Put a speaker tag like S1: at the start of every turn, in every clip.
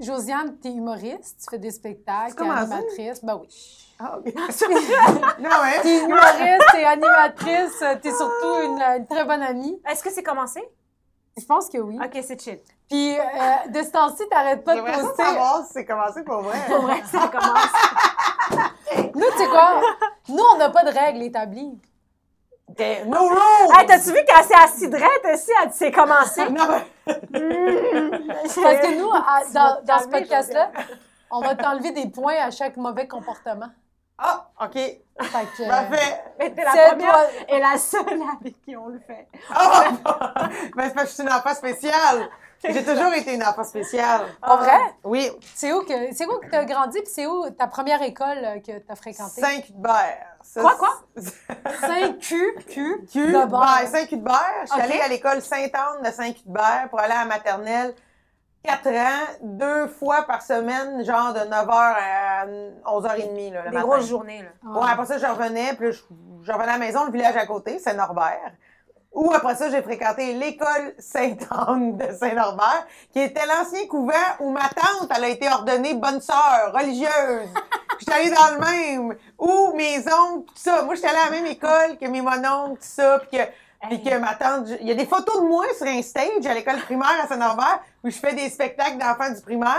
S1: Josiane, tu es humoriste, tu fais des
S2: C'est
S1: spectacles, tu es
S2: comment ça?
S1: animatrice. Ben oui.
S2: Ah, ok. non, hein?
S1: Tu es humoriste, tu es animatrice, tu es surtout une, une très bonne amie.
S3: Est-ce que c'est commencé?
S1: Je pense que oui.
S3: OK, c'est chill.
S1: Puis euh, de ce temps-ci, t'arrêtes pas de
S2: J'aimerais ça
S1: poster.
S2: savoir si c'est commencé pour vrai.
S3: Pour vrai, ça commence.
S1: Nous, tu sais quoi? Nous, on n'a pas de règles établies.
S2: Okay, No rules!
S3: Hey, t'as-tu vu quand c'est assis drette aussi, elle dit, c'est commencé?
S2: Non, mais-
S1: Parce que nous, à-
S3: vas
S1: dans,
S3: te
S1: dans ce
S3: calmer,
S1: podcast-là, on va t'enlever des points à chaque mauvais comportement.
S2: Ah, OK.
S1: Fait que, euh,
S2: Parfait.
S3: Mais t'es la
S1: c'est
S3: première
S1: toi.
S3: et la seule avec qui on le fait.
S2: Ah! ben, c'est parce que je suis une enfant spéciale. J'ai toujours été une enfant spéciale.
S1: En vrai?
S2: Oui,
S1: C'est où que c'est où que t'as grandi puis c'est où ta première école euh, que t'as fréquentée?
S2: Saint-Hubert. Ça,
S3: Quoi, quoi?
S2: c'est-
S1: Saint Q Q
S2: Hubert, Saint-Hubert. Je suis
S1: Ok.
S2: allée à l'école Sainte-Anne de Saint-Hubert pour aller à la maternelle. Quatre ans, deux fois par semaine, genre de 9h à 11h30 là, le
S3: Des
S2: matin.
S3: grosses journées, là.
S1: Ah.
S2: Ouais, après ça, je revenais, puis là, je, je revenais à la maison, le village à côté, Saint-Norbert. Ou après ça, j'ai fréquenté l'école Sainte-Anne de Saint-Norbert, qui était l'ancien couvent où ma tante, elle a été ordonnée bonne sœur, religieuse. J'étais allée dans le même. Ou mes oncles, tout ça. Moi, j'étais allée à la même école que mes mononcles, tout ça, puis que... Puis que ma tante, il y a des photos de moi sur un stage à l'école primaire à Saint-Norbert où je fais des spectacles d'enfants du primaire.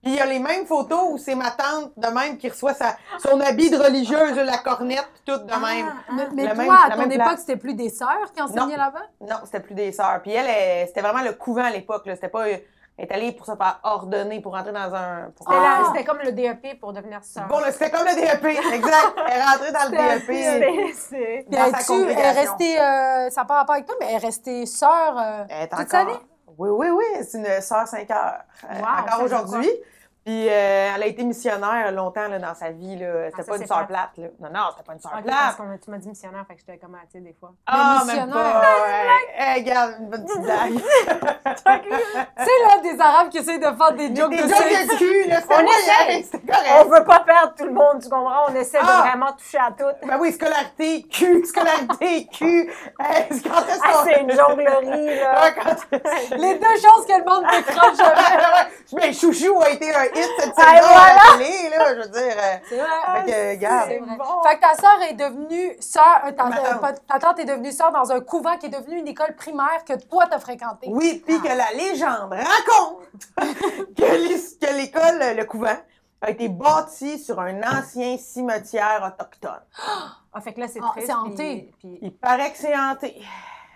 S2: Puis il y a les mêmes photos où c'est ma tante de même qui reçoit sa, son habit de religieuse, la cornette, puis tout de même.
S1: Mais, mais
S2: Le
S1: toi,
S2: même- la
S1: à ton
S2: même
S1: époque,
S2: place.
S1: c'était plus des sœurs qui enseignaient là-bas?
S2: Non, c'était plus des sœurs. Puis elle, elle, c'était vraiment le couvent à l'époque. là. C'était pas... euh, Elle est allée pour se faire ordonner, pour rentrer dans un... Pour Ah!
S3: C'était la-
S1: Ah!
S3: C'était comme le DEP pour devenir sœur.
S2: Bon, là, c'était comme le DEP, exact. Elle est rentrée dans le E DEP.
S3: C'est- c'est-
S1: Puis
S2: Dans sa
S1: es-tu- elle est
S2: congrégation.
S1: restée, euh, ça n'a pas rapport avec toi, mais elle est restée sœur. euh,
S2: Elle est
S1: toute
S2: encore...
S1: sa vie?
S2: Oui, oui, oui. C'est une sœur 5 heures. Euh,
S3: Wow, ça,
S2: encore
S3: Ah, c'est
S2: aujourd'hui. Puis euh, elle a été missionnaire longtemps là, dans sa vie. là. C'était
S3: Ah, ça,
S2: pas une
S3: c'est
S2: sœur
S3: plate.
S2: plate. là. Non, non, c'était pas une sœur
S3: Ok, parce
S2: plate.
S3: qu'on m'a- tu m'as dit missionnaire, fait que j'étais comme, ah, tu sais, des fois.
S2: Ah,
S1: Mais
S2: même
S1: missionnaire.
S2: pas. ouais. Hey, regarde, une bonne petite blague.
S1: Tu sais, là, des Arabes qui essayent de faire des jokes
S2: Des
S1: de
S2: jokes
S1: sexe.
S2: de cul, là,
S3: On
S2: c'était moyen,
S3: essaye.
S2: c'était
S3: On
S2: correct.
S3: veut pas perdre tout le monde, tu comprends? On essaie
S2: Ah!
S3: de vraiment toucher à tout.
S2: Ben oui, scolarité, cul, scolarité, cul. Hey, c'est quand est-ce
S3: Ah,
S2: qu'on-
S3: c'est une jonglerie, là.
S2: Ah, quand est-ce-
S1: Les deux choses que le monde ne croche jamais.
S2: Ben, Chouchou a été un hit cette
S3: Ah,
S2: saison à la
S3: voilà.
S2: télé, là, je veux dire. euh,
S1: C'est vrai.
S2: Fait que, regarde.
S1: C'est vrai.
S3: Ah, bon.
S1: Fait que ta sœur est devenue sœur, euh, ta,
S2: Ah, Ma tante.
S1: euh, pas- ta tante est devenue sœur dans un couvent qui est devenu une école primaire que toi t'as fréquentée.
S2: Oui, puis que la légende raconte que l'is- que l'école, le couvent, a été bâti sur un ancien cimetière autochtone.
S3: Ah, fait que là, c'est
S1: Ah,
S3: triste.
S1: c'est hanté.
S3: puis- puis-
S2: Il paraît que c'est hanté.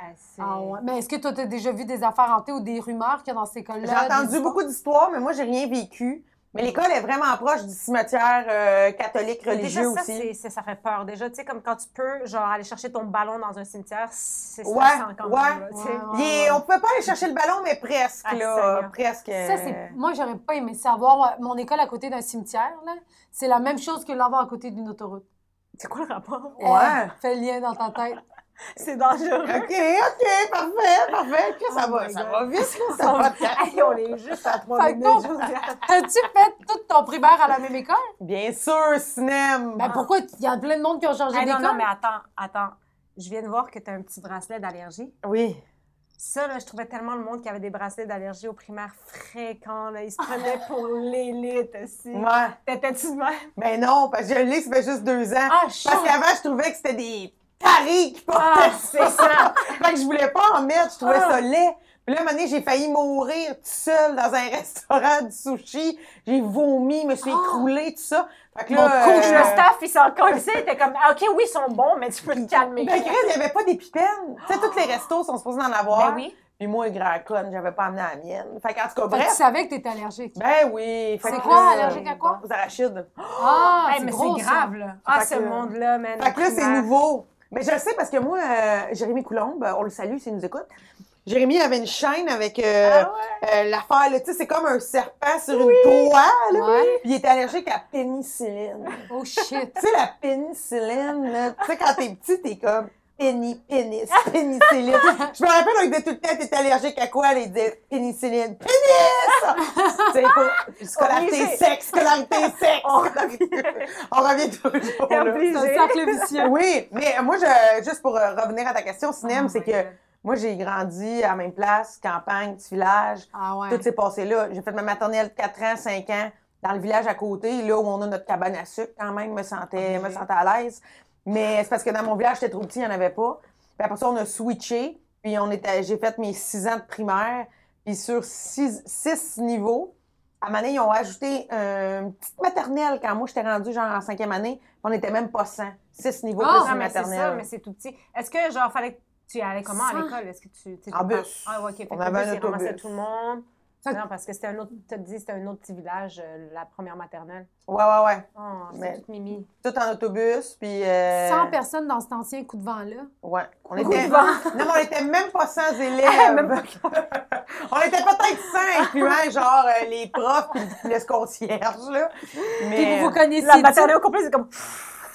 S3: ah, c'est-
S1: Ah ouais. Mais est-ce que toi t'as déjà vu des affaires hantées ou des rumeurs qu'il y a dans ces écoles-là?
S2: J'ai
S1: des-
S2: entendu beaucoup d'histoires, mais moi, j'ai rien vécu. Mais l'école est vraiment proche du cimetière euh, catholique
S3: Déjà,
S2: religieux
S3: ça,
S2: aussi.
S3: c'est- c'est- ça fait peur. Déjà, tu sais, comme quand tu peux, genre, aller chercher ton ballon dans un cimetière, c'est
S2: Ouais,
S3: stressant quand même,
S2: ouais.
S3: là, tu sais.
S1: Ouais.
S2: Il est- on pouvait pas aller chercher le ballon, mais presque,
S3: Ah,
S2: là.
S3: Seigneur.
S2: Presque.
S1: Ça, c'est... Moi, j'aurais pas aimé savoir. Mon école à côté d'un cimetière, là, c'est la même chose que l'avoir à côté d'une autoroute.
S3: C'est quoi le rapport?
S2: Ouais.
S1: Eh, fais le lien dans ta tête.
S3: C'est dangereux.
S2: OK, OK, parfait, parfait. Puis ça,
S3: Oh
S2: va,
S3: my
S2: ça
S3: God.
S2: va vite, là, ça
S3: On-
S2: va bien.
S3: Hey, on est juste à trois
S1: Fait
S3: minutes.
S1: qu'on-
S3: Josiane.
S1: T'as-tu fait toute ton primaire à la même école?
S2: Bien sûr, cinéma.
S3: Bah,
S1: Ben pourquoi? Il y a plein de monde qui ont changé
S3: Ah. Hey, non,
S1: d'école.
S3: non, mais attends, attends. Je viens de voir que tu as un petit bracelet d'allergie.
S2: Oui.
S3: Ça, là, je trouvais tellement le monde qui avait des bracelets d'allergie au primaire fréquents. Là. Ils se prenaient pour l'élite aussi.
S2: Ouais.
S3: T'étais-tu de même?
S2: Ben non, parce que je l'ai, ça fait juste deux ans.
S3: Ah,
S2: parce
S3: chaud!
S2: qu'avant, je trouvais que c'était des tarés qui portaient
S3: Ah,
S2: ça.
S3: c'est ça!
S2: fait que je voulais pas en mettre, je trouvais
S3: Ah.
S2: ça laid. Puis là, un moment donné, j'ai failli mourir tout seul dans un restaurant de sushi. J'ai vomi, me suis
S1: Ah.
S2: écroulée, tout ça. Fait que
S1: Mon
S2: là, euh,
S1: coach,
S3: Coach, le staff, il s'en colissait. Il était comme, Ah, OK, oui, ils sont bons, mais tu peux te calmer.
S2: Ben, Chris, il n'y avait pas d'épipène. Tu sais, tous
S1: Ah!
S2: les restos sont supposés en avoir.
S3: Ben oui.
S2: Puis moi, grand con, j'avais pas amené la mienne. Fait qu'en tout cas,
S1: Fait que tu
S2: bref.
S1: savais que t'étais allergique.
S2: Ben oui. Fait
S1: C'est
S2: que
S1: quoi,
S2: là,
S1: allergique à quoi?
S2: Aux arachides.
S1: Ah,
S3: Hey,
S1: c'est
S3: mais
S1: gros,
S3: c'est
S1: ça.
S3: grave, là. Ah,
S2: Fait
S3: ce
S2: que-
S3: monde-là, man.
S2: Fait que là, c'est
S3: primaire.
S2: nouveau. Mais je le sais parce que moi, euh, Jérémy Coulombe, on le salue s'il nous écoute. Jérémy avait une chaîne avec
S1: Ah
S2: euh,
S3: Ah
S2: euh, l'affaire, là, tu sais, c'est comme un serpent sur une proie, là.
S1: Ouais.
S2: Puis il était allergique à la pénicilline.
S1: Oh shit.
S2: tu sais, la pénicilline, là, tu sais, quand t'es petit, t'es comme péni, pénis, pénicilline. Je me rappelle, on était tout le temps, t'es allergique à quoi? Elle disait pénicilline, pénis! tu sais, faut- scolarité
S3: Obligé.
S2: sexe, scolarité sexe. On revient, on revient toujours, là.
S3: Obligé.
S1: C'est un cercle vicieux.
S2: Oui, mais moi, je, juste pour euh, revenir à ta question, Cinem,
S3: Oh
S2: c'est
S3: my
S2: que
S3: God.
S2: Moi, j'ai grandi à la même place, campagne, petit village.
S1: Ah ouais.
S2: Tout s'est passé là. J'ai fait ma maternelle de 4 ans, 5 ans, dans le village à côté, là où on a notre cabane à sucre, quand même, me sentais, me
S1: Ok.
S2: sentais à l'aise. Mais c'est parce que dans mon village, j'étais trop petit, il n'y en avait pas. Puis après ça, on a switché, puis on était, j'ai fait mes 6 ans de primaire, puis sur 6 niveaux, à un moment donné, ils ont ajouté euh, une petite maternelle quand moi, j'étais rendue genre en cinquième année, puis on n'était même pas 100. 6 niveaux
S1: Ah,
S2: plus
S3: Ah,
S2: une
S3: mais c'est
S2: maternelle.
S3: ça, mais c'est tout petit. Est-ce que, genre, fallait que tu allais comment à
S1: Ça.
S3: l'école? Est-ce que tu. tu sais,
S2: En
S3: tu-
S2: bus.
S3: Ah, ouais, OK. Fait que
S2: On
S3: le
S2: avait
S3: bus,
S2: un
S3: il ramassait
S2: autobus.
S3: tout le monde.
S1: Ça-
S3: Non, parce que c'était un autre. Tu te dis, c'était un autre petit village, euh, la première maternelle.
S2: Ouais, ouais, ouais.
S3: Oh, c'est
S2: Mais-
S3: toute mimi.
S2: Tout en autobus, puis. euh,
S1: 100 personnes dans cet ancien coup de vent-là.
S2: Ouais. On
S3: Coup de
S2: était...
S3: vent.
S2: Non, mais on était même pas 100
S1: Ah,
S3: Même
S2: élèves. on était peut-être 100, incluant genre euh, les profs puis le- le concierge, là.
S1: Puis
S2: Mais.
S1: vous vous connaissiez
S3: La maternelle
S1: toutes?
S3: au complet, c'est comme.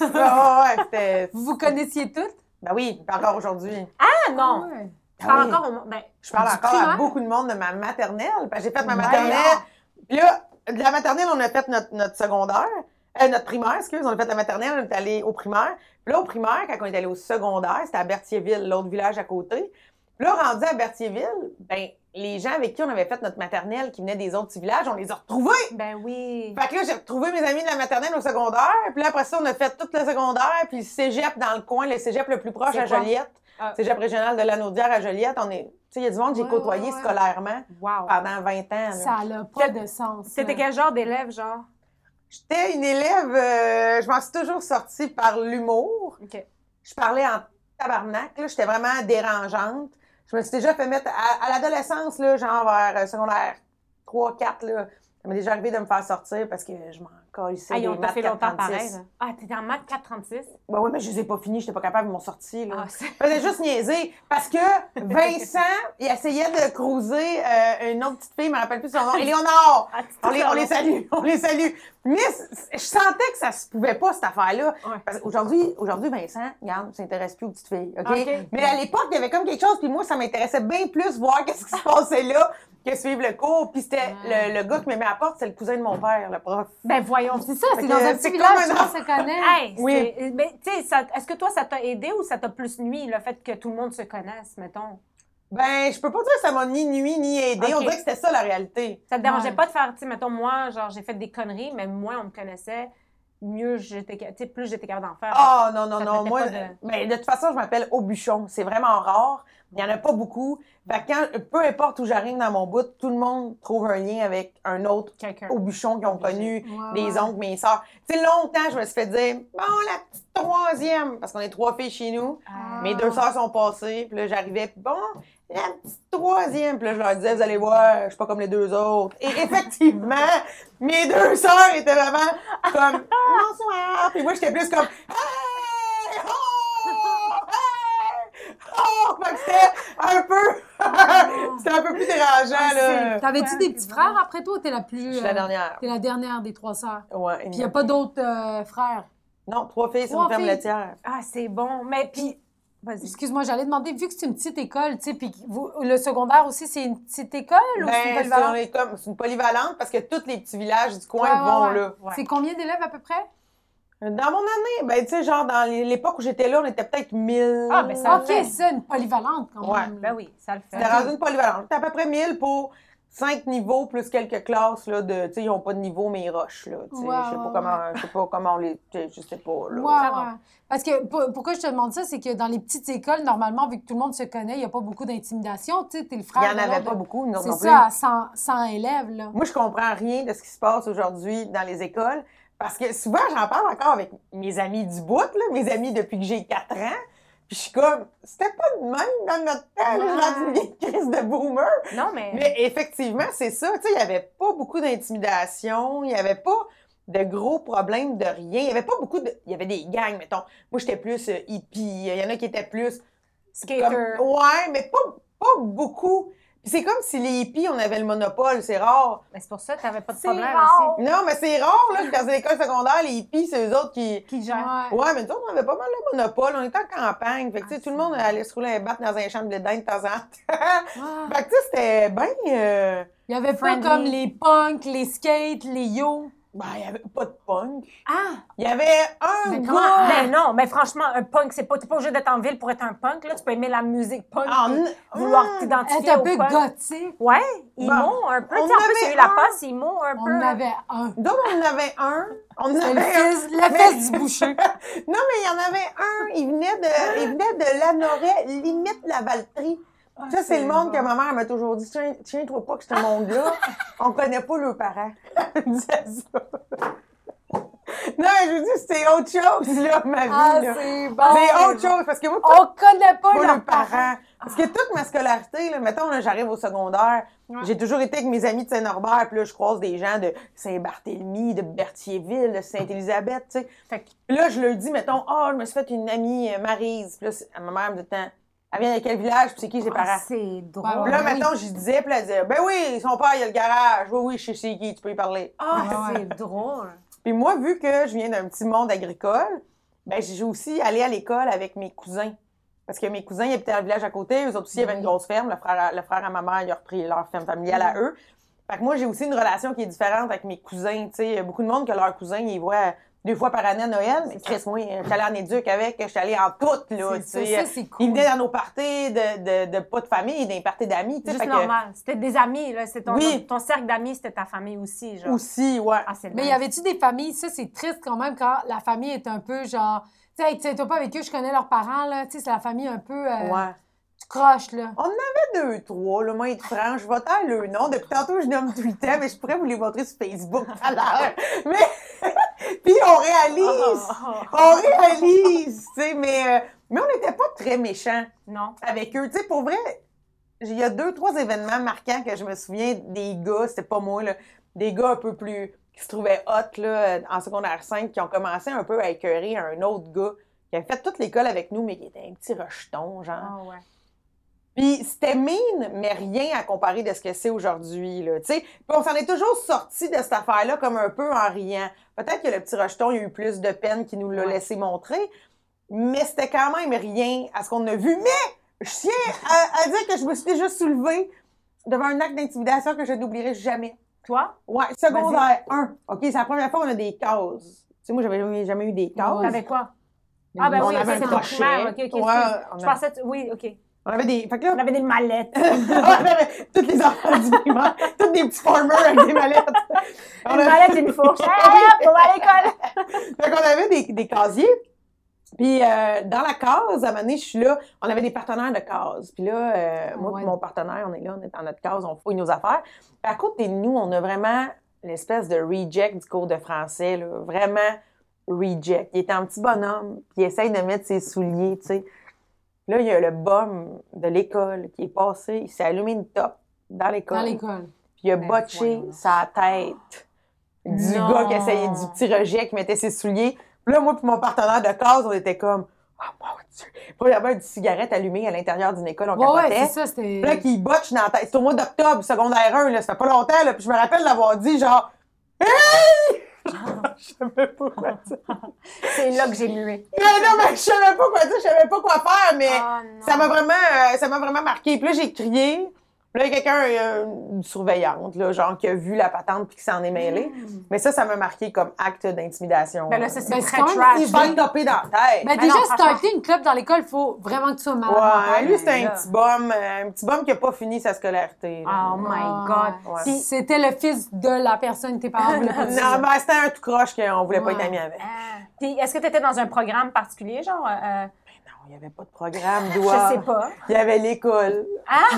S2: Ouais, ouais, ouais, c'était.
S1: Vous vous connaissiez toutes?
S2: Ben oui, puis encore aujourd'hui.
S3: Ah, non!
S1: Ouais.
S2: Ah
S3: Tu parles
S2: oui.
S3: encore au. mo- Ben,
S2: Je parle
S1: Du
S2: encore à
S1: primaire? Ben
S2: beaucoup de monde de ma maternelle. parce que j'ai fait ma
S1: Ouais.
S2: maternelle. Puis là, de la maternelle, on a fait notre, notre secondaire. Euh, notre primaire, excuse, on a fait la maternelle, on est allé au primaire. Puis là, au primaire, quand on est allé au secondaire, c'était à Berthierville, l'autre village à côté. Puis là, rendu à Berthierville, ben, les gens avec qui on avait fait notre maternelle, qui venaient des autres petits villages, on les a retrouvés.
S3: ben oui.
S2: Fait que là, j'ai retrouvé mes amis de la maternelle au secondaire. Puis là, après ça, on a fait tout le secondaire. Puis le cégep dans le coin, le cégep le plus proche
S3: C'est
S2: à
S3: quoi?
S2: Joliette.
S3: Ah.
S2: Cégep régional de l'Anaudière à Joliette. On est... Tu sais, il y a du monde que j'ai
S1: Ouais,
S2: côtoyé
S1: ouais, ouais.
S2: scolairement
S3: Wow.
S2: pendant 20 ans. là.
S1: Ça n'a pas de sens.
S3: C'était
S1: là.
S3: quel genre d'élève, genre?
S2: J'étais une élève, euh, je m'en suis toujours sortie par l'humour.
S3: OK.
S2: Je parlais en tabarnak, là, j'étais vraiment dérangeante. Je me suis déjà fait mettre à, à l'adolescence, là, genre vers euh, secondaire 3, 4, là, ça m'est déjà arrivé de me faire sortir parce que je m'en calissais.
S3: Ah, ils
S2: des
S3: ont
S2: maths
S3: fait longtemps
S2: 436.
S3: pareil. là. Ah, t'étais en maths 436?
S2: Ben oui, mais je les ai pas finis, j'étais pas capable, ils m'ont sorti. Là.
S3: Ah, c'est.
S2: Je faisais juste niaiser parce que Vincent, il essayait de cruiser euh, une autre petite fille, je me rappelle plus son nom, Éléonore.
S3: Ah, tu-
S2: On les, on les salue, on les salue. Mais c- c- je sentais que ça se pouvait pas, cette affaire-là.
S3: Ouais.
S2: Parce qu'aujourd'hui, aujourd'hui, Vincent, regarde, il s'intéresse plus aux petites filles, OK?
S3: OK.
S2: Mais à l'époque, il y avait comme quelque chose, puis moi, ça m'intéressait bien plus voir qu'est-ce qui se passait là que suivre le cours. Puis c'était
S1: Ah.
S2: le, le gars qui m'aimait à la porte, c'est le cousin de mon père, le prof.
S3: Ben voyons.
S1: C'est ça,
S2: Fait
S1: c'est
S2: que
S1: dans un
S2: c'est
S1: petit
S2: comme
S1: village,
S2: un
S1: tout le monde se connaît.
S3: Hey,
S2: Oui.
S3: c'est- Mais tu sais, ça- est-ce que toi, ça t'a aidé ou ça t'a plus nuit, le fait que tout le monde se connaisse, mettons?
S2: Ben, je peux pas dire que ça m'a ni nuit ni aidé.
S3: OK.
S2: On dirait que c'était ça, la réalité.
S3: Ça te dérangeait
S1: Ouais.
S3: pas de faire, tu sais, mettons, moi, genre, j'ai fait des conneries, mais moins on me connaissait, mieux j'étais, ca- tu sais, plus j'étais capable d'en faire.
S2: Oh non, non,
S3: Ça
S2: non.
S3: te
S2: Moi,
S3: mettait pas
S2: mais de toute façon, je m'appelle Aubuchon. C'est vraiment rare. Il n'y en a pas beaucoup. Fait que quand, peu importe où j'arrive dans mon bout, tout le monde trouve un lien avec un autre
S3: Quelqu'un.
S2: Aubuchon qu'ils ont connu,
S1: Ouais,
S2: les
S1: ouais.
S2: oncles, mes sœurs. Tu sais, longtemps, je me suis fait dire, bon, la petite troisième, parce qu'on est trois filles chez nous.
S3: Ah.
S2: Mes deux sœurs sont passées, puis là, j'arrivais, puis bon, la petite troisième. Puis là, je leur disais, vous allez voir, je suis pas comme les deux autres. Et effectivement, mes deux sœurs étaient vraiment comme, bonsoir. Puis moi, j'étais plus comme, hey! Oh! Hey! Oh! Fait que c'était un peu, c'était un peu plus
S1: Ah,
S2: dérangeant, là.
S1: T'avais-tu des petits frères après toi ou t'es la
S2: Je
S1: plus.
S2: suis la
S1: euh,
S2: dernière.
S1: T'es la dernière des trois sœurs.
S2: Ouais,
S1: Puis il n'y a pas d'autres euh, frères.
S2: Non, trois filles, c'est une
S1: Trois
S2: ferme
S1: filles.
S2: laitière.
S3: Ah, c'est bon. Mais puis, vas-y.
S1: Excuse-moi, j'allais demander, vu que c'est une petite école, tu sais, puis vous- le secondaire aussi, c'est une petite école ou
S2: Ben,
S1: c'est une
S2: c'est
S1: polyvalente?
S2: on est comme- c'est une polyvalente parce que tous les petits villages du coin
S1: Ouais, ouais,
S2: vont
S1: ouais.
S2: là.
S3: Ouais.
S1: C'est combien d'élèves à peu près?
S2: Dans mon année, ben, tu sais, genre, dans les- l'époque où j'étais là, on était peut-être 1000.
S3: Ah, ben, Ça
S1: ok,
S3: fait.
S1: c'est une polyvalente quand
S2: Ouais,
S1: même.
S3: Ben oui, ça le fait.
S2: C'était rendu une polyvalente. C'était à peu près 1000 pour cinq niveaux plus quelques classes, là, de, tu sais, ils n'ont pas de niveau, mais ils rushent, là. Tu sais,
S1: Ouais,
S2: je sais
S1: ouais,
S2: pas comment, je sais pas comment on les, tu sais, je sais pas, là.
S1: Ouais,
S3: va.
S1: ouais. Parce que pour- pourquoi je te demande ça, c'est que dans les petites écoles, normalement, vu que tout le monde se connaît, il n'y a pas beaucoup d'intimidation. Tu sais, t'es le
S2: Il
S1: frère.
S2: n'y
S1: de
S2: en avait
S1: l'autre.
S2: pas beaucoup, non,
S1: C'est
S2: non plus.
S1: ça, à 100, 100 élèves, là.
S2: Moi, je comprends rien de ce qui se passe aujourd'hui dans les écoles. Parce que souvent, j'en parle encore avec mes amis du bout, là, mes amis depuis que j'ai 4 ans. Puis je suis comme, c'était pas de même dans notre temps, là, dans une vieille crise de boomer.
S3: Non, mais.
S2: Mais effectivement, c'est ça. Tu sais, il n'y avait pas beaucoup d'intimidation, il n'y avait pas de gros problèmes de rien. Il n'y avait pas beaucoup de. Il y avait des gangs, mettons. Moi, j'étais plus euh, hippie. Il y en a qui étaient plus comme-
S3: skater.
S2: Ouais, mais pas, pas beaucoup. Puis C'est comme si les hippies, on avait le monopole, c'est rare.
S3: Mais c'est pour ça que t'avais pas de
S1: C'est
S3: problème
S1: rare.
S3: aussi.
S2: Non, mais c'est rare, là, que dans une école secondaire, les hippies, c'est eux autres qui.
S3: Qui gère.
S1: Ouais.
S2: Ouais, mais nous autres, on avait pas mal le monopole. On était en campagne. Fait que, tu sais, tout le monde allait se rouler un battre dans un champ de blé d'Inde de temps en temps.
S1: Ah.
S2: fait que, tu sais, c'était bien. euh,
S1: Il n'y avait
S3: Friendly.
S1: pas comme les punks, les skates, les yo.
S2: Ben, il n'y avait pas de punk.
S3: Ah!
S2: Il y avait un
S1: Mais
S2: gars.
S1: comment- Ah!
S3: Ben non, mais franchement, un punk, c'est pas, t'es pas obligé d'être en ville pour être un punk. Là, tu peux aimer la musique punk,
S2: Ah,
S3: puis
S2: n-
S3: vouloir
S2: hmm,
S1: Elle
S3: t'identifier
S1: est un
S3: au
S1: peu
S3: punk.
S1: gothique.
S3: Ouais, ils
S2: Bon.
S3: m'ont un peu.
S2: On
S3: Tu sais, en plus,
S2: avait
S3: il y a eu la
S2: un.
S3: passe, ils m'ont un
S1: On
S3: peu.
S1: en avait un.
S2: Donc, on en avait un. On en
S1: C'est le
S2: avait un.
S1: fils, la
S2: Mais-
S1: fesse du boucher.
S2: Non, mais il y en avait un. Il venait de, il venait de Lanoret, limite la Valtrie.
S1: Ah,
S2: Ça, c'est le monde que ma mère m'a toujours dit. Tiens- Tiens-toi pas que ce monde-là, on connaît pas leurs parents. Elle me disait ça. Non, mais je vous dis, c'était autre chose, là, ma vie.
S1: Ah,
S2: là.
S1: c'est bon.
S2: c'est autre chose, parce que moi, pas,
S1: On connaît pas
S2: pas
S1: leurs
S2: leurs
S1: parents.
S2: parents. Parce que toute ma scolarité, là, mettons, là, j'arrive au secondaire,
S1: Ouais.
S2: j'ai toujours été avec mes amis de Saint-Norbert, puis là, je croise des gens de Saint-Barthélemy, de Berthierville, de Sainte-Élisabeth, tu sais.
S3: Fait que-
S2: Puis là, je leur dis, mettons, oh, je me suis fait une amie, euh, Maryse. Puis là, c'est- ma mère me dit, Attends, elle vient de quel village, puis c'est qui ses
S3: Ah,
S2: parents?
S3: c'est drôle.
S1: Ouais,
S2: Puis
S1: ouais.
S2: là,
S1: Ah, oui.
S2: mettons, je disais, puis elle disait, ben oui, son père, il a le garage. Oui, oui, je sais c'est qui, tu peux y parler.
S3: Ah,
S1: Ouais,
S3: c'est drôle.
S2: Puis moi, vu que je viens d'un petit monde agricole, ben j'ai aussi allé à l'école avec mes cousins. Parce que mes cousins, ils habitaient un village à côté, eux autres aussi, ils avaient une grosse ferme. Le frère, à, le frère à ma mère, il a repris leur ferme familiale à eux. Fait que moi, j'ai aussi une relation qui est différente avec mes cousins. Tu sais, Il y a beaucoup de monde que leurs cousins, ils voient deux fois par année à Noël. Mais Chris, moi, je suis allée en éduque avec, je suis allée en toute, là. tu
S1: C'est
S2: sais.
S1: ça, c'est
S2: Ils
S1: cool.
S2: venaient dans nos parties de, de, de pas de famille, des parties d'amis. tu sais.
S3: Juste
S2: Fait que-
S3: normal. C'était des amis, là. C'est ton,
S2: Oui.
S3: ton cercle d'amis, c'était ta famille aussi, genre.
S2: Aussi, ouais.
S3: Ah, c'est
S1: Mais y
S3: nice.
S1: avait-tu des familles, ça c'est triste quand même quand la famille est un peu genre, tu sais, hey, tu sais, t'as pas avec eux, je connais leurs parents là, tu sais, c'est la famille un peu euh,
S2: Ouais.
S1: tu croches là.
S2: deux, trois, là, moi, être franc, je vais taire le nom. Depuis tantôt, je nomme tout le temps, mais je pourrais vous les montrer sur Facebook tout à l'heure. Mais, puis on réalise,
S3: Oh, oh,
S2: on réalise, tu sais, mais, euh, mais on n'était pas très méchants
S3: Non.
S2: avec eux. Tu sais, pour vrai, il y a deux, trois événements marquants que je me souviens des gars, c'était pas moi, là, des gars un peu plus, qui se trouvaient hot, là, en secondaire 5, qui ont commencé un peu à écœurer un autre gars qui avait fait toute l'école avec nous, mais qui était un petit rejeton, genre.
S3: Ah, ouais.
S2: Puis c'était mine, mais rien à comparer de ce que c'est aujourd'hui, là, tu sais. Puis on s'en est toujours sorti de cette affaire-là comme un peu en riant. Peut-être que le petit rejeton, il y a eu plus de peine qu'il nous l'a
S3: Ouais.
S2: laissé montrer, mais c'était quand même rien à ce qu'on a vu. Mais je tiens à, à dire que je me suis déjà soulevée devant un acte d'intimidation que je n'oublierai jamais.
S3: Toi,
S2: Ouais, secondaire 1. OK, c'est la première fois qu'on a des causes. Tu sais, moi, j'avais jamais, jamais eu des causes.
S1: Ouais.
S3: t'avais quoi? Ah, ben
S2: on
S3: oui, ok,
S2: avait
S3: c'est
S2: un
S3: ton
S2: crochet.
S3: primaire. Ok, ok, excuse.
S2: Ouais, on
S3: Je
S2: avait-
S3: pensais, tu- oui, OK.
S2: On avait des... Fait que là,
S3: On avait des mallettes.
S2: Ah, toutes les enfants du primaire, toutes des petits farmers avec des mallettes. On
S3: une
S2: avait-
S3: mallette et une fourche.
S2: Ah oui.
S3: Hey, hop, on va à l'école.
S2: Fait qu'on avait des, des casiers. Puis euh, dans la case, à un moment donné, je suis là, on avait des partenaires de case. Puis là, euh,
S1: Ah
S2: moi
S1: ouais.
S2: et mon partenaire, on est là, on est dans notre case, on fouille nos affaires. Puis à côté de nous, on a vraiment l'espèce de reject du cours de français, là, vraiment reject. Il est un petit bonhomme, puis il essaye de mettre ses souliers, tu sais. Là, il y a le bum de l'école qui est passé, il s'est allumé une top dans l'école.
S1: Dans l'école.
S2: Puis il a
S3: Ben,
S2: botché
S3: voyons donc.
S2: sa tête du
S3: Non.
S2: gars qui essayait du petit rejet, qui mettait ses souliers. Puis là, moi puis mon partenaire de case, on était comme « Oh mon Dieu! » Puis là, il y avait une cigarette allumée à l'intérieur d'une école, on
S1: Ouais ouais,
S2: capotait.
S1: c'est ça, c'était
S2: Puis là, qui botche dans la tête. C'est au mois d'octobre, secondaire 1, là, ça fait pas longtemps. Là, puis je me rappelle d'avoir dit genre « Hey! »
S1: Ah.
S2: Je savais pas quoi dire.
S3: C'est là que j'ai mué.
S2: Mais non, mais je savais pas quoi dire, je savais pas quoi faire, mais...
S3: Ah, non.
S2: Ça m'a vraiment, euh, ça m'a vraiment marqué. Puis là, j'ai crié. Puis là, il y a quelqu'un, euh, une surveillante, là, genre, qui a vu la patente puis qui s'en est mêlée. Mais ça, ça m'a marqué comme acte d'intimidation.
S3: Mm. Ben là, ça, c'est
S1: Ben, c'est
S3: très
S1: quand même
S3: trash.
S2: Il va le taper dans la tête.
S1: Ben
S3: Mais
S1: déjà
S3: non,
S1: starter une club dans l'école, faut vraiment que tu sois malade.
S2: ouais,
S1: mental.
S2: lui, c'était un
S3: ah, là.
S2: petit bum, euh, un petit bum qui a pas fini sa scolarité. là.
S3: Oh my
S1: Ah,
S3: God.
S2: ouais.
S3: Si-
S1: C'était le fils de la personne tes parents voulaient pas dire.
S2: non, ben, c'était un tout croche qu'on voulait
S1: Ouais.
S2: pas être amis avec.
S1: Ah.
S3: Puis, est-ce que tu étais dans un programme particulier, genre, euh,
S2: Ben Non, il y avait pas de programme,
S3: je
S2: doigt.
S3: sais pas.
S2: Il y avait l'école.
S3: Ah!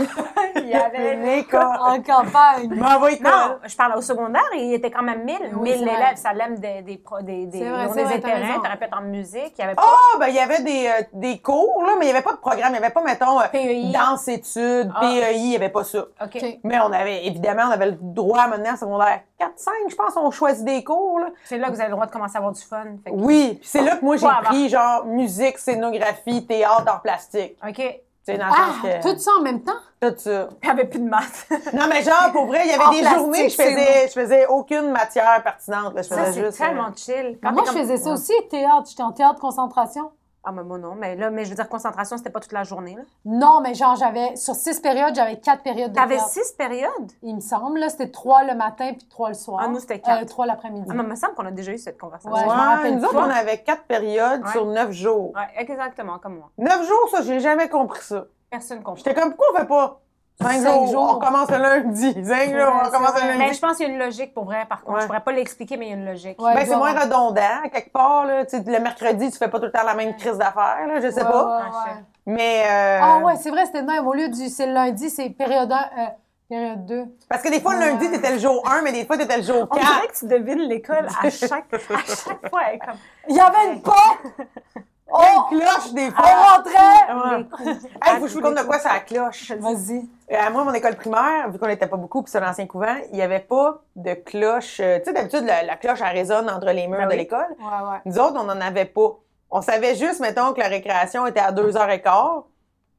S3: Il y avait
S2: l'école.
S1: En campagne.
S2: M'en va école.
S3: Non, je parle au secondaire, il était quand même 1000,
S1: Oui,
S3: 1000
S1: c'est vrai.
S3: élèves, ça l'aime des, des, pro- des, des,
S1: C'est vrai,
S3: on
S1: c'est
S3: les
S1: vrai, t'as
S3: intérêts,
S1: raison. Oh!
S3: t'aurais pu être en musique, il y avait
S2: Ah,
S3: pas
S2: ben, il y avait des, euh, des cours, là, mais il n'y avait pas de programme. Il n'y avait pas, mettons, euh,
S3: PEI.
S2: danse études,
S3: Ah.
S2: PEI, il n'y avait pas ça.
S3: OK.
S1: Ok.
S2: Mais on avait, évidemment, on avait le droit maintenant, secondaire 4-5, je pense, on choisit des cours, là.
S3: C'est là que vous avez le droit de commencer à avoir du fun. fait que-
S2: Oui, puis c'est là que moi, j'ai
S3: Ouais, avant.
S2: pris, genre, musique, scénographie, théâtre, art plastique.
S3: OK. Puis
S2: Tu sais, dans le
S1: Ah,
S2: sens
S1: tout ça en même temps?
S2: que... Tout ça.
S3: il y avait plus de maths.
S2: Non, mais genre, pour vrai, il y
S1: Art
S2: avait des
S1: plastique,
S2: journées que je
S1: c'est
S2: faisais, je faisais aucune matière pertinente, là. Je faisais
S3: ça, c'est
S2: juste... euh,
S3: tellement chill. Quand
S1: moi,
S3: t'es
S1: je
S3: comme-
S1: faisais ça aussi, théâtre. J'étais en théâtre concentration.
S3: Ah, mais moi, non. Mais là, mais je veux dire, concentration, c'était pas toute la journée. là.
S1: Non, mais genre, j'avais, sur six périodes, j'avais quatre périodes de
S3: T'avais
S1: perte.
S3: six périodes?
S1: Il me semble, là, c'était trois le matin puis trois le soir.
S3: Ah, nous, c'était quatre.
S1: Euh, trois l'après-midi.
S3: Ah, mais il me semble qu'on a déjà eu cette conversation.
S1: Ouais, je m'en rappelle
S2: nous autres,
S1: pas.
S2: on avait quatre périodes
S3: Ouais.
S2: sur neuf jours.
S3: Ouais, exactement, comme moi.
S2: Neuf jours, ça, j'ai jamais compris ça.
S3: Personne comprend.
S2: J'étais comme, pourquoi on fait pas cinq,
S1: Cinq
S2: jours,
S1: jours.
S2: on commence le lundi, cinq
S1: Ouais,
S2: jours, on
S1: c'est
S2: commence
S1: vrai.
S2: le
S3: Mais
S2: lundi.
S3: Ben, je pense qu'il y a une logique pour vrai, par contre.
S2: Ouais.
S3: Je pourrais pas l'expliquer, mais il y a une logique.
S1: Ouais.
S2: Ben, c'est
S1: doit
S2: moins
S1: avoir-
S2: redondant, quelque part, là. Tu sais, le mercredi, tu fais pas tout le temps la même crise d'affaires, là, je sais
S1: Ouais,
S2: pas.
S1: ouais, ouais.
S2: Mais, euh,
S1: Ah ouais, c'est vrai, c'était de même. Au lieu du c'est le lundi, c'est période 1, euh, période 2.
S2: parce que des fois, le lundi, t'étais le jour 1, mais des fois, t'étais le jour
S3: On
S2: 4.
S3: dirait que tu devines l'école à chaque, à chaque fois. elle est comme,
S1: Il y avait une porte! On,
S3: Oh!
S2: Même cloche, des
S1: on
S2: fois.
S1: rentrait! Ah,
S2: Ouais.
S3: les coups.
S2: Hey, faut que je vous compte de quoi ça cloche.
S1: Vas-y.
S2: À moi, mon école primaire, vu qu'on n'était pas beaucoup, puis c'est l'ancien couvent, il n'y avait pas de cloche. euh, Tu sais, d'habitude, la, la cloche, elle résonne entre les murs
S3: Ben
S2: de
S3: oui.
S2: l'école.
S1: Ouais, ouais.
S2: Nous autres, on n'en avait pas. On savait juste, mettons, que la récréation était à 2h15.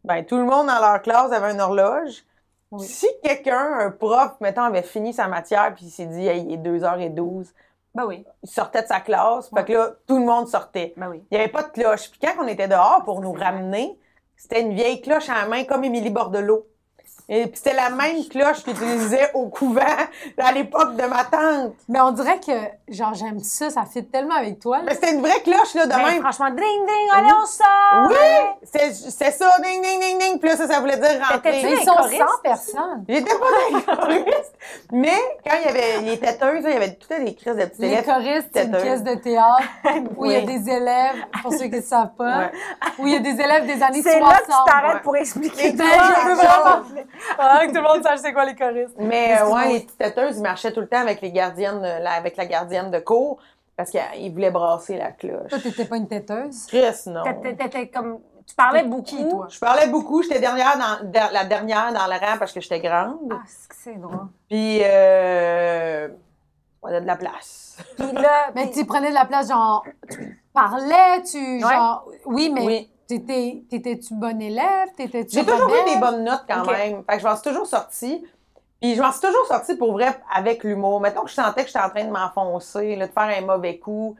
S2: Ben, tout le monde dans leur classe avait une horloge.
S1: Oui.
S2: Si quelqu'un, un prof, mettons, avait fini sa matière, puis il s'est dit, hey, il est 2h12,
S3: Ben oui,
S2: il sortait de sa classe, fait que là, tout le monde sortait.
S3: ben oui.
S2: Il n'y avait pas de cloche. Puis quand on était dehors pour nous
S3: C'est vrai.
S2: ramener, c'était une vieille cloche à la main comme Émilie Bordelot. Et puis c'était la même cloche qu'ils utilisaient au couvent à l'époque de ma tante.
S1: Mais on dirait que, genre, j'aime ça, ça fit tellement avec toi. là.
S2: Mais c'était une vraie cloche là de
S3: Mais
S2: même.
S3: Ben, franchement, ding ding, allez, on sort!
S2: Oui, c'est c'est ça, ding ding ding ding. Puis là, ça, ça voulait dire
S1: Mais
S2: rentrer.
S3: T'étais-tu-
S1: Ils sont
S3: choriste.
S1: 100 personnes.
S2: J'étais pas dans les choristes, mais quand il y avait les têteuses, là, il y avait tout le temps des crises de petits
S1: Les
S2: élèves.
S1: choristes, c'est une
S2: têteux.
S1: pièce de théâtre où il y a
S2: Oui.
S1: des élèves, pour ceux qui ne savent pas,
S2: Ouais.
S1: où il y a des élèves des années 60.
S3: C'est là que tu
S2: ouais.
S3: t'arrêtes pour expliquer.
S2: Les
S1: Ben,
S2: trois
S1: je veux
S2: choses.
S1: vraiment Ah, que tout le monde sache c'est quoi les choristes.
S2: Mais euh,
S1: Excuse-moi.
S2: ouais, les petites têteuses, ils marchaient tout le temps avec les gardiennes, euh, la- avec la gardienne de cour parce qu'ils voulaient brasser la cloche.
S1: Toi, t'étais pas une têteuse.
S2: Chris, non.
S3: T'étais- t'étais comme... Tu parlais beaucoup.
S1: toi?
S2: Je parlais beaucoup. J'étais dernière dans, der- la dernière dans le rang parce que j'étais grande.
S3: Ah, c'est que c'est drôle.
S2: Puis, euh, on a de la place.
S3: Puis là...
S1: Mais
S3: puis-
S1: tu prenais de la place, genre, tu parlais, tu, genre, oui, mais
S2: Oui.
S1: t'étais- t'étais-tu bonne élève? T'étais-tu
S2: J'ai toujours eu
S1: rebelle?
S2: des bonnes notes quand
S3: Ok.
S2: même. Fait que je m'en suis toujours sortie. Puis je m'en suis toujours sortie pour vrai avec l'humour. Mettons que je sentais que j'étais en train de m'enfoncer, là, de faire un mauvais coup.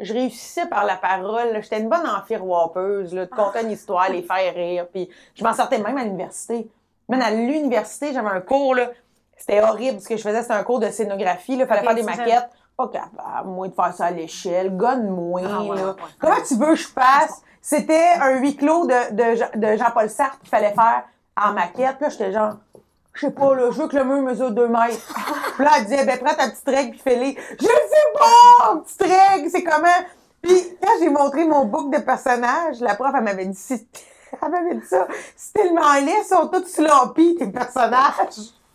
S2: Je réussissais par la parole. là. J'étais une bonne enfiroipeuse,
S3: Ah.
S2: là, de conter une histoire, les faire rire. Puis je m'en sortais même à l'université. Même à l'université, j'avais un cours, là. C'était horrible ce que je faisais. C'était un cours de scénographie, là. Fallait
S3: Ok,
S2: faire des
S3: tu sais.
S2: maquettes. Pas capable, moi, de faire ça à l'échelle. Gonne-moi,
S3: Ah, ouais,
S2: là.
S3: ouais.
S2: Comment tu veux que je passe? C'était un huis clos de, de, Jean- de Jean-Paul Sartre qu'il fallait faire en maquette. Là, j'étais genre, je sais pas, là, je veux que le mur mesure 2 mètres. Puis là, elle disait, ben, prends ta petite règle puis fais-les. Je sais pas! Petite règle, c'est comment? Puis quand j'ai montré mon book de personnages, la prof, elle m'avait dit, C'est- elle m'avait dit ça, c'est tellement laid, ils sont tous sloppy, tes personnages.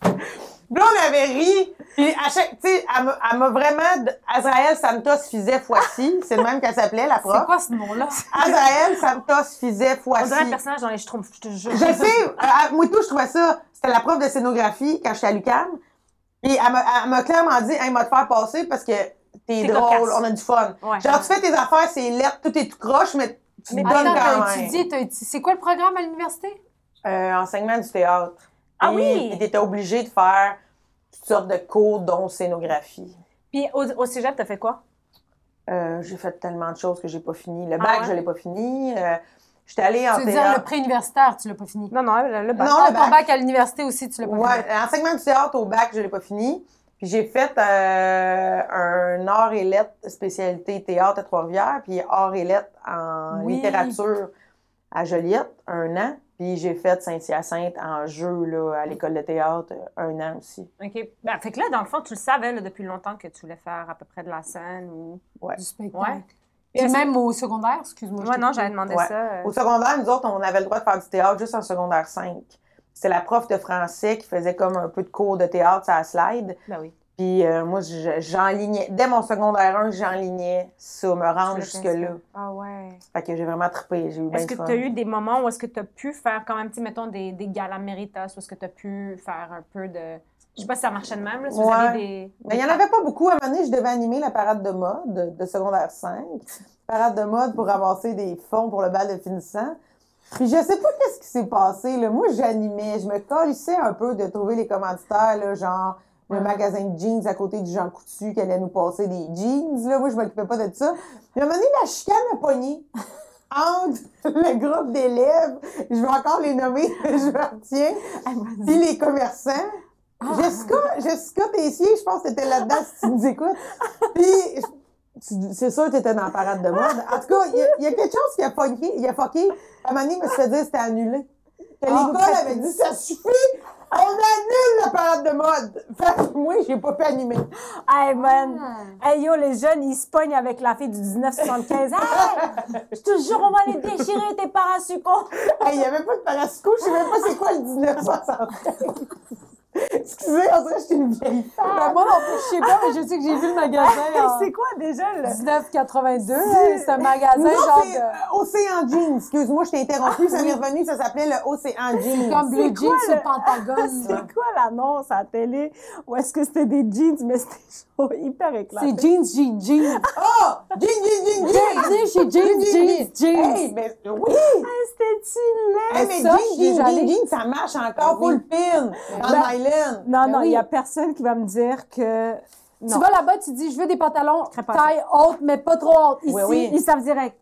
S2: Puis Là, on avait ri. Puis, à chaque, tu sais, elle m'a- elle m'a vraiment, Azrael Santos Fizet Foissy, c'est le même qu'elle s'appelait, la prof.
S1: C'est quoi ce nom-là?
S2: Azrael Santos Fizet
S3: On dirait un
S2: Foissy.
S3: personnage dans les Schtroumpfs, je te jure.
S2: Je sais, euh, à Moutou, je trouvais ça. C'était la prof de scénographie quand j'étais à l'UQAM. Puis elle m'a elle m'a clairement dit, hey, m'a te faire passer parce que t'es
S3: T'es
S2: drôle,
S3: cocasse.
S2: on a du fun.
S3: Ouais.
S2: Genre, tu fais tes affaires, c'est lettre, tout est tout croche, mais tu
S3: Mais
S2: te donnes
S1: Attends,
S2: quand
S1: Ah, t'as
S2: même.
S1: étudié, t'as étudié. C'est quoi le programme à l'université?
S2: Euh, enseignement du théâtre.
S3: Ah
S2: Et-
S3: oui!
S2: Et t'étais obligé de faire toutes sortes de cours, dont scénographie.
S3: Puis au, au cégep, t'as fait quoi?
S2: Euh, j'ai fait tellement de choses que j'ai pas fini. Le
S3: Ah
S2: bac,
S3: ouais?
S2: je l'ai pas fini. Euh, j'étais allée en
S1: Tu veux dire le
S2: théâtre.
S1: pré-universitaire, tu l'as pas fini.
S3: Non, non, le, le bac.
S2: Non,
S1: Ah,
S2: le
S1: ton
S2: bac.
S1: bac à l'université aussi, tu l'as pas fini.
S2: Ouais, enseignement du théâtre au bac, je l'ai pas fini. Puis j'ai fait euh, un art et lettres spécialité théâtre à Trois-Rivières, puis art et lettres en
S1: Oui.
S2: littérature à Joliette, un an. Puis j'ai fait Saint-Hyacinthe en jeu là, à l'école de théâtre, euh, un an aussi.
S3: OK. Ben, fait que là, dans le fond, tu le savais là, depuis longtemps que tu voulais faire à peu près de la scène ou...
S2: Ouais.
S1: Du spectacle.
S3: Ouais.
S1: Puis
S3: Est-ce-
S1: même au secondaire, excuse-moi. je
S3: Ouais,
S1: t'ai
S3: non,
S1: coupé.
S3: j'avais demandé
S2: Ouais.
S3: ça. euh,
S2: Au secondaire, nous autres, on avait le droit de faire du théâtre juste en secondaire 5. C'est la prof de français qui faisait comme un peu de cours de théâtre ça slide.
S3: Ben oui.
S2: Puis euh, moi, je- j'enlignais. Dès mon secondaire 1, j'enlignais ça, me
S3: Tu
S2: rendre
S3: l'as
S2: jusque-là. Ben,
S3: pensé. Ah ouais.
S2: Fait que j'ai vraiment trippé, j'ai eu bien
S3: Est-ce
S2: du
S3: que
S2: fun.
S3: tu as eu des moments où est-ce que tu as pu faire quand même, tu sais, mettons, des, des galas méritas, où est-ce que tu as pu faire un peu de... Je sais pas si ça marchait de même, là, si vous
S2: Ouais.
S3: avez des...
S2: Mais Ben, il n'y en avait pas beaucoup. À un moment donné, je devais animer la parade de mode de secondaire 5. Parade de mode pour avancer des fonds pour le bal de finissant. Puis je sais pas qu'est-ce qui s'est passé. Là. Moi, j'animais. Je me colissais un peu de trouver les commanditaires, là, genre le magasin de jeans à côté du Jean Coutu qui allait nous passer des jeans. Là. Moi, je m'occupais pas de ça. Puis à un moment donné, la chicane a pogné. entre le groupe d'élèves, je vais encore les nommer, je me retiens, puis les commerçants.
S1: Ah.
S2: Jessica, Jessica Tessier, je pense que t'étais là-dedans si tu nous écoutes. Puis, tu- c'est sûr que t'étais dans la parade de mode. En tout cas, il y, a- il y a quelque chose qui a fucké. Il a fucké. À un moment donné, je me suis fait dire que c'était annulé. Que
S1: Ah,
S2: l'école avait dit, ça suffit, on annule la parade de mode. Fait que moi, j'ai pas pu animer.
S3: Ah, Hey, man. Hey, yo, les jeunes, ils se pognent avec la fille du 1975. Hey! Je te jure, on va les déchirer, tes parasucons!
S2: Hey, Il n'y avait pas de parasco, je sais même pas c'est quoi le 1975. Excusez, on dirait que je suis une vieille femme.
S1: Ben, moi non plus, je sais pas, mais je sais que j'ai vu le magasin en
S3: quoi déjà, là?
S1: 1982. hein, C'est un magasin
S2: Non,
S1: genre
S2: c'est
S1: de...
S2: euh, Océan Jeans. Excuse-moi, je t'ai interrompu, ça m'est revenu, ça s'appelait le Océan Jeans.
S1: Comme Blue
S3: c'est quoi,
S1: Jeans
S3: le-
S1: sur Pentagone. là.
S3: C'est quoi l'annonce à la télé? Ou est-ce que c'était des jeans, mais c'était chaud, hyper éclatant?
S1: C'est jeans, jeans, jeans.
S2: Oh! Jeans, jeans, jeans, jeans!
S1: Bienvenue chez jeans, jeans, jeans.
S2: Hey, mais oui!
S3: C'était-tu laid?
S2: Hey, mais
S1: ça, je
S2: jeans,
S1: suis
S2: jeans,
S1: allée. Ben
S2: jeans, jeans, ça marche encore,
S1: Oui.
S2: full pin, dans
S3: Ben,
S2: Myland.
S3: Non,
S1: Ben
S3: non, il
S1: oui.
S3: n'y a personne qui va me dire que. Non.
S1: Tu vas là-bas, tu dis, je veux des pantalons
S3: Très pas
S1: taille haute, mais pas trop haute. Ici,
S2: Oui, oui.
S3: Ils savent direct.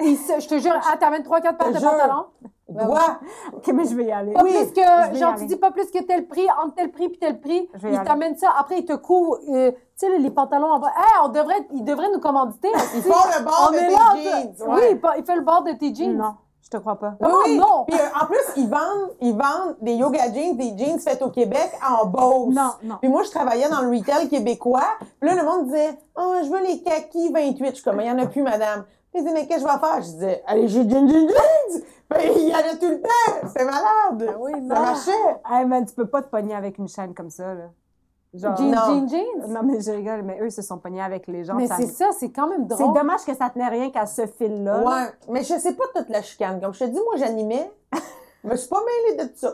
S1: ici, je te jure, ah, t'amènes 3-4 paires de
S2: jure.
S1: pantalons. Ben
S2: Doigt!
S3: OK, mais je vais y aller.
S1: Pas
S2: Oui,
S1: plus
S3: je
S1: que,
S3: vais y
S1: genre,
S3: aller.
S1: tu dis pas plus que tel prix, entre tel prix puis tel prix.
S3: Je vais y
S1: Ils
S3: aller.
S1: t'amènent ça. Après, ils te couvrent, euh, tu sais, les- les pantalons en bas. Hey, on devrait, ils devraient nous commanditer.
S2: Ils font le bord
S1: on
S2: de
S1: est là.
S2: tes jeans.
S1: tu-
S2: ouais.
S1: Oui, il pa- il fait le bord de tes jeans.
S3: Non, je te crois pas.
S1: Comment
S2: Oui, oui.
S1: non?
S2: Puis, euh, en plus, ils vendent, ils vendent des yoga jeans, des jeans faits au Québec en Beauce.
S3: Non, non.
S2: Puis moi, je travaillais dans le retail québécois. Puis là, le monde disait, oh, je veux les kakis 28. Je suis comme, il n'y en a plus, madame. Puis ils disaient, mais qu'est-ce que je vais faire? Je disais, allez, j'ai jeans, jeans, jeans. Puis il y en a tout le temps.
S1: Ben
S2: C'est malade.
S3: Oui,
S2: Ça marchait.
S3: Hey, Eh, man, tu peux pas te pogner avec une chaîne comme ça, là. Genre.
S1: Jeans,
S2: Non.
S1: jeans, jeans.
S3: Non, mais je rigole, mais eux, ils se sont pognés avec les gens.
S1: Mais
S3: ça-
S1: c'est ça, c'est quand même
S3: C'est
S1: drôle.
S3: dommage que ça tenait rien qu'à ce fil-là. là.
S2: Ouais. Mais je sais pas toute la chicane. Comme je te dis, moi, j'animais. Je me suis pas mêlée de ça.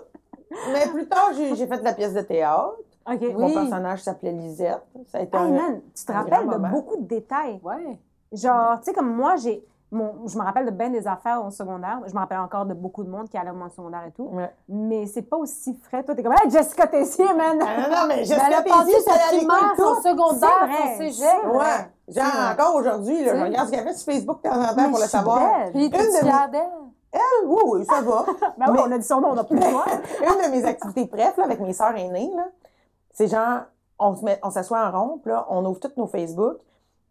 S2: Mais plus tard, j'ai j'ai fait de la pièce de théâtre.
S3: OK.
S2: Mon
S1: Oui.
S2: personnage s'appelait Lisette. Ça a été
S3: Hey,
S2: un-
S3: man, tu te
S2: un
S3: rappelles
S2: grand
S3: de
S2: moment.
S3: beaucoup de détails.
S1: Ouais.
S3: Genre, tu sais, comme moi, j'ai. Mon, je me rappelle de bien des affaires au secondaire. Je me rappelle encore de beaucoup de monde qui allait au monde secondaire et tout.
S2: Ouais.
S3: Mais c'est pas aussi frais. Toi, t'es comme, hey, Jessica Tessier, man!
S2: Ah non, non, mais
S1: Mais
S2: Jessica
S1: elle a
S2: Paysier,
S1: passé
S2: c'est allée à
S1: son
S2: l'école
S1: primaire, son
S2: toute.
S1: secondaire,
S3: C'est
S1: son
S3: vrai,
S1: cégep.
S3: c'est vrai.
S2: Ouais. Genre, encore aujourd'hui, là, je
S1: C'est-
S2: regarde ce qu'elle fait sur Facebook de temps en
S3: Mais
S2: temps pour
S3: je
S2: le
S3: suis
S2: savoir.
S3: belle.
S1: Puis t'es
S2: Une de mes-
S1: fière d'elle.
S2: Oui, oui, ça va.
S3: Ben oui,
S2: Mais-
S3: on a dit son nom, on a plus le droit.
S2: Une de mes activités préf, là, avec mes sœurs aînées, là, c'est genre, on se met- on s'assoit en rond, puis là, on ouvre tous nos Facebook.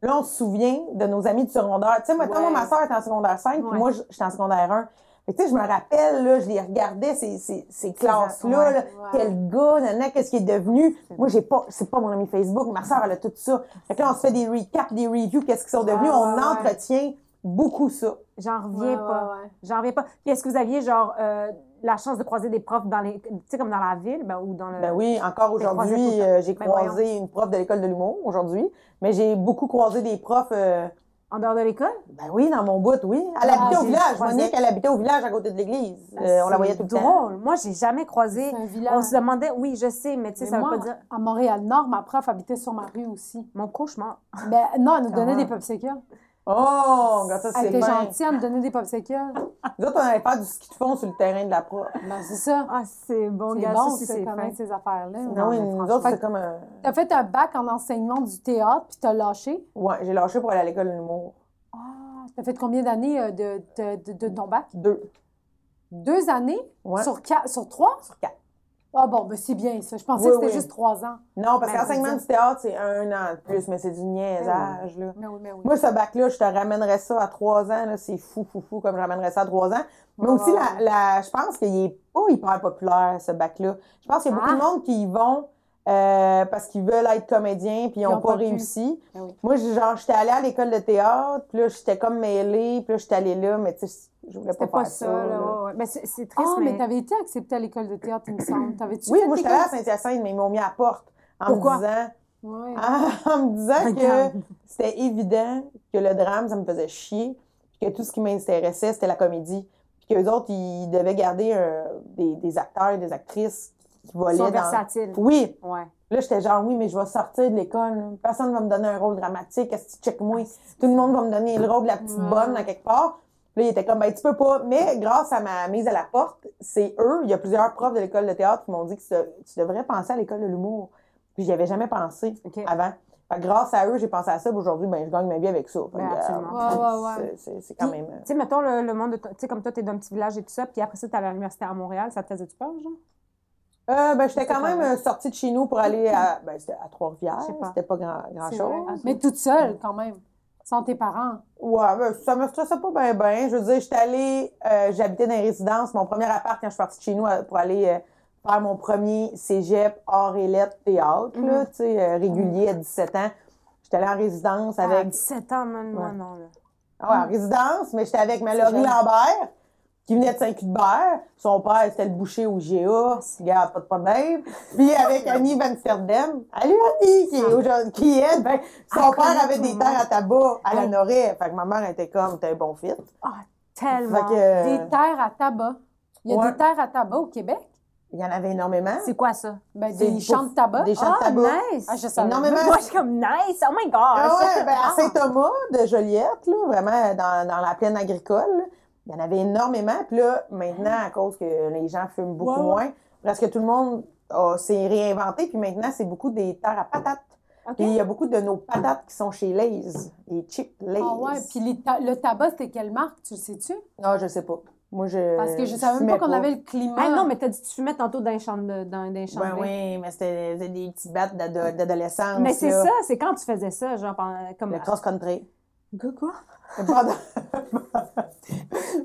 S2: Là, on se souvient de nos amis du secondaire. Tu sais, maintenant,
S1: Ouais.
S2: moi, ma sœur est en secondaire 5, puis
S3: Ouais.
S2: moi, je- j'étais en secondaire 1. Fait que, tu sais, je me rappelle, là, je les regardais, ces, ces, ces
S3: ouais.
S2: classes-là, là,
S1: Ouais.
S2: quel gars, nana, qu'est-ce qu'il est devenu. Moi, j'ai pas, c'est pas mon ami Facebook, ma sœur, elle a tout ça. Fait que là, on se fait des recaps, des reviews, qu'est-ce qu'ils sont devenus.
S3: Ah,
S2: on
S3: ouais, ouais.
S2: entretient beaucoup ça.
S3: J'en reviens
S1: Ouais,
S3: pas.
S1: ouais, ouais.
S3: J'en reviens pas. Puis est-ce que vous aviez, genre, euh, la chance de croiser des profs dans les. Tu sais, comme dans la ville, ben, ou dans le.
S2: Ben oui, encore
S3: croisé tout
S2: aujourd'hui,
S3: le temps.
S2: euh, j'ai
S3: Ben
S2: croisé une prof de l'école de l'humour aujourd'hui, mais j'ai beaucoup croisé des profs. euh,
S3: En dehors de l'école?
S2: ben oui, dans mon bout, oui. Elle
S1: Ah,
S2: habitait au
S3: j'ai
S2: village.
S3: croisé.
S2: Monique, elle habitait au village à côté de l'église.
S3: Ben,
S2: Euh, on
S3: c'est
S2: la voyait tout le temps.
S3: drôle. Moi, j'ai jamais croisé.
S1: C'est un
S3: On
S1: village.
S3: se demandait, oui, je sais, mais tu sais,
S1: Mais
S3: ça veut
S1: moi,
S3: pas dire.
S1: À Montréal-Nord, ma prof habitait sur ma rue aussi.
S3: Mon cauchemar.
S1: Ben, non, elle nous donnait
S3: Ah.
S1: des popsicles.
S2: Oh, regarde ça,
S1: Elle
S2: c'est
S1: était
S2: bien.
S1: gentille, elle me donnait des popsicles.
S2: Nous autres, on allait faire du ski de fond sur le terrain de la prof.
S1: Ben, c'est ça.
S3: Ah, c'est bon,
S1: C'est
S3: gars,
S1: bon,
S3: ça, si
S1: ça,
S3: c'est fin.
S1: connaître ces affaires-là.
S2: Non, oui,
S3: mais
S2: nous
S3: franchement.
S2: autres, c'est comme un...
S1: T'as fait un bac en enseignement du théâtre, puis t'as lâché.
S2: Ouais, j'ai lâché pour aller à l'école de l'humour.
S1: Ah, t'as fait combien d'années euh, de, de, de, de ton bac?
S2: Deux.
S1: Deux années?
S2: Ouais.
S1: Sur, quatre, sur trois?
S2: Sur quatre.
S1: Ah bon, ben c'est bien ça. Je pensais
S2: Oui,
S1: que c'était
S2: oui.
S1: juste trois ans.
S2: Non, parce
S1: Ben,
S2: qu'enseignement
S1: c'est ça.
S2: du théâtre, c'est un an de plus, mais c'est
S3: Ben
S2: du niaisage, là.
S1: Mais oui, mais oui.
S2: Moi, ce bac-là, je te ramènerais ça à trois ans. là, C'est fou, fou, fou comme je ramènerais ça à trois ans. Mais
S1: Ouais,
S2: aussi,
S1: ouais,
S2: la, la- je pense qu'il est pas hyper populaire, ce bac-là. Je pense qu'il y a beaucoup de monde qui y vont euh, parce qu'ils veulent être comédiens puis ils n'ont
S1: ont
S2: pas,
S1: pas pu.
S2: réussi.
S1: Ben oui.
S2: Moi, j'ai- genre, j'étais allée à l'école de théâtre, puis là, j'étais comme mêlée, puis là, j'étais allée là, mais tu sais, je voulais pas
S3: C'était
S2: faire
S3: pas
S2: ça.
S3: ça, là.
S2: là.
S3: ouais, ouais. Mais c'est c'est
S1: Ah,
S3: triste,
S1: mais,
S3: mais.
S1: t'avais été acceptée à l'école de théâtre, il me semble. T'avais-tu
S2: Oui,
S1: fait
S2: moi, j'étais allée à
S1: l'école?
S2: Saint-Hyacinthe, mais ils m'ont mis à la porte en
S3: Pourquoi?
S2: me disant,
S1: Ouais.
S2: Ah, en me disant que
S3: Regarde.
S2: c'était évident que le drame, ça me faisait chier, puis que tout ce qui m'intéressait, c'était la comédie. Puis qu'eux autres, ils devaient garder euh, des, des acteurs, des actrices qui
S3: Ils
S2: volaient
S3: sont
S2: dans...
S3: versatiles.
S2: Oui!
S3: Ouais.
S2: Là, j'étais genre, oui, mais je vais sortir de l'école. là. Personne ne va me donner un rôle dramatique. Est-ce que tu check moi? Tout le monde va me donner le rôle de la petite
S1: Ouais.
S2: bonne à quelque part. Là, il était comme, ben, tu peux pas. Mais grâce à ma mise à la porte, c'est eux. Il y a plusieurs profs de l'école de théâtre qui m'ont dit que tu tu devrais penser à l'école de l'humour. Puis j'y avais jamais pensé
S3: OK.
S2: avant. Fait que grâce à eux, j'ai pensé à ça. puis Aujourd'hui, ben, je gagne ma vie avec ça. Fait que,
S3: Ben,
S2: euh,
S3: absolument.
S1: Ouais, ouais, ouais.
S2: c'est- C'est c'est quand
S3: Puis,
S2: même.
S3: Tu sais, mettons le, le monde de. ton- Tu sais, comme toi, t'es d'un petit village et tout ça, puis après ça, t'es allé à l'université à Montréal, ça te faisait-tu peur, genre?
S2: Euh, ben, j'étais quand même euh, sortie de chez nous pour aller à, ben, c'était à Trois-Rivières.
S3: Je sais pas.
S2: C'était pas grand, grand
S3: C'est
S2: chose.
S3: vrai.
S1: Mais toute seule, quand même. Sans tes parents.
S2: Ouais, ben, ça me stressait pas bien, ben. Je veux dire, j'étais allée, euh, j'habitais dans les résidences. Mon premier appart, quand je suis partie de chez nous euh, pour aller euh, faire mon premier cégep hors et lettres théâtre,
S3: Mm-hmm.
S2: là, tu sais, euh, régulier à 17 ans. J'étais allée en résidence
S3: Avec
S2: avec
S3: 17 Ah, ans, man, moi,
S2: Ouais.
S3: non, là.
S2: Ah ouais, en résidence, mais j'étais avec Mallory
S1: jeune.
S2: Lambert, qui venait de Saint-Hubert. Son père, c'était le boucher au GA. Regarde, pas de problème. Puis
S3: Ah,
S2: avec Annie Van Sterdem. Allez, Annie, qui est, aujourd'hui- qui est ben, son
S3: Elle connaît
S2: père avait
S3: tout
S2: des
S3: le
S2: terres à tabac. Elle
S3: Hey.
S2: en aurait. Fait que ma mère était comme, t'es un bon fit.
S3: Tellement.
S2: Fait que, euh,
S1: Des terres à tabac. Il y a
S2: ouais.
S1: des terres à tabac au Québec.
S2: il y en avait énormément.
S3: C'est quoi ça?
S1: Ben,
S2: C'est
S1: des
S2: pour-
S1: champs de tabac.
S2: Des champs de
S3: Ah,
S2: tabac.
S3: nice!
S1: Ah, je savais
S2: Énormément.
S3: Moi, je suis comme nice! Oh my god!
S2: Ah ouais, ben, à Saint-Thomas, de Joliette, là, vraiment euh, dans, dans la plaine agricole, là, il y en avait énormément. Puis là, maintenant, à cause que les gens fument beaucoup
S4: Ouais, ouais.
S2: moins, presque tout le monde a- s'est réinventé. Puis maintenant, c'est beaucoup des terres à patates.
S3: Ok.
S2: Puis il y a beaucoup de nos patates qui sont chez Lay's, les cheap Lay's.
S1: Ah ouais, puis les ta- le tabac, c'était quelle marque, tu le sais-tu?
S2: Non, Ah, je sais pas. Moi, Euh, je.
S1: Parce que je savais même
S2: fumais
S1: pas qu'on avait le climat.
S3: Ah non, mais t'as dit que tu fumais tantôt dans les chambres. de- Dans, dans les chambres
S2: Ben oui, mais c'était c'était des petits battes d'ado- d'adolescence.
S3: Mais c'est
S2: là.
S3: ça, c'est quand tu faisais ça, genre, pendant- comme.
S2: Le cross-country.
S3: Quoi?
S2: Pendant...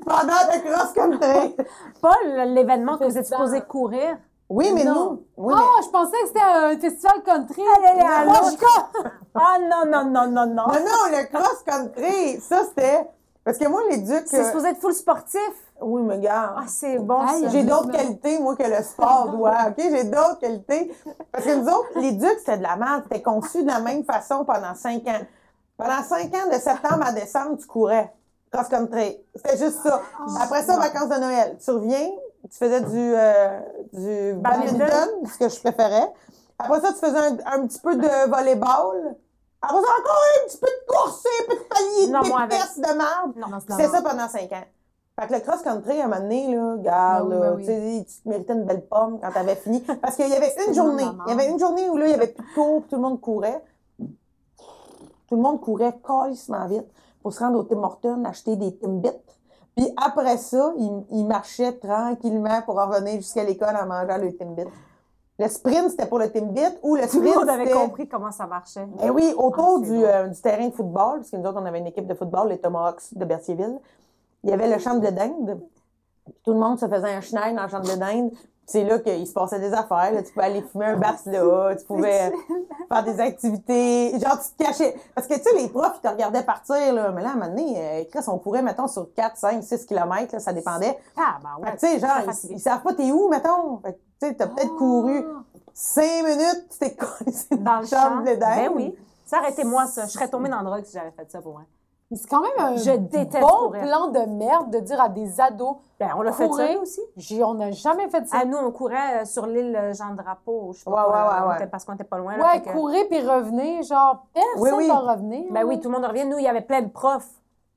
S2: Pendant le cross-country.
S3: Pas l'événement que vous êtes
S1: Festival.
S3: supposé courir.
S2: Oui, mais
S1: Non.
S2: non. Oui, mais-
S1: Oh, je pensais que c'était un festival country.
S4: Elle est à
S1: Non,
S4: l'autre.
S1: je crois-
S4: Ah non, non, non, non, non.
S2: Non, non, le cross-country, ça, c'était... Parce que moi, les ducs...
S3: C'est
S2: euh,
S3: supposé être full sportif.
S2: Oui, mais
S3: Ah,
S2: gars,
S3: c'est bon,
S1: Aïe,
S3: ça.
S2: j'ai d'autres
S1: mais-
S2: qualités, moi, que le sport doit, OK? J'ai d'autres qualités. Parce que nous autres, les ducs, c'était de la merde. C'était conçu de la même façon pendant cinq ans. Pendant cinq ans, de septembre à décembre, tu courais. Cross-country. C'était juste ça. Après ça, vacances de Noël. Tu reviens, tu faisais du, euh, du
S3: Badminton.
S2: badminton, ce que je préférais. Après ça, tu faisais un, un petit peu de volleyball. Après ça, encore un petit peu de course, un peu de palier,
S3: Non, moi,
S2: de
S3: avec-
S2: fesses de merde.
S3: Non, non, c'est
S2: C'est ça pendant cinq ans. Fait que le cross-country, à un moment donné, là, garde,
S1: Ben oui, ben
S2: là,
S1: oui.
S2: tu sais, tu te méritais une belle pomme quand t'avais fini. Parce qu'il y avait une
S1: C'était
S2: journée.
S1: vraiment
S2: Il y avait une journée où, là, il y avait plus de cours, puis tout le monde courait. Tout le monde courait calissement vite pour se rendre au Tim Hortons, acheter des Timbits. Puis après ça, ils ils marchaient tranquillement pour en revenir jusqu'à l'école en mangeant le Timbit. Le sprint, c'était pour le Timbit ou le
S3: Tout le
S2: sprint,
S3: monde avait
S2: c'était-
S3: compris comment ça marchait.
S2: eh oui, autour
S3: Ah, c'est
S2: du,
S3: bon.
S2: euh, du terrain de football, parce que nous autres, on avait une équipe de football, les Tomahawks de Berthierville, il y avait le champ de dinde. Tout le monde se faisait un schneid dans le champ de dinde. C'est là qu'il se passait des affaires. là. Tu pouvais aller fumer un basse là, tu pouvais faire des activités. Genre, tu te cachais. Parce que, tu sais, les profs, ils te regardaient partir, là. Mais là, à un moment donné, euh, Chris, on courait, mettons, sur 4, 5, 6 kilomètres, là, ça dépendait.
S3: Ah, ben
S2: Fait
S3: ouais.
S2: que, tu sais, genre,
S3: ça
S2: ils,
S3: fatigue.
S2: ils savent pas t'es où, mettons. Fait que, tu sais, t'as peut-être couru 5 minutes, tu t'es collé
S3: Ah! Dans le champ.
S2: champ de dinde.
S3: Ben oui. Ça, arrêtez-moi, ça. Je serais tombée dans la drogue si j'avais fait ça pour moi.
S1: Mais C'est quand même
S2: Euh,
S1: un
S3: Je déteste
S1: bon
S3: courir.
S1: plan de merde de dire à des ados,
S3: Ben, on l'a fait ça.
S1: Courir.
S3: aussi.
S1: j'ai- on n'a jamais fait ça.
S3: À nous, on courait euh, sur l'île euh, Jean Drapeau. Je sais pas
S2: Ouais,
S3: quoi,
S2: ouais,
S3: là,
S2: ouais,
S3: on
S2: ouais.
S3: était- Parce qu'on était pas loin. là,
S1: Ouais,
S3: fait que-
S1: courir puis revenir, genre, personne
S2: Oui, oui.
S1: va revenir.
S3: Ben oui, tout le monde revient. Nous, il y avait plein de profs.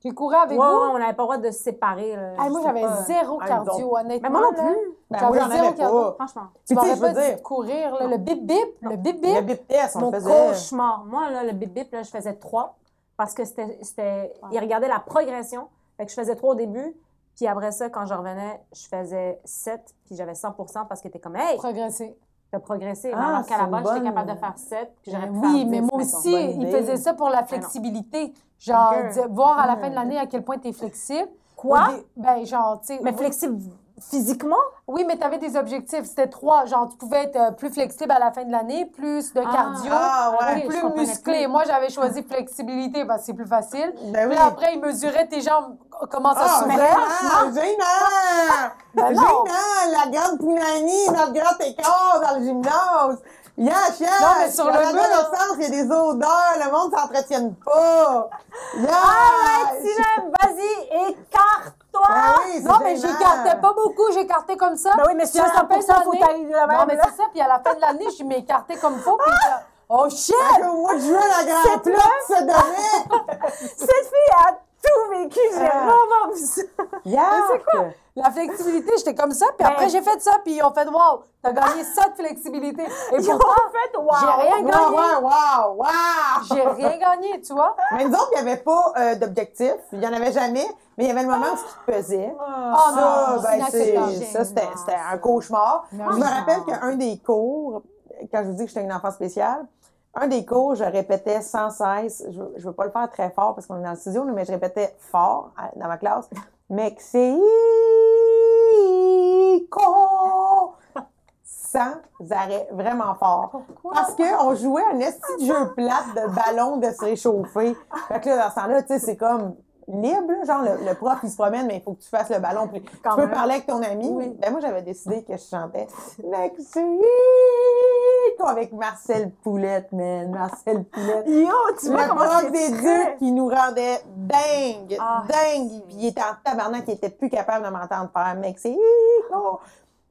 S1: J'ai couru avec
S3: Ouais, ouais,
S1: vous.
S3: on n'avait pas le droit de se séparer. là.
S1: Ah, moi,
S3: Je sais
S1: j'avais
S3: pas.
S1: zéro
S2: Ah, ils ont-
S1: cardio, honnêtement.
S3: Mais moi non
S1: là.
S3: plus.
S2: Ben,
S1: J'avais
S2: moi, j'en
S1: zéro
S2: avais
S1: cardio.
S2: pas.
S3: Franchement.
S1: Tu
S2: Puis, tu sais,
S1: m'aurais
S2: je
S1: pas
S2: veux
S1: dit
S2: dire,
S1: de courir, là, le bip-bip, le bip-bip.
S2: le BTS, on
S3: Mon
S2: le faisait.
S3: cauchemar. Moi, là, le bip-bip, là, je faisais trois parce que c'était. c'était- Il regardait la progression. Fait que je faisais trois au début. Puis après ça, quand je revenais, je faisais sept. Puis j'avais 100 parce que t'es comme, hey,
S1: Progresser.
S3: t'as progressé.
S2: Ah,
S3: Alors qu'à la
S2: c'est une
S3: base, j'étais
S2: bonne-
S3: capable de faire sept. Puis j'aurais pu faire
S1: Ben Oui, mais
S3: 10,
S1: moi
S3: mettons.
S1: aussi,
S2: bonne
S1: il
S2: idée.
S1: faisait ça pour la
S3: non.
S1: flexibilité. Genre,
S3: Ok.
S1: dire- voir à la
S2: Hmm.
S1: fin de l'année à quel point tu es flexible. Au
S3: Quoi?
S1: dé- Ben, genre, tu sais.
S3: Mais
S1: oui.
S3: flexible physiquement?
S1: Oui, mais tu avais des objectifs. C'était trois. Genre, tu pouvais être euh, plus flexible à la fin de l'année, plus de
S3: Ah.
S1: cardio,
S2: Ah, ouais.
S1: ou
S3: je
S1: plus
S3: comprenais
S1: musclé.
S3: plus.
S1: Moi, j'avais choisi flexibilité parce que c'est plus facile.
S2: Ben
S1: Puis
S2: oui.
S1: là, après, il mesurait tes jambes, comment ça
S2: Ah,
S1: s'ouvrait.
S2: gênant, gênant!
S1: Ben non.
S2: Gênant! La grande Poulani, notre grand écart dans le gymnase! Yash, yash!
S1: Non, mais sur
S2: Dans
S1: le mur.
S2: l'adolescence, il y a des odeurs, le monde s'entretienne pas! Yash!
S3: Sinon, vas-y, écarte-toi!
S2: Ben oui, c'est
S1: Non, mais
S2: gênant.
S1: j'écartais pas beaucoup, j'écartais comme ça.
S4: Ben oui, mais si tu
S1: Puis à
S4: veux
S1: la fin
S4: 100%,
S1: de
S4: faut
S1: l'année-
S4: t'aller de la
S1: Non,
S4: même,
S1: mais
S4: là.
S1: c'est ça. Puis à la fin de l'année, je m'écartais comme faux. Puis là, oh shit!
S2: Ah, Fait que Au mois de juin, la grande
S4: C'est
S2: plate se donnait!
S4: Cette fille, elle
S3: tout vécu, j'ai
S2: Ah.
S3: vraiment vu ça.
S2: Yark!
S1: La flexibilité, j'étais comme ça, puis après
S3: Ben.
S1: j'ai fait ça, puis ils ont fait wow, t'as gagné cette flexibilité. Et
S3: Ils ont
S1: pourtant,
S3: fait, wow!
S1: j'ai rien
S2: Wow,
S1: gagné.
S2: wow, wow, wow!
S1: J'ai rien gagné, tu vois.
S2: Mais nous autres, il n'y avait pas euh, d'objectif. Il n'y en avait jamais. Mais il y avait le moment où ce qui pesait.
S1: Oh
S2: ça,
S1: non,
S2: ben, c'est-
S1: inacceptable.
S2: ça, c'était c'était un cauchemar. je me rappelle qu'un des cours, quand je vous dis que j'étais une enfant spéciale, un des cours, je répétais sans cesse. Je ne veux pas le faire très fort parce qu'on est dans le studio, mais je répétais fort à- dans ma classe. Mexico! Sans arrêt, vraiment fort. Parce qu'on jouait un esti de jeu plate de ballon de se réchauffer. Fait que là, dans ce temps-là, tu sais, c'est comme libre, là. genre le, le prof il se promène, mais il faut que tu fasses le ballon. Puis tu peux
S3: même.
S2: parler avec ton ami. Ben moi j'avais décidé que je chantais Mexico avec Marcel Poulette, man. Marcel Poulette.
S3: Yo, tu vois
S2: Le
S3: comment
S2: prof
S3: c'est
S2: des
S3: très-
S2: dieux qui nous rendait dingue,
S3: Ah.
S2: dingue. Puis il était en tabarnak, il était plus capable de m'entendre faire Mexico.
S3: Ah.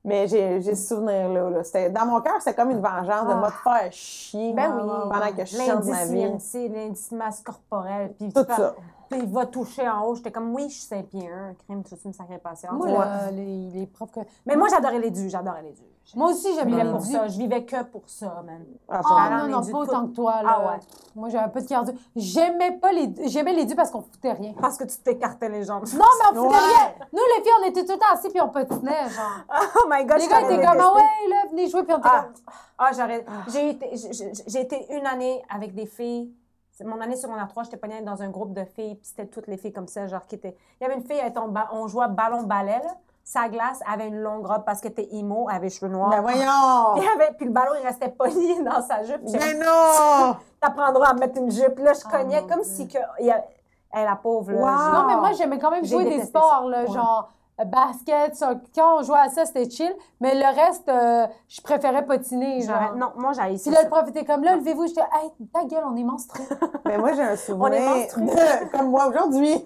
S2: Mais j'ai j'ai ce souvenir-là. là. C'était- Dans mon cœur, c'était comme une vengeance de
S3: Ah.
S2: moi de faire chier
S3: Ben oui.
S2: pendant que je chante ma
S3: L'indice
S2: vie.
S3: IMC, l'indice masse corporelle, puis
S2: Tout
S3: tu fais-
S2: ça.
S3: il va toucher en haut. J'étais comme, oui, je suis 5 pieds 1. Crime, tu es une sacrée patience.
S1: Moi,
S3: Ouais.
S1: là, les, les profs que...
S3: Mais moi, j'adorais les dus, j'adorais les dus. Je
S1: Moi aussi, j'aimais
S3: vivais
S1: les
S3: pour
S1: profs.
S3: ça. Je vivais que pour ça, man.
S1: Ah
S2: Ah,
S3: J'allais en
S1: non, non,
S3: édu
S1: pas
S3: tout-
S1: autant que toi, là.
S3: Ah ouais.
S1: Moi, j'avais un peu de cardio. J'aimais pas les... J'aimais les durs parce qu'on foutait rien.
S3: Parce que tu t'écartais les jambes.
S1: Non, mais on foutait
S2: Ouais.
S1: rien! Nous, les filles, on était tout le temps assis, puis on patinait, genre.
S3: Oh my god,
S1: les
S3: je
S1: gars
S3: t'aurais
S1: étaient comme,
S3: détesté.
S1: ah ouais, là, venez jouer, puis on était
S3: Ah,
S1: comme...
S3: ah, j'aurais. J'ai été, j'ai- j'ai- j'ai été une année avec des filles. C'est Mon année secondaire 3, j'étais pognée dans un groupe de filles, puis c'était toutes les filles comme ça, genre qui étaient. Il y avait une fille, elle était en ba- on jouait ballon-ballet, là. Sa glace elle avait une longue robe parce qu'elle était emo, elle avait les cheveux noirs.
S2: Ben voyons!
S3: Puis, elle avait- puis le ballon, il restait pogné dans sa jupe. Puis
S2: Mais non!
S3: T'apprendras à mettre une jupe. Là, je
S1: Ah,
S3: cognais
S1: mon
S3: comme
S1: Dieu.
S3: si que. il y a- Elle, la pauvre, là.
S2: Wow.
S3: j'ai-
S1: Non, mais moi, j'aimais quand même
S3: Ah. J'ai
S1: jouer des
S3: détesté
S1: sports,
S3: ça.
S1: là,
S3: Ouais.
S1: genre euh, basket, soccer. Quand on jouait à ça, c'était chill. Mais le reste, euh, je préférais patiner, genre.
S3: j'aurais- Non, moi, j'avais
S1: Si là, le prof était comme là, levez-vous, j'étais, hey, ta gueule, on est menstrués.
S2: Mais Ben moi, j'ai un souvenir
S3: menstrués.
S2: de- comme moi aujourd'hui.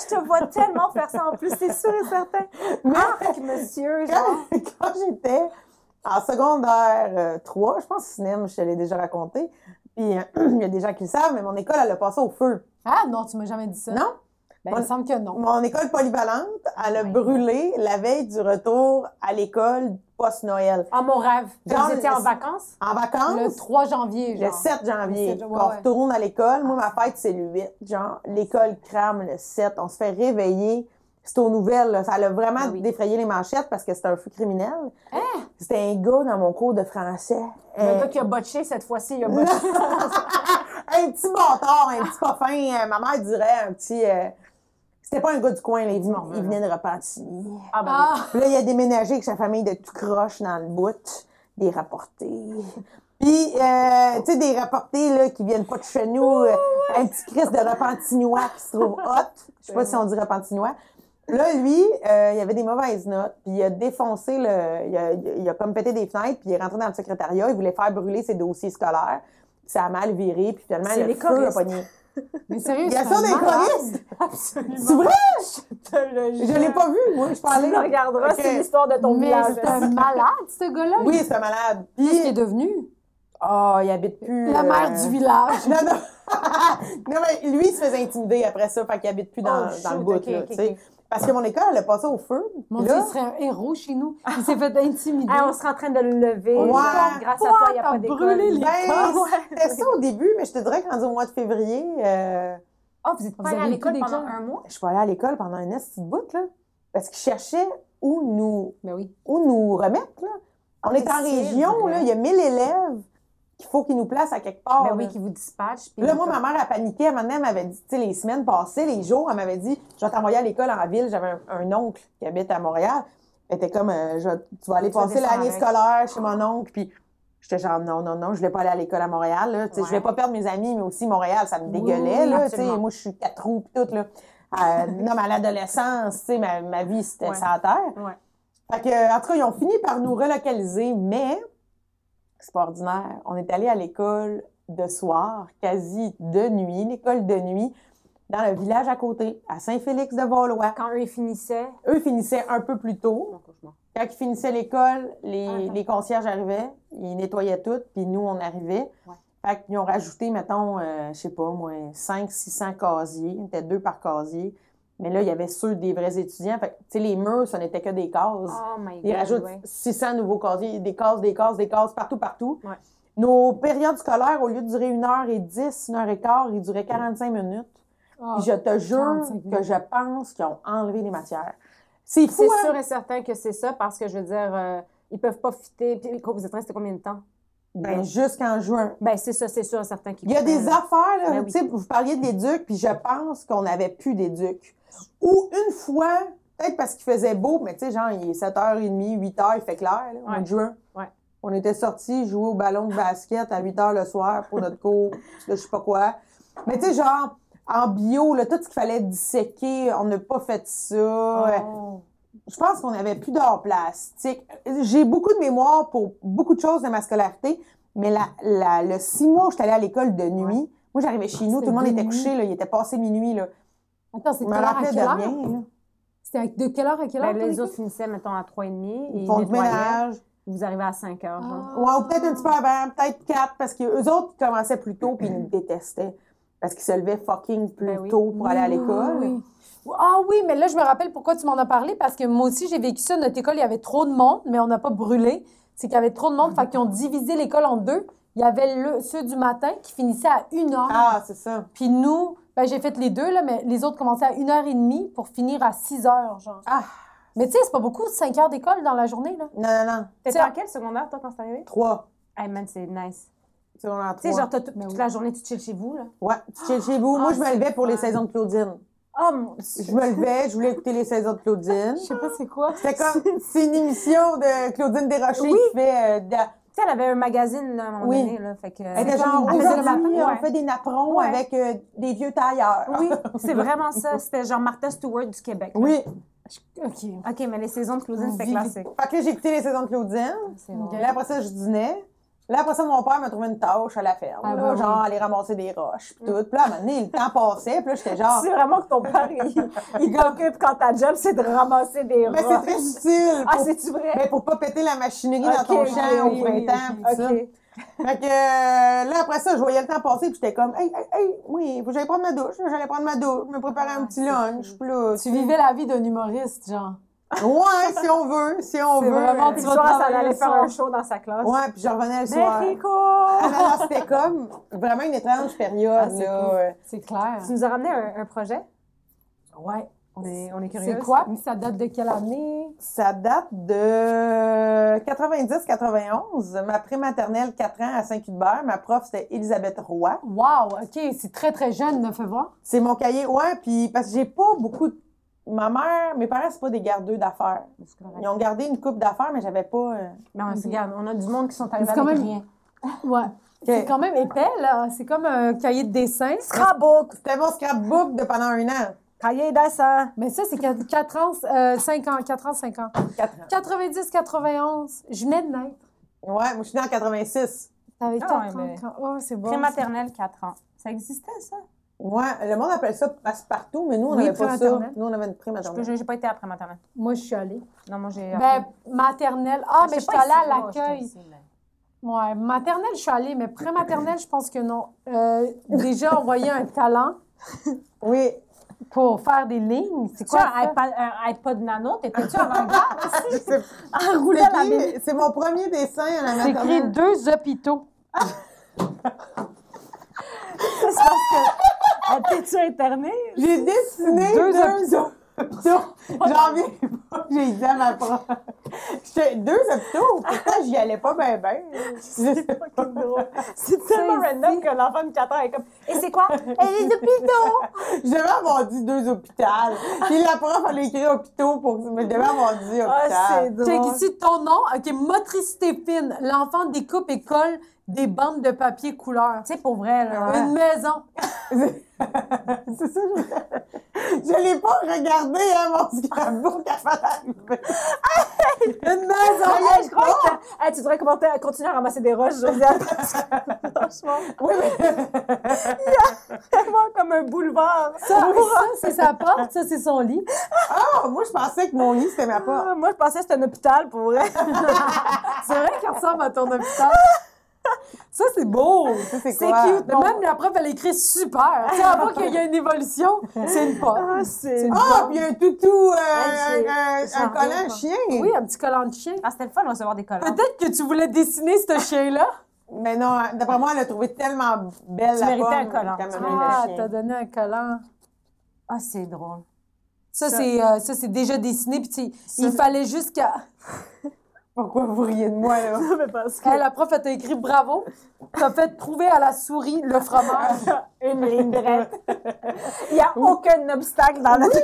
S3: Je te vois tellement faire ça en plus, c'est sûr et certain. Marc, monsieur, genre.
S2: quand, quand j'étais en secondaire euh, 3, je pense que cinéma, je te l'ai déjà raconté. Puis euh, il y a des gens qui le savent, mais mon école, elle a passé au feu.
S1: Ah non, tu m'as jamais dit ça.
S2: Non?
S1: Ben, il me semble que non.
S2: Mon école polyvalente, elle a
S3: Ouais.
S2: brûlé la veille du retour à l'école post-Noël.
S3: Ah, mon rêve.
S2: Genre,
S3: Vous étiez en
S2: le-
S3: vacances?
S2: En vacances,
S1: Le 3 janvier, genre.
S2: Le 7 janvier.
S1: Le 7 janvier,
S2: Quand
S1: ouais,
S2: on retourne à l'école, moi, ma fête, c'est le 8. Genre, l'école crame le 7. On se fait réveiller. C'est aux nouvelles. là. Ça a vraiment
S3: Ah oui.
S2: défrayé les manchettes parce que c'était un feu criminel.
S1: Hein?
S2: C'était un gars dans mon cours de français.
S3: Le
S2: Euh,
S3: gars qui a botché cette fois-ci, il a botché.
S2: un petit bâtard, un petit pas fin. euh, ma mère dirait un petit... euh, C'était pas un gars du coin, là. Il, venait- il venait de Repentigny.
S3: Ah, ben oui.
S1: Ah,
S2: Puis là, il a déménagé avec sa famille de tout croche dans le bout, des rapportés. Puis, euh, tu sais, des rapportés là, qui viennent pas de chez nous, euh, un petit Christ de repentinois qui se trouve hot. Je sais pas si on dit repentinois. Là, lui, euh, il avait des mauvaises notes, puis il a défoncé, le, il, a, il a comme pété des fenêtres, puis il est rentré dans le secrétariat, il voulait faire brûler ses dossiers scolaires. Puis Ça a mal viré, puis finalement,
S3: C'est
S2: le
S3: les
S2: feu a
S3: choristes.
S2: pogné.
S1: mais sérieux,
S2: Il y a
S1: c'est
S2: ça
S1: un
S2: dans les
S1: malade.
S2: choristes? C'est
S3: Absolument.
S2: vrai?
S3: Je te le
S2: Je l'ai pas vu, moi, je parlais.
S3: Tu le regarderas,
S2: Ok.
S3: c'est l'histoire de ton
S1: Mais
S3: village.
S1: c'est un malade, ce gars-là.
S2: Oui, c'est malade.
S1: Qu'est-ce
S2: Puis,
S1: qu'il est devenu?
S2: Ah, il habite plus.
S1: La
S2: euh,
S1: mère du village.
S2: Non, non. non, mais lui, il se faisait intimider après ça, fait qu'il habite plus dans,
S3: Oh,
S2: dans le
S3: shoot,
S2: bout,
S3: ok,
S2: là,
S3: ok,
S2: tu sais.
S3: ok.
S2: Parce que mon école, elle a passé au feu.
S1: Mon
S2: Puis
S1: Dieu,
S2: là,
S1: il serait un héros chez nous. Il s'est fait intimider.
S3: Hey, on serait en train de le lever.
S2: Ouais.
S3: Genre, Grâce à
S1: Quoi,
S3: toi, il n'y a
S1: t'as
S3: pas d'école.
S1: brûlé les-
S2: ben,
S3: ouais.
S2: c'était ça au début, mais je te dirais qu'en au mois de février, euh,
S3: Ah, vous êtes
S1: Oh,
S3: pas
S1: Vous
S3: allé à
S1: avez
S3: l'école
S1: tout
S3: pendant
S1: d'école.
S3: un mois?
S2: je suis pas allée à l'école pendant un petit bout, là. Parce qu'ils cherchaient où nous,
S1: Ben oui.
S2: où nous remettre, là. On est en
S3: Ah, c'est
S2: région,
S3: vrai.
S2: là. Il y a 1000 élèves qu'il faut qu'ils nous placent à quelque part.
S3: Ben
S2: là.
S3: oui, qui vous dispatche. puis-
S2: Puis Là, moi, ma mère, elle paniquait. Maintenant, elle m'avait dit, tu sais, les semaines passées, les jours, elle m'avait dit, je vais t'envoyer à l'école en ville. J'avais un, un oncle qui habite à Montréal. Elle était comme, euh, Je vais- tu vas aller
S3: Tu vas
S2: passer l'année
S3: descendre
S2: scolaire chez mon oncle. Puis j'étais genre, non, non, non, je voulais pas aller à l'école à Montréal. Là. Tu sais, Je voulais
S3: Ouais.
S2: pas perdre mes amis, mais aussi Montréal, ça me
S3: Oui,
S2: dégueulait. là, tu sais.
S3: absolument.
S2: moi, je suis quatre roues, puis tout. Là. Euh, non, mais à l'adolescence, tu sais, ma, ma vie, c'était
S3: Ouais.
S2: sans terre.
S3: Ouais.
S2: Fait que, en tout cas, ils ont fini par nous relocaliser, mais c'est pas ordinaire. On est allé à l'école de soir, quasi de nuit, l'école de nuit, dans le village à côté, à Saint-Félix-de-Valois.
S3: Quand eux, ils finissaient.
S2: Eux finissaient un peu plus tôt. Quand ils finissaient l'école, les,
S3: Ah, attends.
S2: les concierges arrivaient, ils nettoyaient tout, puis nous, on arrivait.
S3: Ouais.
S2: Fait qu'ils ont rajouté, mettons, euh, je sais pas, moi, 5 600 casiers. C'était deux par casier. Mais là, il y avait ceux des vrais étudiants. Fait que, tu sais, les murs, ça n'était que des cases.
S3: Oh my god.
S2: Ils rajoutent
S3: ouais.
S2: 600 nouveaux casiers, des cases, des cases, des cases, partout, partout.
S3: Ouais.
S2: Nos périodes scolaires, au lieu de durer 1h10, 1h15, ils duraient 45 minutes.
S1: Ah.
S2: Puis je te jure
S1: 45 minutes.
S2: que je pense qu'ils ont enlevé des matières. C'est fou,
S3: C'est
S2: hein?
S3: sûr et certain que c'est ça parce que je veux dire, euh, ils peuvent pas fitter. Puis, quoi, vous êtes resté combien de temps?
S2: Ben, jusqu'en juin.
S3: Ben, c'est ça, c'est sûr et certain qu'ils
S2: Il y a des
S3: prennent.
S2: affaires, là.
S3: Ben oui.
S2: tu sais, vous parliez de l'éduc, puis je pense qu'on n'avait plus d'éduc. Ou une fois, peut-être parce qu'il faisait beau, mais tu sais, genre, il est 7h30, 8h, il fait clair, là, au mois de
S3: Ouais.
S2: juin.
S3: Ouais.
S2: On était sortis jouer au ballon de basket à 8h le soir pour notre cours, de je sais pas quoi. Mais tu sais, genre, en bio, là, tout ce qu'il fallait disséquer, on n'a pas fait ça.
S3: Oh.
S2: je pense qu'on n'avait plus d'or plastique. J'ai beaucoup de mémoire pour beaucoup de choses de ma scolarité, mais la, la- le six mois où j'étais allée à l'école de nuit, moi j'arrivais chez nous, tout le monde
S1: C'était
S2: était
S1: de
S2: couché, là, il était passé minuit. Là.
S1: Attends, c'est
S2: Je
S1: de
S2: me
S1: quelle heure à
S2: rappelais
S1: quelle
S2: de
S1: heure?
S2: rien. là.
S1: C'était avec- de quelle heure à quelle heure?
S3: Ben,
S1: ton
S3: les
S1: équipe?
S3: autres finissaient, mettons, à 3h30.
S2: Ils
S3: Ils
S2: font du
S3: nettoyaient.
S2: ménage.
S3: Vous arrivez à 5 h genre.
S1: Ah.
S2: Ouais, ou peut-être un petit peu avant, peut-être quatre, parce qu'eux autres ils commençaient plus tôt puis ils nous détestaient. Parce qu'ils se levaient fucking plus
S3: Ben oui.
S2: tôt pour aller à
S1: Oui,
S2: l'école.
S1: Ah, oui, oui. Ah oui, mais là, je me rappelle pourquoi tu m'en as parlé, parce que moi aussi, j'ai vécu ça. Notre école, il y avait trop de monde, mais on n'a pas brûlé. C'est qu'il y avait trop de
S2: Ah,
S1: monde, fait qu'ils ont divisé l'école en deux. Il y avait le- ceux du matin qui finissaient à une heure.
S2: Ah, c'est ça.
S1: Puis nous, ben, j'ai fait les deux, là, mais les autres commençaient à une heure et demie pour finir à 6 heures, genre.
S2: Ah.
S1: Mais tu sais, c'est pas beaucoup, 5 heures d'école dans la journée, là.
S2: Non, non, non.
S3: T'étais
S1: Tiens.
S3: en quelle secondaire, toi, quand c'est arrivé?
S2: Trois.
S3: Hey man, c'est nice.
S2: Secondaire
S3: Tu sais,
S2: trois.
S3: genre, t'as tout-
S1: Mais
S3: toute
S1: oui.
S3: la journée, tu chilles chez vous, là.
S2: Ouais, tu chill chez vous. Moi,
S3: Ah,
S2: je me
S3: c'est
S2: levais pour les
S3: fun.
S2: saisons de Claudine.
S3: Oh mon dieu.
S2: Je me levais, je voulais écouter les saisons de Claudine.
S1: Je sais pas c'est quoi.
S2: C'était comme, c'est une émission de Claudine Desrochers
S3: Oui.
S2: qui fait, euh, de la-
S3: Tu sais, elle avait un magazine, là, à un moment
S2: Oui.
S3: donné, là. Fait que.
S2: elle était genre,
S3: Elle faisait le
S2: aujourd'hui,
S3: matin,
S2: on
S3: ouais.
S2: fait des napperons
S3: Ouais.
S2: avec euh, des vieux tailleurs.
S3: Oui, c'est vraiment ça. C'était genre Martha Stewart du Québec. là.
S2: Oui.
S1: OK.
S3: OK, mais les saisons de Claudine, c'était
S2: Vivi.
S3: classique.
S2: Fait que là, j'ai écouté les saisons de Claudine.
S3: C'est bon.
S1: Ok.
S2: Là, après ça, je dînais. Là, après ça, mon père m'a trouvé une tâche à la ferme.
S1: Ah,
S2: là,
S1: ben
S2: genre, aller ramasser des roches. Puis tout. Puis là, à un moment donné, le temps passait. Puis là, j'étais genre,
S4: C'est vraiment que ton père, il, il t'occupe quand ta job, c'est de ramasser des
S2: mais c'est
S4: roches.
S2: très utile.
S4: Ah,
S2: Pour...
S4: c'est-tu vrai?
S2: ben, pour pas péter la machinerie
S4: Ok,
S2: dans ton
S4: oui,
S2: champ
S4: oui,
S2: au printemps. puis tout ça.
S4: OK.
S2: Fait que euh, là, après ça, je voyais le temps passer, puis j'étais comme, hey, hey, hey, oui, faut que j'aille prendre ma douche, j'allais prendre ma douche, je me préparer
S3: Ah,
S2: un petit lunch, puis là.
S1: Tu vivais la vie d'un humoriste, genre.
S2: Ouais, si on veut, si on
S1: C'est
S2: veut.
S1: vraiment-
S4: Puis
S1: Tu
S4: le
S1: vas
S4: soir, ça
S1: travailler
S4: allait
S1: le
S4: faire
S1: soir.
S4: un show dans sa classe.
S2: Ouais, puis je revenais
S3: Ben,
S2: le soir. Ah,
S4: Enrico!
S2: non, non, c'était comme vraiment une étrange période,
S3: Ah, c'est
S2: là.
S3: cool.
S2: Euh,
S1: C'est clair.
S3: Tu nous as ramené un, un projet?
S1: Ouais.
S3: On est, on est curieux.
S1: C'est quoi? Puis ça date de quelle année?
S2: Ça date de 90-91, ma prématernelle, 4 ans, à Saint-Hubert. Ma prof, c'était Elisabeth Roy.
S1: Wow, OK, c'est très, très jeune, 9 voir.
S2: C'est mon cahier, ouais, puis parce que j'ai pas beaucoup de... Ma mère, mes parents, c'est pas des gardeux d'affaires.
S3: Ben,
S2: Ils ont gardé une coupe d'affaires, mais j'avais pas... euh,
S3: Mais Ben, on, regarde, on a du monde qui sont arrivés
S1: C'est quand
S3: avec
S1: même-
S3: rien.
S1: Ouais. C'est quand même épais, là. C'est comme un cahier de dessin.
S4: Scrapbook!
S2: C'était mon scrapbook de pendant un an.
S4: Cahier d'assin!
S1: Mais ça, c'est 4 ans, 5 ans, 4 ans, 5 ans.
S2: Quatre ans.
S1: 90, 91. Je venais de naître.
S2: Ouais, moi, je suis née en 86.
S1: T'avais
S3: Ah,
S1: 4 ans
S3: ouais, mais-
S1: quand- Oh, c'est bon.
S3: Prématernelle, 4 ans. Ça existait, ça?
S2: Ouais, le monde appelle ça passe-partout, mais nous, on
S1: Oui,
S2: n'avait pas ça.
S1: prématernelle.
S2: Nous, on avait une
S3: Je
S2: prématernelle.
S3: J'ai pas été après maternelle.
S1: Moi, je suis allée.
S3: Non, moi, j'ai...
S1: Ben, maternelle. Ah, mais
S3: ben,
S1: je
S3: je
S1: suis allée à l'accueil. Ouais, maternelle, je suis allée, mais prématernelle, je pense que non. Euh, déjà, on voyait un talent
S2: Oui.
S1: pour faire des lignes. C'est
S3: C'est quoi,
S1: quoi
S3: un
S1: ça?
S3: iPad, un iPod Nano? T'étais-tu avant-garde?
S2: C'est
S3: Ah,
S1: Enrouler la
S2: c'est- c'est mon premier dessin à la
S1: C'est écrit
S2: maternelle.
S1: deux hôpitaux.
S4: C'est parce que. T'es-tu internée?
S2: J'ai dessiné
S1: Deux
S2: deux, hôpitaux. J'en viens pas. J'ai dit à ma prof. J'étais deux hôpitaux. Pourtant, j'y allais pas bien, bien.
S4: C'est fucking drôle. C'est tellement random que l'enfant de 4 ans est comme. Et c'est quoi?
S1: Et les hôpitaux!
S2: Je devais avoir dit deux hôpitaux. Puis la prof, elle a écrit hôpitaux pour. Mais je devais avoir dit
S4: Ah, c'est
S2: hôpital.
S1: Check
S4: drôle.
S1: ici ton nom. OK, motricité fine. L'enfant découpe et colle des bandes de papier couleur.
S3: Tu sais, pour vrai, là.
S1: Une maison.
S2: C'est ça, je Je l'ai pas regardé, hein, mon scrapbook avant d'arriver. Une
S3: Ah,
S2: maison!
S4: Hey, je crois que t'as- hey, tu devrais commenter- continuer à ramasser des roches, Josiane. parce que, Franchement,
S2: Oui, mais
S4: vraiment comme un boulevard.
S1: Ça, ça, c'est sa porte, ça, c'est son lit.
S2: oh, moi, je pensais que mon lit, c'était ma porte.
S3: oh!
S4: Ah, Moi, je pensais que c'était un hôpital pour vrai.
S1: C'est vrai qu'il ressemble à ton hôpital. Ça, c'est beau!
S2: Ça, Oh, c'est
S1: C'est
S2: quoi?
S1: cute. Même la prof, elle écrit super. Tu sais, avant qu'il y ait une évolution, c'est une pote.
S4: Ah, c'est...
S2: Ah, puis un toutou, euh,
S3: Ah, j'ai-
S2: un, un-
S3: j'ai
S2: un
S3: un
S2: collant
S3: rire.
S2: chien.
S1: Oui, un petit collant de chien.
S3: Ah, c'était le fun de recevoir des collants.
S1: Peut-être que tu voulais dessiner ce chien-là.
S2: Mais non, d'après moi, elle l'a trouvé tellement belle
S3: Tu
S2: la
S3: méritais un
S2: pomme,
S3: collant.
S2: qu'elle me
S3: Ah,
S2: donnait le
S1: Ah,
S2: chien.
S1: t'as donné un collant.
S3: Ah, c'est drôle.
S1: Ça,
S3: Ça-
S1: c'est euh, ça, c'est déjà dessiné. Puis tu- il fallait juste qu'à...
S2: Pourquoi vous riez de moi, là?
S4: Mais parce que...
S1: Hey, la prof, elle t'a écrit bravo. T'as fait trouver à la souris le fromage.
S4: Une ligne droite. Il n'y a aucun obstacle dans le...
S2: Oui,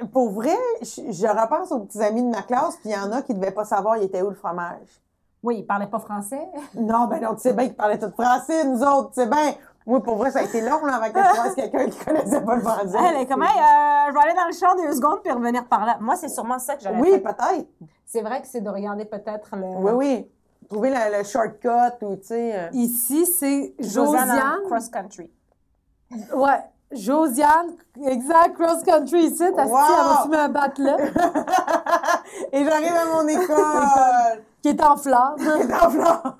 S2: mais pour vrai, je, je repense aux petits amis de ma classe, puis il y en a qui ne devaient pas savoir il était où le fromage.
S3: Oui, il parlait pas français.
S2: Non, ben non, tu sais bien qu'ils parlaient tout français, nous autres, tu sais bien. Moi, pour vrai, ça a été long là, avant que je fasse quelqu'un qui connaissait pas le français.
S3: Elle est comme, Hey, euh, je vais aller dans le champ deux secondes puis revenir par là. Moi, c'est sûrement ça que j'aurais
S2: Oui,
S3: fait.
S2: peut-être.
S3: C'est vrai que c'est de regarder peut-être le.
S2: Oui, oui. Trouver le, le shortcut ou, tu sais... euh,
S1: Ici, c'est
S3: Josiane en
S1: Josiane.
S3: cross-country.
S1: Ouais. Josiane, exact, cross-country ici. T'as
S2: Wow!
S1: elle va fumer un bat là,
S2: Et j'arrive à mon école!
S1: qui est en flamme.
S2: C'est en fleurs.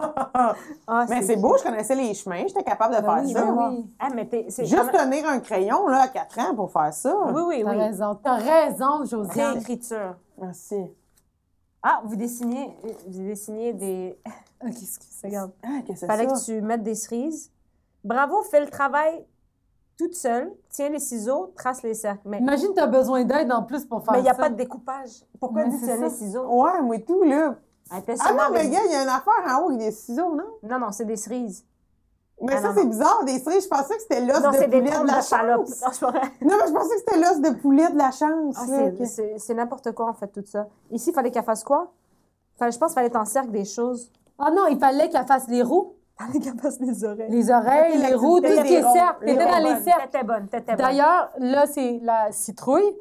S3: Ah,
S2: Mais c'est beau, je connaissais les chemins, j'étais capable de faire
S1: Ben Oui,
S2: ça.
S1: oui.
S3: Ah, mais t'es- c'est
S2: Juste
S3: quand même-
S2: tenir un crayon, là, à 4 ans pour faire ça.
S3: Oui, oui,
S1: T'as
S3: oui.
S1: raison. T'as raison, Josiane.
S3: Réécriture.
S2: Merci.
S3: Ah, vous dessiniez, vous dessiniez des.
S1: Ok, excuse, regarde.
S2: Ah, qu'est-ce que c'est
S3: Fallait
S2: ça?
S3: que tu mettes des cerises. Bravo, fais le travail toute seule. Tiens les ciseaux, trace les cercles. Mais mais
S1: Imagine, t'as besoin d'aide en plus pour
S3: il
S1: faire
S3: n'y a
S1: ça.
S3: pas de découpage. Pourquoi
S1: Mais
S3: tu
S1: c'est
S3: tiens
S1: ça.
S3: les ciseaux?
S2: Ouais, moi et tout, là.
S3: Elle était
S2: Ah
S3: sûrement
S2: non, mais
S3: avec-
S2: gars, il y a une affaire en haut avec des ciseaux, non?
S3: Non, non, c'est des cerises.
S2: Mais
S3: Ah
S2: ça,
S3: non,
S2: c'est bizarre, des cerises. Je pensais que c'était l'os
S3: Non,
S2: de
S3: c'est
S2: poulet
S3: des
S2: de
S3: trompes
S2: la
S3: de
S2: chance.
S3: salope. Non, c'est pas vrai.
S2: Non, mais je pensais que c'était l'os de poulet de la chance. là,
S3: Ah, c'est-
S2: que-
S3: c'est c'est n'importe quoi, en fait, tout ça. Ici, il fallait qu'elle fasse quoi? Enfin, je pense qu'il fallait t'encercler des choses.
S1: Ah non, il fallait qu'elle fasse les roues,
S3: Il fallait qu'elle fasse les oreilles.
S1: les oreilles,
S2: Ok,
S1: les roues, tout ce
S2: l'activité
S1: qui
S2: des
S1: est
S2: ronds,
S1: cercle.
S2: les
S1: T'étais dans les cercles.
S3: T'étais bonne, t'étais bonne.
S1: D'ailleurs, là, c'est la citrouille.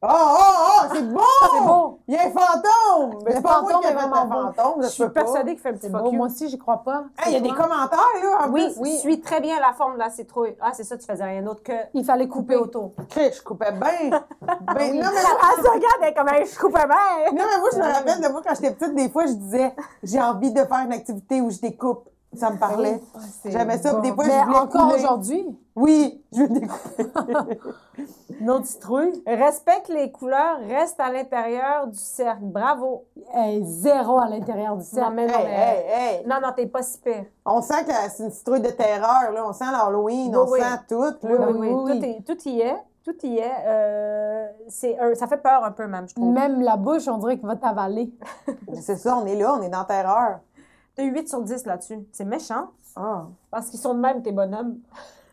S2: Oh, oh,
S3: Ah,
S2: oh, c'est bon!
S1: C'est beau.
S2: Il y a un fantôme! Mais
S1: Le
S2: c'est pas moi
S1: fantôme
S2: qui ai
S1: est
S2: fait le
S1: vraiment beau.
S2: fantôme.
S3: je suis persuadée qu'il fait un petit
S1: C'est
S3: fuck
S1: beau.
S3: you.
S1: Moi aussi, j'y crois pas.
S2: Ah, Il y a des commentaires, là, en
S3: Oui,
S2: plus.
S3: oui, suis très bien la forme de la citrouille. Ah, c'est ça, tu faisais rien d'autre que
S1: Il fallait couper
S3: couper
S1: autour.
S2: Ah,
S3: autour.
S2: Chris, je coupais bien. Ben, non, mais
S4: Ah, ça regarde, elle est comme, Hey, je coupe bien.
S2: Non, mais moi,
S3: Ah,
S2: je me rappelle de moi quand j'étais petite, des fois, je disais, j'ai envie de faire une activité où je découpe. Ça
S1: Ah
S2: me parlait. J'aimais ça. Puis Des fois,
S1: Mais
S2: je voulais
S1: encore
S2: couler.
S1: aujourd'hui,
S2: Oui, je veux découper.
S1: notre citrouille
S3: Respecte les couleurs, reste à l'intérieur du cercle. Bravo.
S1: est zéro à l'intérieur du
S3: Non,
S1: cercle.
S3: mais non,
S2: Hey,
S3: mais-
S2: hey, hey.
S3: Non, non, t'es pas si pire.
S2: On sent que la- c'est une citrouille de terreur, là. On sent l'Halloween,
S3: Oui,
S2: on
S3: oui.
S2: sent tout,
S3: Oui,
S2: là.
S3: oui, oui. Tout, est- tout y est. Tout y est. Euh, c'est un- ça fait peur un peu, même, je trouve.
S1: Même la bouche, on dirait qu'il va t'avaler.
S2: C'est ça, on est là, on est dans terreur.
S3: T'as 8 sur 10 là-dessus. C'est méchant.
S2: Ah.
S3: Parce qu'ils sont de même, tes bonhommes.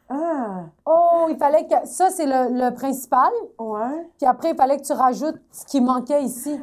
S2: Ah.
S1: Oh, il fallait que. Ça, c'est le, le principal.
S2: Ouais.
S1: Puis après, il fallait que tu rajoutes ce qui manquait ici.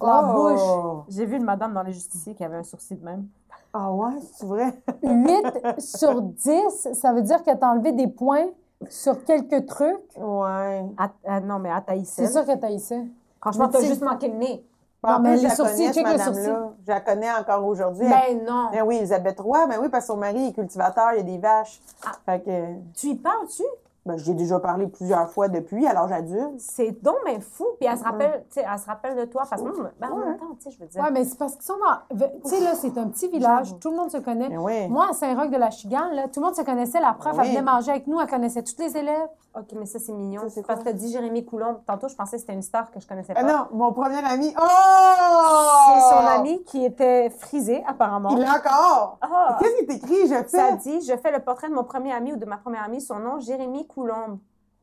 S1: La
S2: Oh.
S3: J'ai vu une madame dans les justiciers qui avait un sourcil de même.
S2: Ah ouais, c'est vrai.
S1: bouche. 8 sur 10, ça veut dire que t'as enlevé des points sur quelques trucs.
S2: Ouais.
S3: À- à- euh, non, mais à
S1: C'est
S3: Taïsel.
S1: sûr que t'as ici.
S3: Franchement,
S1: Mais
S3: t'as
S1: tu sais-
S3: juste manqué le nez.
S1: Non,
S2: En
S1: mais
S2: plus, je
S1: les
S2: la
S1: sourcils,
S2: connais, cette
S1: check les
S2: madame-là. Je la connais encore aujourd'hui.
S3: Ben non.
S2: Ben oui, Elisabeth III, ben oui, parce que son mari est cultivateur, il y a des vaches. Fait que,
S3: Tu y parles-tu?
S2: ben, j'ai déjà parlé plusieurs fois depuis, à l'âge adulte.
S3: C'est donc mais fou. Puis elle se rappelle, tu sais, elle se rappelle de toi. Parce que moi, ben, en même temps, tu sais, je veux dire.
S1: Ouais, mais c'est parce qu'ils sont dans. Tu sais, là, c'est un petit village, tout le monde se connaît.
S2: Ben oui.
S1: Moi, à Saint-Roch de la Chigane, là, tout le monde se connaissait. La prof,
S2: Oui.
S1: elle venait manger avec nous, elle connaissait tous les élèves.
S3: OK, mais ça, c'est mignon.
S2: Ça, c'est
S3: parce
S2: quoi?
S3: que t'as dit Jérémy Coulombe. Tantôt, je pensais que c'était une star que je connaissais pas.
S2: Ah non, mon premier ami. Oh!
S3: C'est son ami qui était frisé, apparemment.
S2: Il l'a encore.
S3: Ah!
S2: Qu'est-ce qui est écrit? Je
S3: Ça
S2: fais.
S3: dit, je fais le portrait de mon premier ami ou de ma première amie, son nom, Jérémy Coulombe.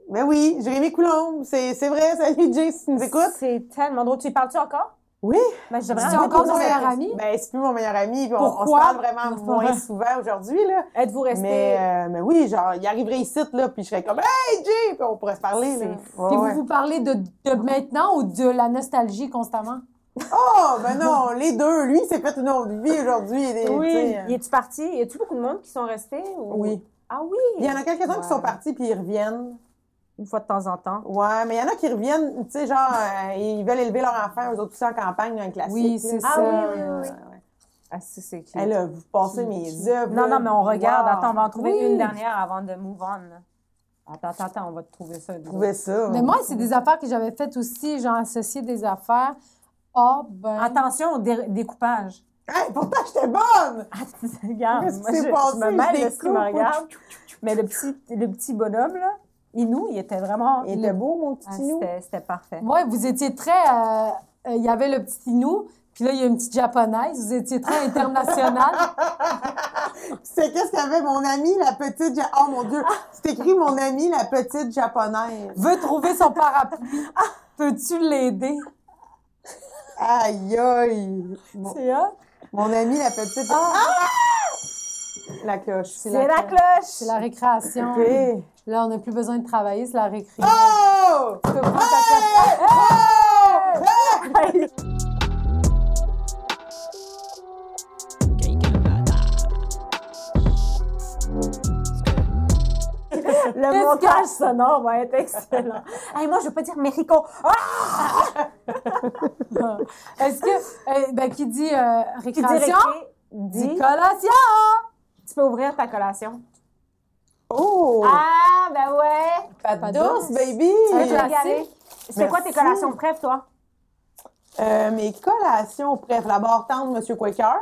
S2: Ben oui, Jérémy Coulombe. C'est c'est vrai, salut Jay, si tu nous écoutes.
S3: C'est tellement drôle. Tu y parles-tu encore?
S2: Oui.
S3: Ben, j'aimerais
S1: C'est
S3: avoir
S1: encore
S3: des
S1: ton meilleur
S3: surprises.
S1: ami?
S2: Ben, c'est plus mon meilleur ami. puis on- on, se
S1: Pourquoi?
S2: parle vraiment moins souvent aujourd'hui, là.
S3: Êtes-vous resté?
S2: Mais, euh, mais oui, genre, il arriverait ici, là, puis je serais comme, hey Jay! Puis on pourrait se parler, là.
S3: C'est
S2: Ouais,
S1: Puis
S2: Oh, ouais.
S1: vous vous parlez de, de maintenant ou de la nostalgie constamment?
S2: Oh, ben non, les deux. Lui, il s'est fait une autre vie aujourd'hui. il est- tu
S3: Oui.
S2: sais, euh,
S3: Y es-tu parti? Y a-tu beaucoup de monde qui sont restés? ou-
S2: Oui.
S3: Ah oui?
S2: Il y en a quelques-uns qui sont
S3: Ouais.
S2: partis puis ils reviennent.
S3: Une fois de temps en temps.
S2: Ouais, mais il y en a qui reviennent, tu sais, genre, euh, ils veulent élever leur enfant, eux autres aussi en campagne, un classique.
S1: Oui,
S2: là.
S1: c'est
S3: Ah
S1: ça.
S3: oui, oui, oui, oui.
S2: Ouais, ouais.
S3: Ah, ça, c'est cute.
S2: Elle a vous passez mes œuvres.
S3: Non,
S2: là.
S3: non, mais on regarde.
S2: Wow.
S3: Attends, on va en trouver
S1: Oui.
S3: une dernière avant de move on. là. Attends, attends, attends, on va te trouver ça. nous
S2: Je trouvais ça.
S1: Mais moi, c'est des affaires que j'avais faites aussi, genre associer des affaires. Ah, ben.
S3: autres. Attention au dé- découpage.
S2: Hey, pourtant, j'étais bonne!
S3: Ah, regarde,
S2: Qu'est-ce qui
S3: moi,
S2: s'est
S3: je,
S2: passé?
S3: je me mêle
S2: Je
S3: de ce qui me
S2: découpe.
S3: regarde. Mais le petit, le petit bonhomme, là, Inou, il était vraiment...
S2: Il était beau, mon petit
S3: Ah,
S2: nous.
S3: c'était, c'était parfait.
S1: Oui, vous étiez très. euh, euh, Il y avait le petit Inou, puis là, il y a une petite japonaise. Vous étiez très international.
S2: C'est qu'est-ce qu'avait mon amie, la petite... Ja- Oh, mon Dieu! C'est écrit mon amie, la petite japonaise.
S1: veut trouver son parapluie. Peux-tu l'aider?
S2: Aïe, aïe! Mon,
S1: C'est hot.
S2: mon amie, la petite... Ah! La cloche.
S1: C'est
S3: C'est la
S1: cloche.
S3: cloche!
S1: C'est la récréation.
S2: Ok.
S1: Là, on n'a plus besoin de travailler, c'est la récré.
S3: Ah!
S2: Oh!
S1: Tu peux prendre ta cloche.
S3: Le montage sonore va être excellent. Hey, moi, je veux pas dire Mexico. Ah!
S1: Est-ce que. euh, ben, qui dit euh,
S3: Tu dis récré,
S1: récréation?
S3: dis,
S1: dit collation!
S3: tu peux ouvrir ta collation.
S2: Oh!
S3: Ah, ben ouais!
S1: Pas
S2: Pas douce,
S1: douce.
S2: baby!
S1: Tu veux
S3: Hey,
S1: te la-
S3: régalé.
S1: Merci.
S3: C'est quoi tes collations préf, toi?
S2: Euh, mes collations, bref, la barre tendre, Monsieur Quaker.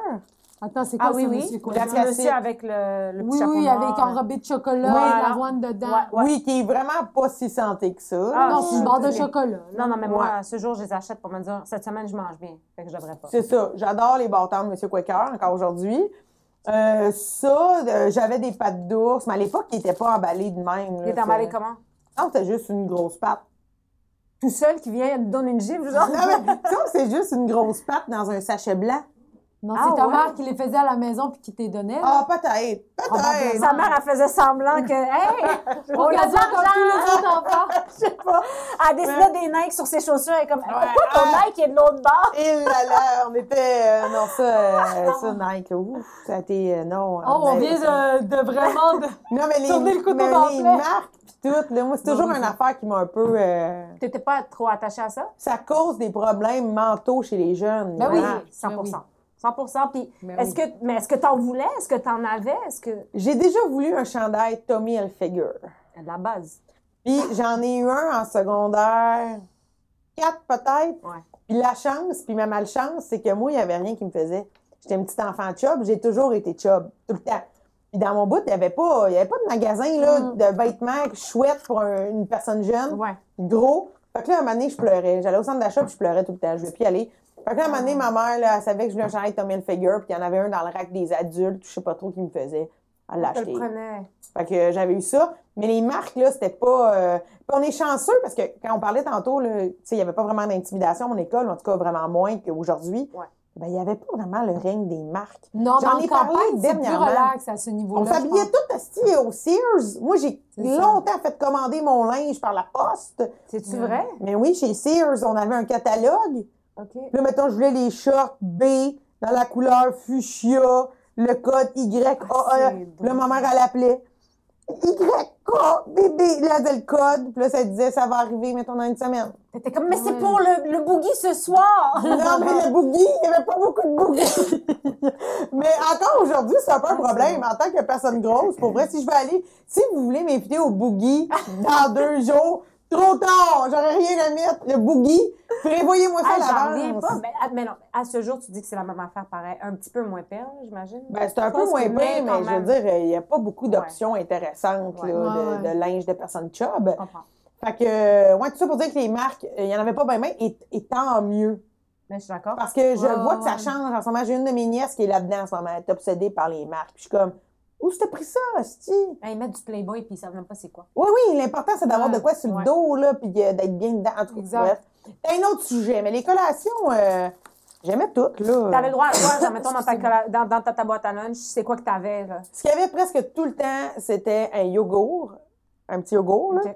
S1: Attends, c'est quoi
S3: Ah oui,
S1: ça,
S3: oui.
S1: monsieur
S3: La
S1: Coulon?
S2: Classique.
S3: monsieur avec le, le petit
S1: Oui,
S3: chapeau
S1: oui,
S3: noir.
S1: avec enrobé de chocolat,
S3: Voilà.
S1: l'avoine dedans.
S3: Ouais.
S2: Oui, qui est vraiment pas si santé que ça.
S3: Ah,
S1: Non, c'est une barre de
S2: très-
S1: chocolat. là.
S3: Non, non, mais moi, ce jour, je les achète pour me dire, cette semaine, je mange bien. Fait que je devrais pas.
S2: C'est ça. J'adore les barres tendres, Monsieur Quaker, encore aujourd'hui. Euh, ça, euh, j'avais des pattes d'ours, mais à l'époque, ils n'étaient pas emballés de même. là,
S3: Il est
S2: ça.
S3: emballé comment?
S2: Non, c'était juste une grosse patte.
S3: Tout seul qui vient te donner une gifle, genre.
S2: Non, mais ça, c'est juste une grosse patte dans un sachet blanc.
S1: Non,
S3: Ah,
S1: c'est ta
S3: ouais.
S1: mère qui les faisait à la maison puis qui t'es donnait.
S2: Ah, peut-être. Peut-être.
S3: Sa mère, elle faisait semblant que, hey, on a de
S1: Regarde-la comme tous
S3: l'argent.
S1: les autres enfants.
S3: Elle dessinait des Nike sur ses chaussures. Elle est comme, pourquoi ton
S2: ah.
S3: Nike est de l'autre bord?
S2: Et là, là, on était. euh, non, ça, euh, ça, Nike, là, ouf, ça a été. euh, non.
S1: Oh, on
S2: mais-
S1: vient de, de vraiment de...
S2: Non, mais les,
S1: Tourner le couteau
S2: mais
S1: dans le
S2: les
S1: plat.
S2: marques pis tout, là, moi, c'est toujours
S1: Non,
S2: une affaire qui m'a un peu... euh,
S3: T'étais pas trop attachée à ça?
S2: ça cause des problèmes mentaux chez les jeunes.
S1: Ben
S2: voilà.
S1: oui.
S3: 100
S1: Ben oui.
S3: 100 Puis,
S1: Ben
S3: est-ce que, mais est-ce que t'en voulais? Est-ce que t'en avais? Est-ce que.
S2: J'ai déjà voulu un chandail Tommy Hilfiger.
S3: De la base.
S2: Puis j'en ai eu un en secondaire 4 peut-être.
S3: Ouais.
S2: Puis la chance, puis ma malchance, c'est que moi, il n'y avait rien qui me faisait. J'étais une petite enfant chub, j'ai toujours été chub, tout le temps. Puis dans mon bout, il n'y avait, pas- il y avait pas de magasin là, de vêtements chouettes pour un- une personne jeune.
S3: Mm. Ouais.
S2: gros. Fait que là, à un moment donné, je pleurais. J'allais au centre d'achat puis je pleurais tout le temps. Je voulais plus y aller. Fait que là, à un moment donné, ma mère, là, elle savait que je voulais un chandail Tommy Hilfiger puis il y en avait un dans le rack des adultes, je sais pas trop qui me faisait. Elle l'a
S3: Je le
S2: acheté.
S3: prenais.
S2: Fait que euh, j'avais eu ça. Mais les marques, là, c'était pas... euh, puis on est chanceux parce que quand on parlait tantôt, là, tu sais, il y avait pas vraiment d'intimidation à mon école, ou en tout cas vraiment moins qu'aujourd'hui.
S3: Ouais.
S2: Ben, il y avait pas vraiment le règne des marques.
S1: Non, mais
S2: J'en
S1: en
S2: ai parlé
S1: campagne, c'est plus
S2: dernièrement.
S1: relax à ce niveau-là.
S2: On
S1: je pense.
S2: s'habillait tout asti au Sears. Moi, j'ai
S1: C'est ça.
S2: longtemps fait commander mon linge par la poste.
S3: C'est-tu
S1: Ouais.
S3: vrai?
S2: Mais oui, chez Sears, on avait un catalogue.
S3: OK.
S2: Là, mettons, je voulais les shorts B dans la couleur fuchsia, le code YAA.
S3: Ah, c'est
S2: Puis là, ma mère, elle appelait. YKBB. Là, elle disait le code. Puis là, ça disait, ça va arriver, mettons, dans une semaine.
S3: T'étais comme, mais c'est
S1: Ouais.
S3: pour le, le boogie ce soir!
S2: Non, mais le boogie, il n'y avait pas beaucoup de boogie. mais encore aujourd'hui, c'est un peu un problème. En tant que personne grosse, pour vrai, si je veux aller, si vous voulez m'inviter au boogie dans deux jours, trop tard, j'aurais rien à mettre. Le boogie, prévoyez-moi ça
S3: Ah,
S2: à
S3: j'en
S2: l'avance.
S3: reviens pas. Mais, ah, mais non, à ce jour, tu dis que c'est la même affaire pareil. Un petit peu moins pire, là, j'imagine.
S2: Ben, c'est un
S3: Je
S2: peu
S3: pense
S2: moins
S3: que
S2: bien,
S3: mais
S2: mais,
S3: quand
S2: je veux
S3: même.
S2: dire, il n'y a pas beaucoup d'options intéressantes
S3: Ouais.
S2: là, de,
S1: Ouais, ouais.
S2: de linge de personnes chub.
S3: Je comprends.
S2: Fait que, euh, ouais, tout ça pour dire que les marques, euh, il n'y en avait pas bien, bien, et, et tant mieux.
S3: Mais je suis d'accord.
S2: Parce que je
S1: Ouais,
S2: vois que ça
S1: ouais.
S2: change. En ce moment, j'ai une de mes nièces qui est là-dedans en ce moment. Elle est obsédée par les marques. Puis je suis comme, où t'as pris ça, hostie?
S3: Hey, ils mettent du Playboy puis ils savent même pas c'est quoi.
S2: Oui, oui, l'important, c'est d'avoir
S1: Ouais,
S2: de quoi sur
S3: ouais.
S2: le dos, là, puis euh, d'être bien dedans. En tout cas,
S1: Exact.
S2: bref. C'est un autre sujet, mais les collations, euh, j'aimais toutes, là.
S3: T'avais le droit à quoi, genre, mettons, dans ta, colla- dans, dans ta, ta boîte à lunch, c'est quoi que t'avais, là?
S2: Ce qu'il y avait presque tout le temps, c'était un yogourt, un petit yogourt, là.
S3: OK.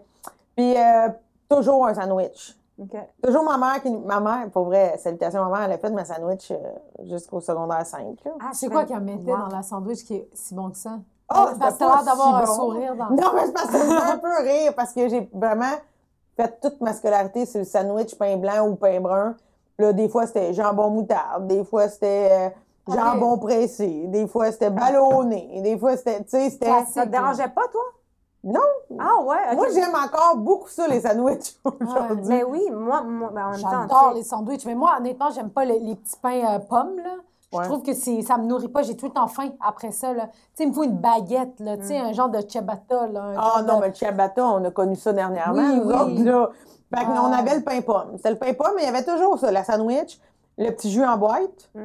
S2: Puis euh, toujours un sandwich.
S3: OK. Ah,
S2: Toujours ma mère qui. Ma mère, pour vrai, salutations, ma mère, elle a fait de ma sandwich euh, jusqu'au secondaire 5. là.
S3: Ah,
S1: C'est quoi qu'elle mettait dans la sandwich qui est si bon que ça? Ah, parce que t'as l'air d'avoir un
S2: Oh, si bon.
S1: sourire dans
S2: Non, mais c'est parce que ça me fait un peu rire parce que j'ai vraiment fait toute ma scolarité sur le sandwich pain blanc ou pain brun. Puis Là, des fois, c'était jambon moutarde, des fois, c'était euh,
S1: Ok.
S2: jambon pressé, des fois, c'était ballonné, des fois, c'était. Tu sais, c'était.
S1: Classique.
S3: Ça te dérangeait pas, toi?
S2: Non.
S3: Ah, ouais. ok.
S2: Moi, j'aime encore beaucoup ça, les sandwichs
S1: Ah,
S2: aujourd'hui.
S3: Mais oui, moi, moi ben, en même temps.
S1: J'adore
S3: tu
S1: les sandwichs. Mais moi, honnêtement, j'aime pas les, les petits pains euh, pommes, là.
S2: Ouais.
S1: Je trouve que c'est, ça me nourrit pas. J'ai tout le temps faim après ça. Là. Tu sais, il me faut une baguette, là, tu sais, un genre de ciabatta. Là, un
S2: Mm. Ah
S1: genre
S2: non,
S1: de-
S2: mais le ciabatta, on a connu ça dernièrement.
S1: Oui,
S2: nous
S1: oui.
S2: autres, là. Fait que
S1: Ah.
S2: on avait le pain pomme. C'était le pain pomme, mais il y avait toujours ça, la sandwich, le petit jus en boîte,
S3: Mm.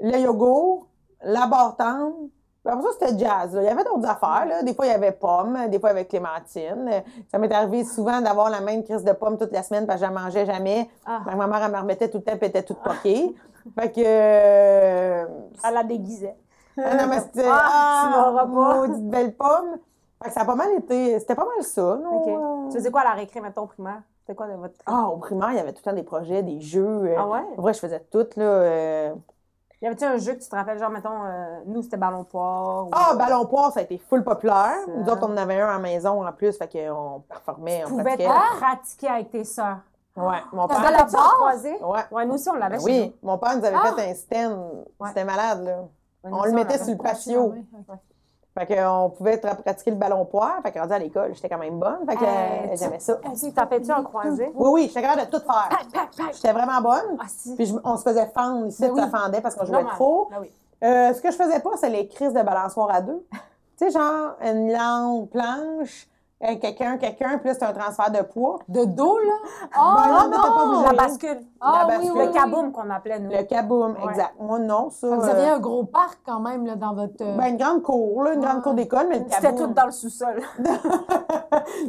S2: le yogourt, la barre tendre. Puis Après ça, c'était jazz. là. Il y avait d'autres affaires. Là. Des fois, il y avait pomme, des fois, il y avait clémentine. Ça m'est arrivé souvent d'avoir la même crise de pomme toute la semaine parce que je la mangeais jamais.
S3: Ah.
S2: Fait que ma mère, elle me remettait tout le temps, puis elle était toute poquée. Fait que... euh,
S4: Elle la déguisait.
S2: ah non, mais c'était.
S4: Ah, tu
S2: Ah,
S4: m'auras pas.
S2: maudite belle pomme. Fait que ça a pas mal été. C'était pas mal ça, non?
S3: OK.
S2: Euh,
S3: Tu faisais quoi à la récré, mettons, au primaire? C'était quoi de votre.
S2: Ah, au primaire, il y avait tout le temps des projets, des jeux. euh,
S3: Ah ouais?
S2: En vrai, je faisais tout, là. euh.
S3: Y avait-tu un jeu que tu te rappelles, genre, mettons, euh, nous, c'était ballon poire? ou-
S2: Ah, ballon poire, ça a été full populaire.
S3: Ça.
S2: Nous autres, on en avait un à la maison en plus, fait qu'on performait, on
S3: Tu pouvais
S2: pratiquait.
S3: te pratiquer avec tes sœurs.
S2: Ouais, mon
S1: T'avais
S2: père.
S1: la barre?
S3: croisée?
S2: Ouais.
S3: Ouais, nous aussi, on l'avait
S2: Ben
S3: Ah, chez
S2: oui, mon père nous avait
S1: Ah.
S2: fait un stand.
S3: Ouais.
S2: C'était malade, là.
S3: nous. Ouais, nous
S2: On
S3: aussi,
S2: le mettait
S3: l'avait.
S2: sur le patio. Fait qu'on pouvait tra- pratiquer le ballon poire. Fait que rendu à l'école, j'étais quand même bonne. Fait que
S3: Euh,
S2: euh,
S3: tu-
S2: j'aimais ça.
S3: Tu tapais-tu en croisée?
S2: Oui, oui, j'étais capable de tout faire. J'étais vraiment bonne.
S3: Ah, si.
S2: Puis je- on se faisait fendre ici,
S1: Ben
S2: ça
S1: oui.
S2: fendait parce qu'on jouait
S3: Normal.
S2: trop.
S3: Ah oui.
S2: Euh, ce que je faisais pas, c'est les crises de balançoire à deux. tu sais, genre une langue planche, euh, quelqu'un, quelqu'un, plus un transfert de poids.
S1: De dos, là? Ah,
S2: Ben non, mais t'as pas bougé.
S3: La bascule.
S1: Ah, oui,
S2: La bascule.
S1: oui,
S3: Le
S1: oui.
S3: kaboum qu'on appelait, nous.
S2: Le kaboum,
S3: Ouais.
S2: exact. Moi, non, ça.
S1: Ah, Vous
S2: euh,
S1: aviez un gros parc quand même là, dans votre. euh,
S2: ben, une grande cour, là, une grande cour d'école, mais le
S3: C'était
S2: kaboum.
S3: tout dans le sous-sol.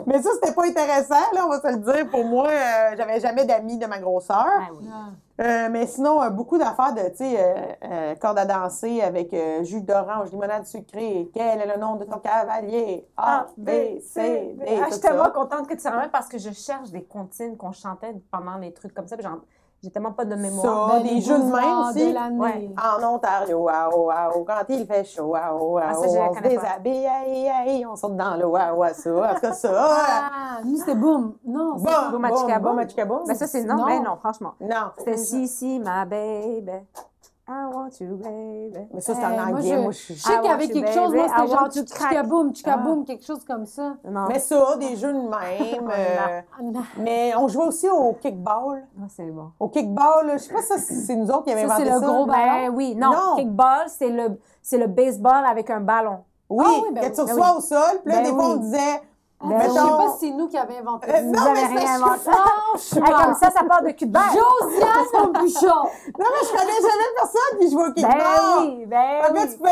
S2: mais ça, c'était pas intéressant, là, on va se le dire. Pour moi, euh, j'avais jamais d'amis de ma grosseur.
S3: Ah oui.
S1: ah.
S2: Euh, mais sinon, euh, beaucoup d'affaires de, tu sais, euh, euh, corde à danser avec euh, jus d'orange, limonade sucrée. Quel est le nom de ton cavalier? A, Ah, B, C, D.
S3: Ah, je
S2: tout
S3: suis tellement
S2: ça.
S3: contente que tu ramènes parce que je cherche des comptines qu'on chantait pendant les trucs comme ça. puis j'en- J'ai tellement pas de mémoire.
S2: Ça,
S1: Ben,
S2: des
S1: les
S2: jeux de même
S1: boulevards
S2: aussi.
S1: de l'année.
S3: Ouais.
S2: En Ontario, waouh, waouh, quand il fait chaud, waouh, waouh,
S3: Ah, ça, je la
S2: on se
S3: connais pas.
S2: déshabille, aïe, aïe, on saute dans le waouh, waouh, ça. En tout cas, ça.
S1: Ah, nous, c'était boum. Non, c'est
S2: Bon,
S1: pas-
S2: bon,
S3: machicabo.
S2: bon, machicabo.
S3: Mais Ben, ça, c'est non,
S1: Non.
S3: mais non, franchement.
S2: Non.
S3: C'était si, si, ma baby. I want you, baby.
S2: Mais ça, c'est en
S1: Euh, moi,
S2: anglais,
S1: je-
S2: moi, je suis
S1: Je sais
S3: I
S1: qu'il y avait
S3: want you,
S1: quelque chose, moi,
S3: baby, I
S1: c'était
S3: want
S1: genre
S3: you, crack.
S1: chicaboum,
S3: Ah.
S1: chicaboum, quelque chose comme ça.
S3: Non.
S2: Mais ça, des jeux de même. euh,
S1: Ah, non.
S2: mais on jouait aussi au kickball.
S3: Ah, c'est bon.
S2: Au kickball, là, je sais pas si c'est c'est nous autres qui avions
S1: Ça,
S2: inventé
S1: c'est
S2: ça.
S1: le gros ballon.
S3: Ben oui, non.
S2: Non.
S3: Kickball, c'est le, c'est le baseball avec un ballon.
S2: Oui,
S1: Ah oui, ben
S2: que tu
S1: oui, ben
S2: reçois au sol. Puis là,
S3: Ben
S2: des fois,
S3: oui.
S2: on disait,
S1: Ah,
S2: mettons...
S3: Ben
S1: Je sais pas si c'est nous qui avions inventé
S2: Euh,
S1: ça.
S2: non,
S3: Vous
S2: mais
S3: avez
S2: c'est-
S3: rien
S2: je-
S3: inventé.
S1: Franchement!
S3: Hey, comme ça, ça part de Cuba.
S1: Josiane mon bouchon!
S2: Non, mais je connais jamais personne qui joue au
S3: Ben
S2: kickball.
S3: oui, ben
S2: Fait que là,
S3: oui.
S2: tu pouvais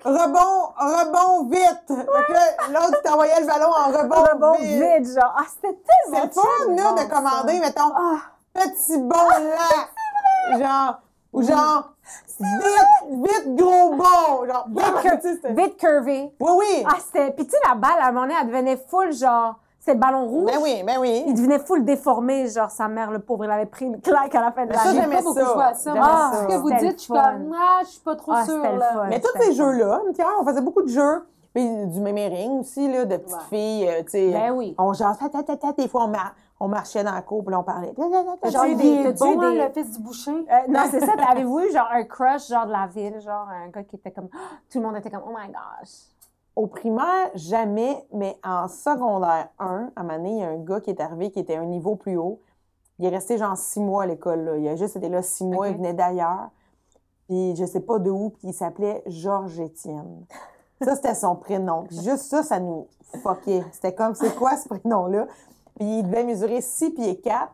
S2: dire Oh, rebond, rebond vite. Fait que là, l'autre, tu t'envoyais le ballon en rebond,
S3: Le bon
S2: vite.
S3: vide, genre. Ah, c'était
S2: C'est
S3: tellement
S2: le fun, là, de commander, mettons,
S3: Ah.
S2: petit bon là. genre, ou genre, vite, vite, gros bon. Genre,
S3: que-
S2: Ah, tu sais, c'était-
S3: Vite curvé.
S2: Oui, oui.
S3: Ah, c'était. Puis tu sais, la balle, à un moment donné, elle devenait full, genre. C'est le ballon rouge.
S2: Ben oui, ben oui.
S3: Il devenait full déformé, genre sa mère, le pauvre, il avait pris une claque à la fin de
S2: ça,
S1: J'ai
S3: l'année.
S2: j'aimais
S1: pas beaucoup
S2: ça.
S1: joué à ça.
S2: J'aimais
S1: Ah,
S2: ça.
S1: ce que vous
S3: C'était le
S1: dites, je suis
S3: fun.
S1: comme, ah, je suis pas trop
S3: Ah,
S1: sûre.
S3: c'était le
S1: là.
S3: fun.
S2: Mais tous ces jeux-là, tiens, on faisait beaucoup de jeux. Puis du méméring aussi, là, de petites filles, euh, tu sais.
S3: Ben oui.
S2: On genre, ta, ta, ta, ta, des fois, on, mar- on marchait dans la cour, puis là, on parlait. Ta, ta, ta, ta,
S3: Genre,
S1: J'ai eu
S3: des-
S1: des
S3: t'as-tu eu
S1: bons, hein,
S3: des-
S1: le fils du boucher.
S3: Euh, non, c'est ça. Avez-vous eu genre un crush, genre de la ville, genre un gars qui était comme. Ah! Tout le monde était comme, oh my gosh.
S2: Au primaire, jamais, mais en secondaire 1, à un moment donné, il y a un gars qui est arrivé qui était un niveau plus haut. Il est resté genre six mois à l'école. là. Il a juste été là six mois,
S3: Ok.
S2: il venait d'ailleurs. Puis je sais pas de où, puis il s'appelait Georges Étienne. Ça, c'était son prénom. Puis juste ça, ça nous fuckait. C'était comme, c'est quoi ce prénom-là? Puis il devait mesurer 6 pieds 4.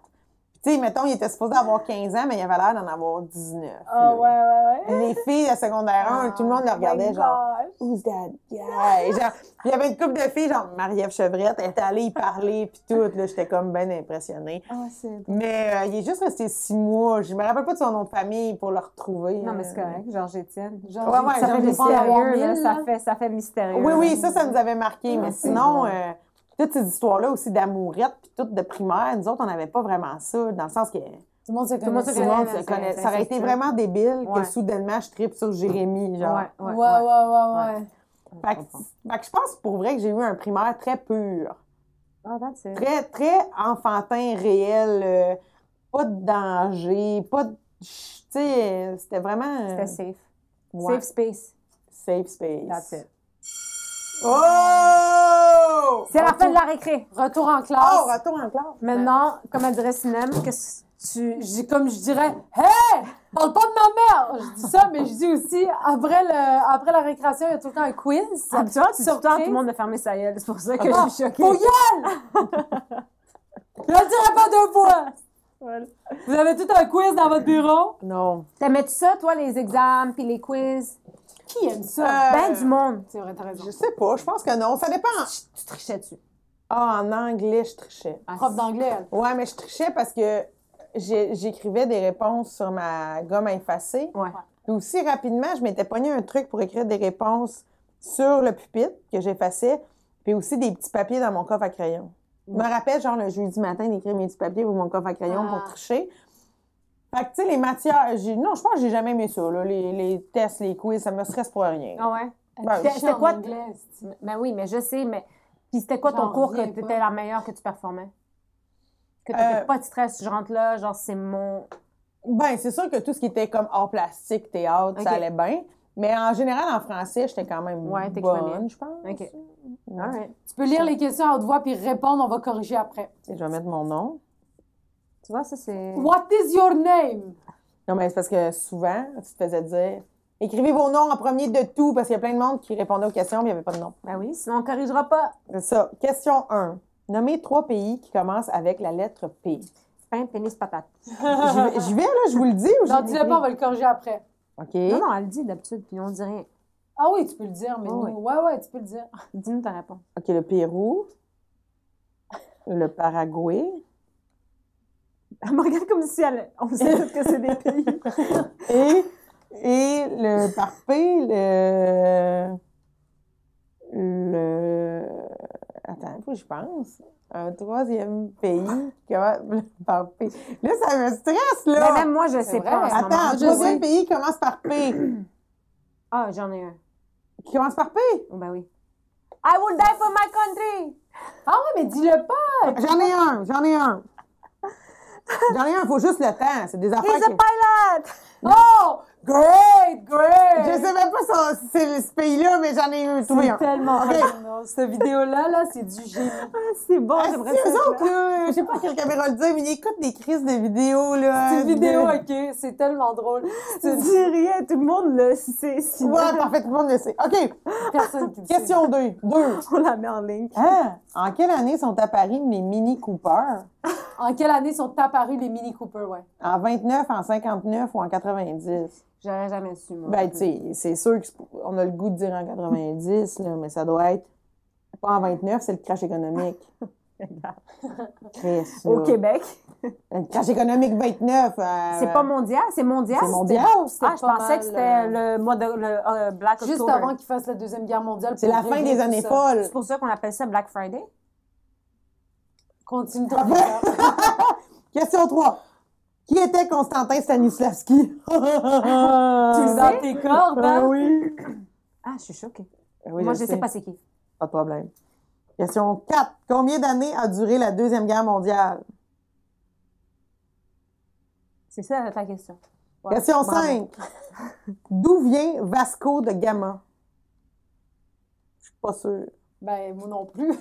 S2: Tu sais, mettons, il était supposé avoir 15 ans, mais il avait l'air d'en avoir 19. là.
S3: Ah ouais, Oh
S2: Les filles de secondaire 1, tout le monde le regardait genre... Who's that guy? Genre, il y avait une couple de filles, genre Marie-Ève Chevrette, elle était allée y parler, puis tout. Là, j'étais comme bien impressionnée.
S3: Ah, c'est.
S2: Mais euh, il est juste resté six mois. Je me rappelle pas de son nom de famille pour le retrouver.
S3: Non, mais
S2: euh.
S3: c'est correct, Georges Étienne.
S1: Genre,
S2: Ouais, ouais,
S1: j'ai-
S2: ça
S3: Ça
S1: j'en
S3: fait
S2: fait
S1: ai pas en avoir
S3: mystérieux,
S1: mille,
S3: là.
S1: là.
S3: Ça fait, ça fait mystérieux.
S2: Oui, oui,
S3: là.
S2: ça, ça nous avait marqué. mais
S3: Ah, c'est
S2: sinon,
S3: drôle.
S2: euh, toutes ces histoires-là aussi d'amourette, puis toutes de primaire, nous autres, on n'avait pas vraiment ça, dans le sens que tout
S1: Tout le monde se
S3: le monde
S1: connaît.
S3: se
S2: le
S1: Ouais,
S2: monde
S3: là,
S2: se
S3: c'est-
S2: connaît.
S3: c'est
S2: Ça aurait été
S3: incestueux.
S2: vraiment débile
S3: Ouais.
S2: que soudainement, je tripe sur Jérémy.
S3: Ouais,
S2: Genre.
S1: ouais,
S3: ouais, ouais.
S1: ouais, ouais.
S2: Fait, que, fait que je pense pour vrai que j'ai eu un primaire très pur.
S3: Oh, that's it.
S2: très, très enfantin, réel. euh, pas de danger, pas de. ch- Tu sais, euh, c'était vraiment. euh,
S3: C'était safe.
S2: ouais,
S3: Safe space.
S2: safe space.
S3: That's it.
S2: Oh!
S3: C'est la fin de la récré.
S1: Retour en classe.
S2: Oh, retour en classe.
S3: Maintenant, comme elle dirait Sinem, qu'est-ce
S1: tu, j'ai comme je dirais, hey, parle pas de ma mère. Je dis ça, mais je dis aussi après le, après la récréation, il y a tout le temps un quiz.
S4: Ah, tu vois, tu
S1: Surprise.
S4: tentes, tout le monde a fermé sa gueule. C'est pour ça que
S1: Ah,
S4: je suis choquée.
S1: Faut y aller! Je ne dirai pas deux fois. Vous avez tout un quiz dans votre bureau.
S2: Non.
S3: T'aimais-tu ça, toi, les examens puis les quiz?
S1: Qui aime ça?
S2: Euh,
S4: Ben du monde.
S1: C'est vrai, t'as raison.
S2: Je sais pas, je pense que non. Ça dépend.
S3: Tu trichais-tu?
S2: Ah, en anglais, je trichais.
S1: Prof d'anglais, elle.
S2: Ouais, mais je trichais parce que j'ai- j'écrivais des réponses sur ma gomme à effacer.
S3: Ouais.
S2: Puis aussi, rapidement, je m'étais pogné un truc pour écrire des réponses sur le pupitre que j'effaçais, puis aussi des petits papiers dans mon coffre à crayon. Je me rappelle, genre, le jeudi matin, d'écrire mes petits papiers ou mon coffre à crayon
S1: Ah.
S2: pour tricher. Fait que, tu sais, les matières, j'ai- non, je pense que j'ai jamais aimé ça, là. Les, les tests, les quiz, ça me stresse pour rien.
S3: Ah ouais?
S2: Ben,
S1: Puis
S2: je-
S1: c'était
S3: en
S1: quoi?
S3: anglais, Ben oui, mais je sais, mais. Puis c'était quoi ton
S1: J'en
S3: cours que
S1: reviens
S3: t'étais
S1: pas.
S3: la meilleure que tu performais? Que
S2: Euh,
S3: t'étais pas de stress, je rentre là, genre c'est mon.
S2: Ben, c'est sûr que tout ce qui était comme hors plastique, théâtre, ça
S3: Ok.
S2: allait bien. Mais en général, en français, j'étais quand même
S3: Ouais, t'écrivais bien.
S2: bonne, je pense.
S3: Ok. Ah
S2: Ouais.
S1: Tu peux lire les questions à haute voix puis répondre, on va corriger après.
S2: Et je vais mettre mon nom.
S3: Tu vois, ça c'est.
S1: What is your name?
S2: Non, mais c'est parce que souvent, tu te faisais dire écrivez vos noms en premier de tout, parce qu'il y a plein de monde qui répondait aux questions, mais il n'y avait pas de nom.
S3: Ben oui, sinon on corrigera pas.
S2: C'est ça. Question 1. Nommez trois pays qui commencent avec la lettre P.
S3: Pain, pénis, patate.
S2: J'y vais, j'y vais, là, je vous le dis ou
S1: Non,
S2: j'y vais?
S1: dis-le pas, on va le corriger après.
S2: OK.
S3: Non, non, elle le dit d'habitude, puis on dit rien.
S1: Ah oui, tu peux le dire, mais
S3: Ah
S1: nous,
S3: oui.
S1: ouais, ouais, tu peux le dire.
S3: Dis-nous ta réponse.
S2: OK, le Pérou, le Paraguay
S4: Elle me regarde comme si elle... on sait tout que c'est des pays.
S2: et, et le par P, le. Le. Attends, faut que je pense. Un troisième pays qui commence par P. Là, ça me stresse, là!
S3: Ben,
S4: Mais Ben, même moi, je sais
S1: vrai.
S4: pas. en ce moment.
S2: Attends, un
S1: je
S2: troisième
S1: sais.
S2: pays qui commence par P.
S3: Ah, j'en ai un.
S2: qui commence par P.
S3: Oh, ben oui.
S4: I will die for my country.
S1: Ah ouais, mais dis-le pas.
S2: J'en ai un, j'en ai un. J'en ai un, faut juste le temps. C'est
S3: Ah,
S2: des affaires
S4: He's a
S2: qui...
S4: pilot.
S1: Oh! Great, great!
S2: Je sais même pas son- si c'est ce pays-là, mais j'en ai eu trouvé un.
S1: C'est tellement
S2: Ok.
S1: vrai, non. Cette vidéo-là, là, c'est du génie.
S4: C'est bon,
S2: Ah,
S4: j'aimerais ça.
S2: c'est eux autres, là, je sais pas quelle caméra le dire, mais ils écoutent des crises de vidéos, là. hein,
S1: C'est une vidéo,
S2: de-
S1: OK? C'est tellement drôle.
S4: Tu
S1: C'est une
S4: dis rien, tout le monde le sait. Si
S2: Ouais, parfait, tout le monde le sait. OK,
S1: personne qui le sait.
S2: question 2. Deux.
S4: on la met en ligne.
S2: Hein? En quelle année sont apparus les Mini Cooper?
S1: En quelle année sont apparus les Mini Cooper, ouais?
S2: En 29, en 59 ou en 90?
S3: J'aurais jamais su, moi.
S2: Ben, tu sais, c'est sûr qu'on a le goût de dire en 90, là, mais ça doit être pas en 29, c'est le crash économique. Chris,
S4: Au
S2: là.
S4: Québec.
S2: Le crash économique 29. euh,
S4: C'est pas mondial, c'est mondial.
S2: C'est
S4: c'était-
S2: mondial.
S4: Ah, je
S1: pas
S4: pensais
S1: mal,
S4: que c'était
S1: euh,
S4: le mois de le, euh, Black
S1: Juste
S4: October.
S1: avant qu'ils fassent la Deuxième Guerre mondiale.
S2: C'est
S1: Ah, pour
S2: la fin
S1: régler
S2: des
S1: tout
S2: années
S1: ça.
S2: folles.
S4: C'est pour ça qu'on appelle ça Black Friday.
S1: Continue ton histoire.
S2: Question 3. Qui était Constantin Stanislavski? tu
S1: Tu es
S2: le Ben
S1: dans tes cordes, hein?
S2: oui.
S4: Ah, je suis choquée.
S3: Ben
S2: oui.
S4: Moi,
S2: je
S4: je
S2: le
S4: ne sais pas c'est qui.
S2: Pas de problème. Question 4. Combien d'années a duré la Deuxième Guerre mondiale?
S4: C'est ça la question. Ouais,
S2: Question
S4: bravo.
S2: 5. D'où vient Vasco de Gama? Je suis pas sûre.
S1: Ben, moi non plus.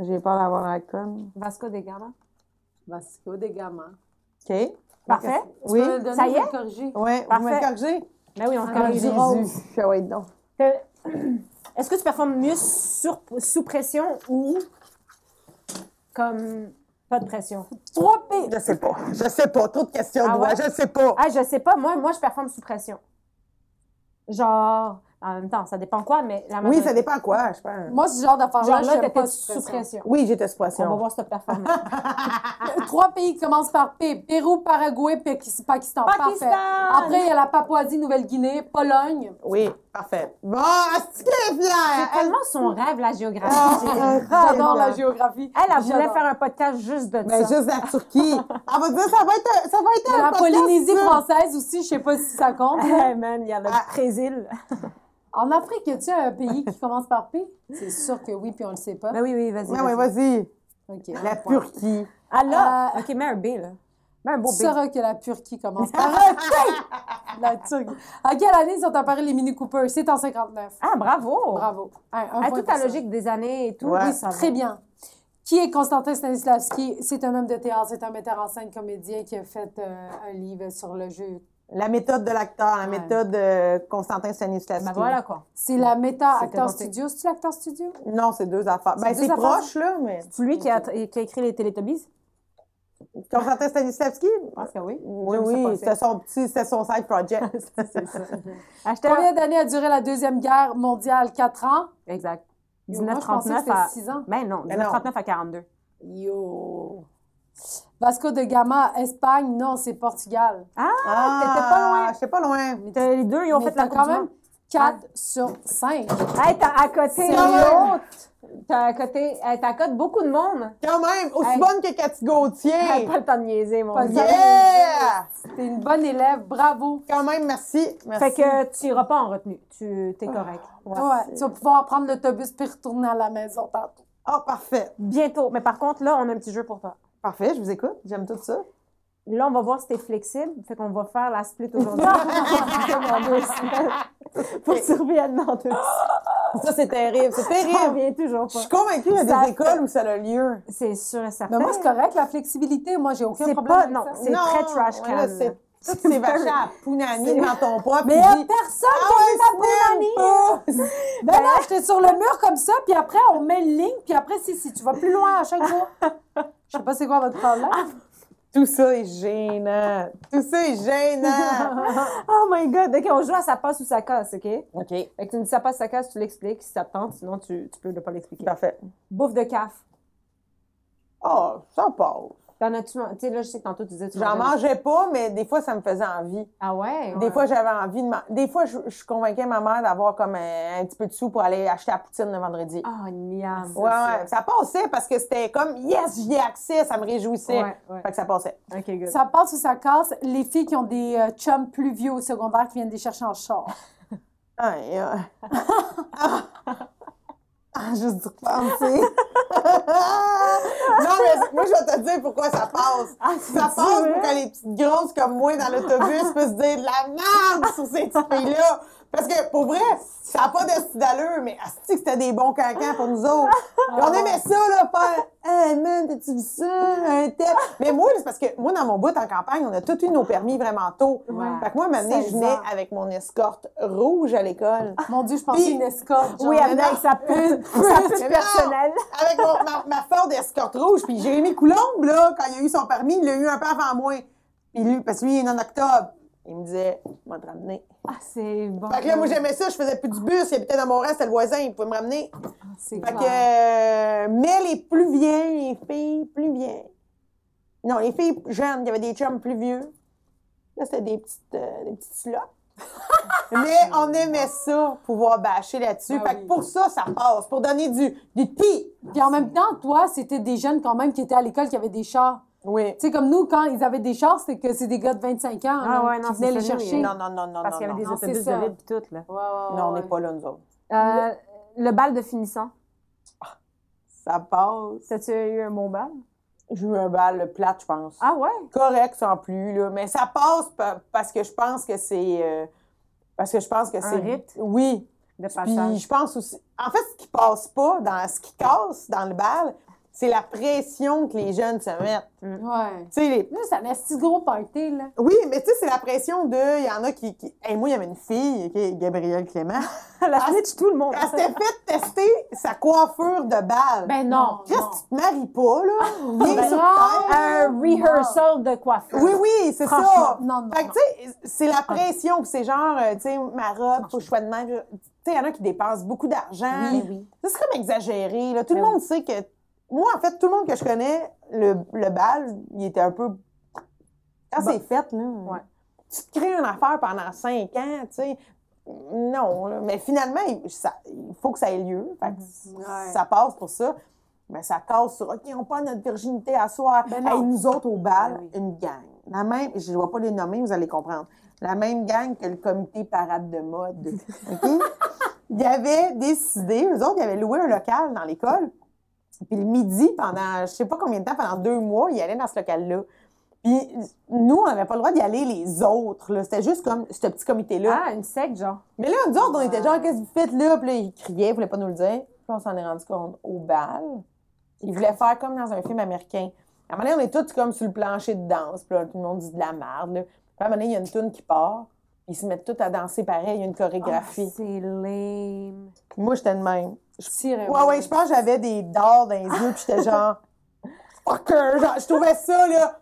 S2: J'ai peur d'avoir la conne.
S3: Vasco de Gama.
S1: Vasco des gamins.
S2: OK.
S4: Parfait.
S2: Oui.
S4: Ça y est?
S1: corrigé.
S2: Oui, vous
S4: Parfait.
S2: me corrigez?
S4: Mais Ben oui, on
S1: Ah,
S4: corrige.
S1: Jésus.
S2: Ah ouais, donc.
S4: Est-ce que tu performes mieux sur- sous pression ou comme pas de pression?
S1: 3 P.
S2: Je sais pas. Je sais pas. Trop de questions,
S4: Ah
S2: moi.
S4: ouais?
S2: Je sais pas.
S4: Ah, je sais pas. Moi, moi, je performe sous pression. Genre, en même temps, ça dépend quoi, mais la
S2: oui,
S4: majorité-
S2: ça dépend quoi, je pense.
S1: Moi, ce genre d'affaire-là,
S4: Genre là,
S1: je
S4: t'étais
S1: pas
S4: sous pression.
S2: Oui, j'étais sous
S4: On va
S2: pression.
S4: voir si t'as performé.
S1: Euh, Trois pays qui commencent par P. Pérou, Paraguay, Pakistan. Pakistan.
S4: Pakistan!
S1: Parfait. Après, il y a la Papouasie-Nouvelle-Guinée, Pologne.
S2: Oui, parfait. Bon, est-ce qu'elle est fière?
S4: C'est tellement son rêve, la géographie.
S2: Ah,
S1: J'adore la
S2: J'adore.
S1: géographie.
S4: Elle, elle voulait
S1: J'adore.
S4: faire un podcast juste de
S2: Mais
S4: ça.
S2: Ben, juste la Turquie. Elle va dire, ça va être un, ça va être
S1: Il y a
S2: un
S1: la
S2: podcast,
S1: Polynésie
S2: ça.
S1: française aussi, je sais pas si ça compte.
S4: Hey, man, il y a le
S2: Ah.
S4: Brésil.
S1: En Afrique, y a-t-il un pays qui commence par P? C'est sûr que oui, puis on le sait pas.
S4: Ben oui, oui, vas-y. vas-y.
S2: Non, mais vas-y.
S1: OK.
S2: La Turquie.
S4: Alors,
S1: Euh,
S4: OK, mets un B, là. Mets un beau
S1: Tu
S4: B.
S1: sauras que la Turquie commence par un P! La Turquie. À quelle année sont apparus les Mini Cooper? C'est en 59.
S4: Ah, bravo!
S1: Bravo. Un, un
S4: Ah,
S1: point
S4: toute
S1: pour
S4: la
S1: ça.
S4: logique des années et tout.
S2: Ouais.
S4: Oui, ça va.
S1: Très bien. Qui est Constantin Stanislavski? C'est un homme de théâtre, c'est un metteur en scène comédien qui a fait euh, un livre sur le jeu.
S2: La méthode de l'acteur, la
S1: Ouais.
S2: méthode euh, Constantin Stanislavski.
S3: Ben voilà quoi.
S1: C'est la méta
S3: C'est
S1: Acteur
S3: inventé.
S1: Studio. C'est-tu l'acteur studio?
S2: Non, c'est deux affaires.
S1: C'est
S2: Ben, c'est
S1: deux affaires.
S2: proche, là, mais.
S3: C'est lui qui a, qui a écrit les Teletubbies?
S2: Constantin Stanislavski?
S3: Je pense que oui.
S2: Oui,
S3: Je sais pas,
S2: oui,
S3: c'est-
S2: c'était son petit, c'était son side project.
S3: Acheter un-
S1: Combien d'années a duré la Deuxième Guerre mondiale? Quatre ans?
S3: Exact.
S1: Yo, moi, je pensais
S3: 1939
S1: que
S3: à...
S1: c'était six ans.
S3: Ben non,
S2: Ben
S3: 1939 à 42.
S1: Yo! Vasco de Gama, Espagne, non, c'est Portugal.
S2: Ah,
S3: t'étais pas loin.
S2: J'étais pas loin.
S3: Mais t'as- les deux, ils ont
S1: Mais
S3: fait la
S1: t'as
S3: coupe
S1: quand
S3: du
S1: même
S3: Monde.
S1: 4
S4: Ah.
S1: sur 5.
S4: Hey, t'as à côté
S1: C'est vrai.
S4: l'autre. T'as à côté, hey, t'as à côté beaucoup de monde.
S2: Quand même, aussi
S4: Hey.
S2: bonne que Cathy Gauthier.
S4: Hey, pas le temps de niaiser, mon
S1: Pas
S4: Dieu.
S1: le temps.
S2: Yeah!
S1: T'es une bonne élève, bravo.
S2: Quand même, merci. merci.
S4: Fait que tu iras pas en retenue. Tu t'es correct.
S2: Ouais.
S1: Ah. Ouais, tu vas pouvoir prendre l'autobus puis retourner à la maison tantôt.
S2: Ah, parfait.
S4: Bientôt. Mais par contre, là, on a un petit jeu pour toi.
S2: Parfait, je vous écoute. J'aime tout ça.
S4: Là, on va voir si t'es flexible. Fait qu'on va faire la split aujourd'hui. Comme dans deux semaines. pour survivre dans deux semaines.
S2: Ça, c'est terrible. C'est
S4: On
S2: terrible.
S4: revient toujours
S2: Je
S4: pas.
S2: suis convaincue qu'il y a
S4: Ça
S2: des écoles où ça a lieu.
S4: C'est sûr et certain.
S1: Mais Ben, moi, c'est correct, la flexibilité, moi, j'ai aucun
S4: C'est
S1: problème.
S4: pas-
S1: avec
S4: non,
S1: ça.
S4: C'est très trash
S2: ouais,
S4: can.
S2: là, c'est toutes ces vaches à Pounani dans ton poids.
S1: Mais y a personne!
S2: ah ouais, c'est pas.
S1: Ben non, j'étais sur le mur comme ça, puis après, on met une ligne, puis après, si, si, tu vas plus loin à chaque jour. Je sais pas c'est quoi votre problème.
S4: Ah.
S2: Tout ça est gênant. Tout ça est gênant.
S4: Oh my god. OK, on joue à ça passe ou ça casse, OK?
S2: OK,
S4: Fait que tu me dis ça passe, ça casse, tu l'expliques si ça te tente. Sinon, tu, tu peux ne pas l'expliquer.
S2: parfait.
S4: Bouffe de caf.
S2: Ah, ça passe.
S4: T'en as-tu... man- Tu sais, là, je sais que tantôt, tu disais... tu
S2: J'en
S4: mangeais-
S2: mangeais pas, mais des fois, ça me faisait envie.
S4: Ah ouais?
S2: Des fois, j'avais envie de. man- Des fois, je, je convainquais ma mère d'avoir comme un, un petit peu de sous pour aller acheter la poutine le vendredi.
S4: Ah, miam.
S2: ouais, ouais. Ça passait parce que c'était comme yes, j'y ai accès, ça me réjouissait.
S4: Ouais, ouais.
S2: Fait que ça passait.
S4: OK, good.
S1: Ça passe ou ça casse, les filles qui ont des euh, chums plus vieux au secondaire qui viennent les chercher en char.
S2: Aïe, aïe. ah, juste d'y repenser. non, mais moi, je vais te dire pourquoi ça passe. Ah, ça passe pour que les petites grosses comme moi dans l'autobus puissent dire de la merde sur ces petites filles-là. Parce que, pour vrai, ça n'a pas de style d'allure, mais asti que c'était des bons cancans pour nous autres. Puis on aimait ça, là, faire « Hey, man, t'as-tu vu ça? Un tel. » Mais moi, c'est parce que moi, dans mon bout en campagne, on a tous eu nos permis vraiment tôt. Fait que moi, maintenant, je
S1: 16
S2: venais
S1: ans.
S2: avec mon escorte rouge à l'école.
S1: Mon Dieu, je pensais
S2: Puis-
S1: une escorte. genre.
S4: Oui, elle venait avec sa pute, sa pute
S2: Non.
S4: personnelle.
S2: avec mon- ma, ma Ford escorte rouge. Puis Jérémy Coulombe, là, quand il a eu son permis, il l'a eu un peu avant moi. Puis lui, parce que lui, il est en octobre. Il me disait, moi, te ramener.
S4: Ah, c'est bon.
S2: Fait que là, moi, j'aimais ça. Je faisais plus du bus. Il habitait dans mon reste, c'était le voisin. Il pouvait me ramener.
S4: C'est
S2: Fait que,
S4: bon.
S2: euh, mais les plus vieilles, les filles plus vieilles. Non, les filles jeunes, il y avait des chums plus vieux. Là, c'était des petites, euh, des petites slops. mais on aimait ça, pouvoir bâcher là-dessus.
S1: Ben
S2: fait que
S1: oui.
S2: pour ça, ça passe. Pour donner du, du pi.
S1: Puis en même temps, toi, c'était des jeunes quand même qui étaient à l'école qui avaient des chars.
S2: Oui.
S1: Tu sais, comme nous, quand ils avaient des chars, c'est que c'est des gars de 25 ans
S2: Ah
S1: là,
S4: ouais, non,
S1: qui venaient
S4: c'est
S1: les
S4: ça, nous,
S1: chercher.
S2: Non, non, non, non.
S4: Parce
S2: non,
S4: qu'il y avait des
S1: non, c'est
S4: autobus de
S1: ça.
S4: vide pis tout, là.
S1: Ouais, ouais,
S2: non.
S1: ouais,
S2: Non, on n'est
S1: ouais.
S2: pas là, nous autres.
S4: Euh, le bal de finissant.
S2: Ça passe.
S4: T'as-tu eu un bon bal?
S2: J'ai eu un bal le plat, je pense.
S4: Ah ouais?
S2: Correct, sans plus, là. Mais ça passe pa- parce que je pense que c'est. euh, parce que je pense que c'est.
S4: rite?
S2: Oui.
S4: De
S2: Puis
S4: passage.
S2: je pense aussi. En fait, ce qui passe pas, dans ce qui casse dans le bal, c'est la pression que les jeunes se mettent.
S1: Ouais.
S2: Tu sais, les-
S1: Là, ça un si gros party, là.
S2: Oui, mais tu sais, c'est la pression de. Il y en a qui. qui... Hey, moi, il y avait une fille, ok, Gabrielle Clément.
S4: La snitch, tout le monde.
S2: Elle s'était fait tester sa coiffure de bal.
S1: Ben non.
S2: Qu'est-ce que tu te maries pas, là? Viens
S1: Ben
S2: sur
S1: non.
S2: terre.
S4: Un rehearsal de coiffure.
S2: Oui, oui, c'est ça.
S1: Non, non.
S2: Fait que, tu sais, c'est la pression, puis c'est genre, euh, tu sais, ma robe, faut que je sois de même. Tu sais, il y en a qui dépensent beaucoup d'argent.
S4: Oui, oui.
S2: Ça, C'est comme exagéré, là. Tout le
S4: Ben
S2: monde sait que. Moi, en fait, tout le monde que je connais, le, le bal, il était un peu.
S1: Ah,
S2: Quand c'est fait, là. Tu te crées une affaire pendant cinq ans, tu sais. Non, là. mais finalement, il, ça- il faut que ça ait lieu. Fait que
S1: Mhm. Ouais.
S2: Ça passe pour ça. Mais ça casse sur OK, on perd notre virginité à soir.
S1: Ben non.
S2: Hey, nous autres, au bal,
S4: Ben
S2: une gang. La même, je ne dois pas les nommer, vous allez comprendre. La même gang que le comité parade de mode. OK? Ils avaient décidé, eux autres, ils avaient loué un local dans l'école. Puis le midi, pendant je sais pas combien de temps, pendant deux mois, ils allaient dans ce local-là. Puis nous, on n'avait pas le droit d'y aller les autres. là. C'était juste comme ce petit comité-là.
S4: Ah, une sec, genre.
S2: Mais là, nous autres, on était genre, qu'est-ce que vous faites là? Puis là, ils criaient, ils voulaient pas nous le dire. Puis là, on s'en est rendu compte au bal. Il voulait faire comme dans un film américain. À un moment donné, on est tous comme sur le plancher de danse. Puis là, tout le monde dit de la merde. là. Puis à un moment donné, il y a une tune qui part. Ils se mettent tous à danser pareil. Il y a une
S4: Ah,
S2: chorégraphie.
S3: C'est lame.
S2: Moi, j'étais de même.
S1: Tirer.
S2: Ouais, ouais, je pense que j'avais des dards dans les yeux, puis j'étais genre. Fucker! Genre, je trouvais ça, là.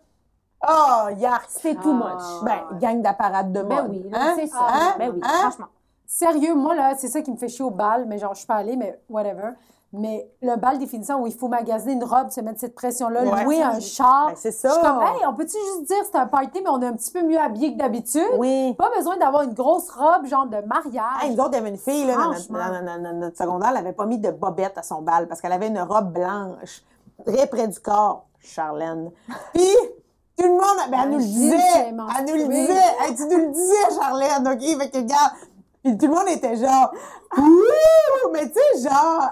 S2: Ah, oh, yark!
S3: C'est too much.
S2: Ben, gang d'apparate de
S3: Ben
S2: mode.
S3: oui, là,
S2: hein?
S3: c'est ça.
S2: Hein?
S3: Ben oui,
S2: Hein?
S3: franchement.
S1: Sérieux, moi, là, c'est ça qui me fait chier au bal, mais genre, je suis pas allée, mais whatever. Mais le bal définissant où il faut magasiner une robe, se mettre cette pression-là,
S2: Ouais,
S1: louer
S2: ça,
S1: un
S2: je-
S1: char.
S2: Ben, c'est
S1: je
S2: ça.
S1: suis comme, hey, on peut-tu juste dire c'est un party, mais on est un petit peu mieux habillé que d'habitude?
S2: Oui.
S1: Pas besoin d'avoir une grosse robe, genre de mariage.
S2: Hey, nous autres, il y avait une fille là, dans, notre,
S1: Franchement.
S2: dans- dans- dans notre secondaire, elle n'avait pas mis de bobette à son bal parce qu'elle avait une robe blanche, très près du corps, Charlène. Puis, tout le monde, ben, elle nous le
S1: Imagine
S2: disait,
S1: qu'elle
S2: elle nous
S1: menstruée.
S2: le disait, Hey, tu nous le disais, Charlène, OK? Fait que, regarde, puis tout le monde était genre, ouh! Mais tu sais, genre,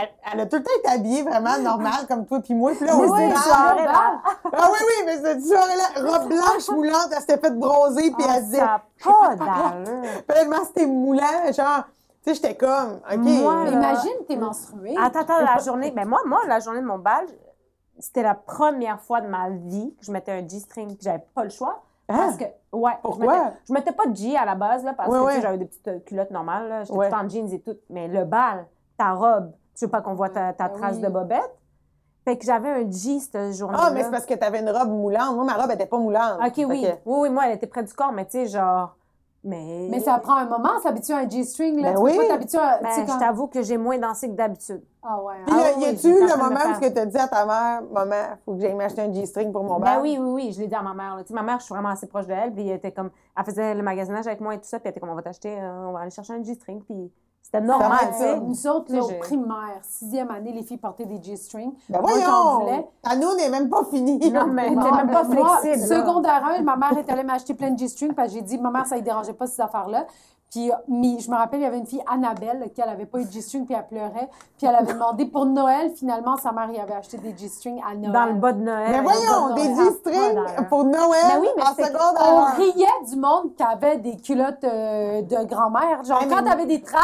S2: elle, elle a tout le temps été habillée vraiment normal comme toi puis moi. Puis là, on
S1: Mais
S2: se
S1: c'est
S2: dit,
S1: une
S2: Ah,
S1: soirée,
S3: là.
S2: ah oui, oui, mais cette soirée-là, robe blanche moulante, elle s'était faite bronzer, puis
S1: Ah,
S2: elle se disait,
S3: Ça n'a pas d'allure.
S2: Tellement c'était moulant, genre, tu sais, j'étais comme, OK.
S3: Moi, là,
S1: Imagine, t'es menstruée.
S3: euh, Attends, attends, la journée. Ben moi, moi, la journée de mon bal, c'était la première fois de ma vie que je mettais un G-string, puis j'avais pas le choix.
S2: hein?
S3: Parce que, ouais.
S2: Pourquoi?
S3: Je mettais, je mettais pas de G à la base, là, parce
S2: Ouais,
S3: que tu sais,
S2: ouais.
S3: j'avais des petites euh, culottes normales, là. J'étais
S2: Ouais.
S3: tout en jeans et tout. Mais le bal, ta robe, tu veux pas qu'on voit ta,
S2: Ah
S3: ta
S1: Ben
S3: trace
S1: oui.
S3: de bobette? Fait que j'avais un G cette journée-là.
S2: Ah, mais c'est parce que t'avais une robe moulante. Moi, ma robe, elle était pas moulante.
S3: OK,
S2: Fait
S3: oui. Ah
S2: que-
S3: Oui, oui, moi, elle était près du corps, mais tu sais, genre. Mais.
S1: Mais ça prend un moment, s'habituer à un G-string, là.
S2: Ben
S1: tu
S2: oui.
S1: peux pas t'habituer à.
S3: Ben,
S1: tu sais,
S3: je
S1: quand-
S3: t'avoue que j'ai moins dansé que d'habitude.
S1: Ah ouais. hein.
S2: Puis là,
S3: Ah
S2: y
S3: oui,
S2: a-tu eu
S3: j'étais en
S2: le
S3: train de
S2: moment
S3: me
S2: où tu as dit à ta mère, maman, faut que j'aille m'acheter un G-string pour mon
S3: Ben
S2: bal?
S3: oui, oui, oui, je l'ai dit à ma mère. là. Tu sais, ma mère, je suis vraiment assez proche de elle, puis elle était comme, elle faisait le magasinage avec moi et tout ça, puis elle était comme, on va t'acheter, euh, on va aller chercher un G-string, puis c'était normal,
S2: Ça va,
S3: tu
S1: Euh,
S3: sais.
S1: nous autres, là,
S3: Tu
S1: au
S3: sais, je-
S1: primaire, sixième année, les filles portaient des G-strings.
S2: Ben
S1: Moi, j'en voulais.
S2: voyons! Ta noune n'est même pas finie.
S3: Ben Non, mais t'es même pas
S1: Moi,
S3: flexible. là.
S1: secondaire 1, ma mère est allée m'acheter plein de G-strings parce que j'ai dit, ma mère, ça ne dérangeait pas ces affaires-là. Puis, euh, mais je me rappelle, il y avait une fille, Annabelle, qui n'avait pas eu de G-string, puis elle pleurait. Puis elle avait demandé pour Noël, finalement, sa mère, y avait acheté des G-strings à Noël.
S3: Dans le bas de Noël.
S2: Mais Ben
S3: elle
S2: voyons,
S3: était
S2: des
S3: comme, ça a pas
S2: G-strings
S3: d'allure.
S2: pour Noël
S3: Ben oui, mais
S2: Ah en
S3: c'est-
S2: seconde
S1: On
S2: heure.
S1: riait du monde qui avait des culottes euh, de grand-mère. Genre,
S2: Ah, mais-
S1: quand t'avais des traces,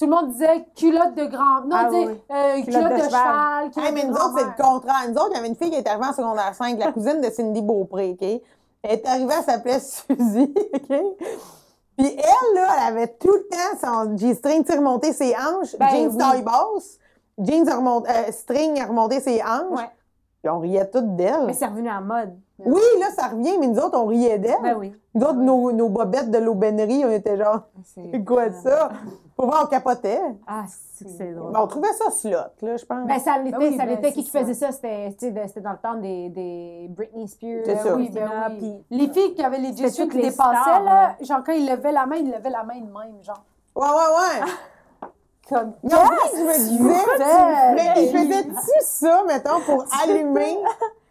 S1: tout le monde disait culotte de grand... Non,
S3: Ah,
S1: on disait
S3: oui.
S1: euh, culotte, de, cheval. culotte
S2: Hey, mais
S1: de
S2: nous autres, c'est
S1: grand-mère.
S2: le contraire. Nous autres, il y avait une fille qui est arrivée en secondaire 5, la cousine de Cindy Beaupré, OK? Elle est arrivée, elle s'appelait Suzy, OK? Puis elle, là, elle avait tout le temps son G-string, tu sais, remonter ses hanches,
S3: Ben
S2: jeans
S3: oui.
S2: taille basse, jeans à remont- euh, string à remonter ses hanches.
S3: Ouais.
S2: Puis on riait toutes
S3: Mais
S2: d'elle.
S3: c'est revenu en mode.
S2: Oui, là, ça revient, mais nous autres, on riait
S1: Ah,
S2: d'elle.
S3: Ben oui.
S2: nous autres, nos, nos bobettes de l'aubennerie, on était genre, c'est quoi ça? Pour voir, on capotait.
S3: Ah, c'est que c'est drôle.
S2: Ben, on trouvait ça slot, là, je pense.
S4: Ben, ça l'était,
S1: Ben oui,
S4: ça
S1: ben,
S4: l'était.
S1: c'est
S4: Qui qui
S1: ça.
S4: faisait ça? C'était tu sais, de- c'était dans le temps des, des Britney Spears.
S2: C'est
S4: euh,
S2: ça.
S1: Oui, ben
S4: Christina,
S1: oui.
S4: puis-
S1: Les filles qui avaient les
S4: C'était
S1: jeans
S4: toutes
S1: qui
S4: les
S1: dépassaient,
S4: stars,
S1: là, genre quand ils levaient la main, ils levaient la main de même, genre.
S2: Ouais, ouais, ouais.
S1: Comme
S3: Ben,
S2: Mais en fait, je me disais, ben, mais ils faisaient-tu ça, mettons, pour allumer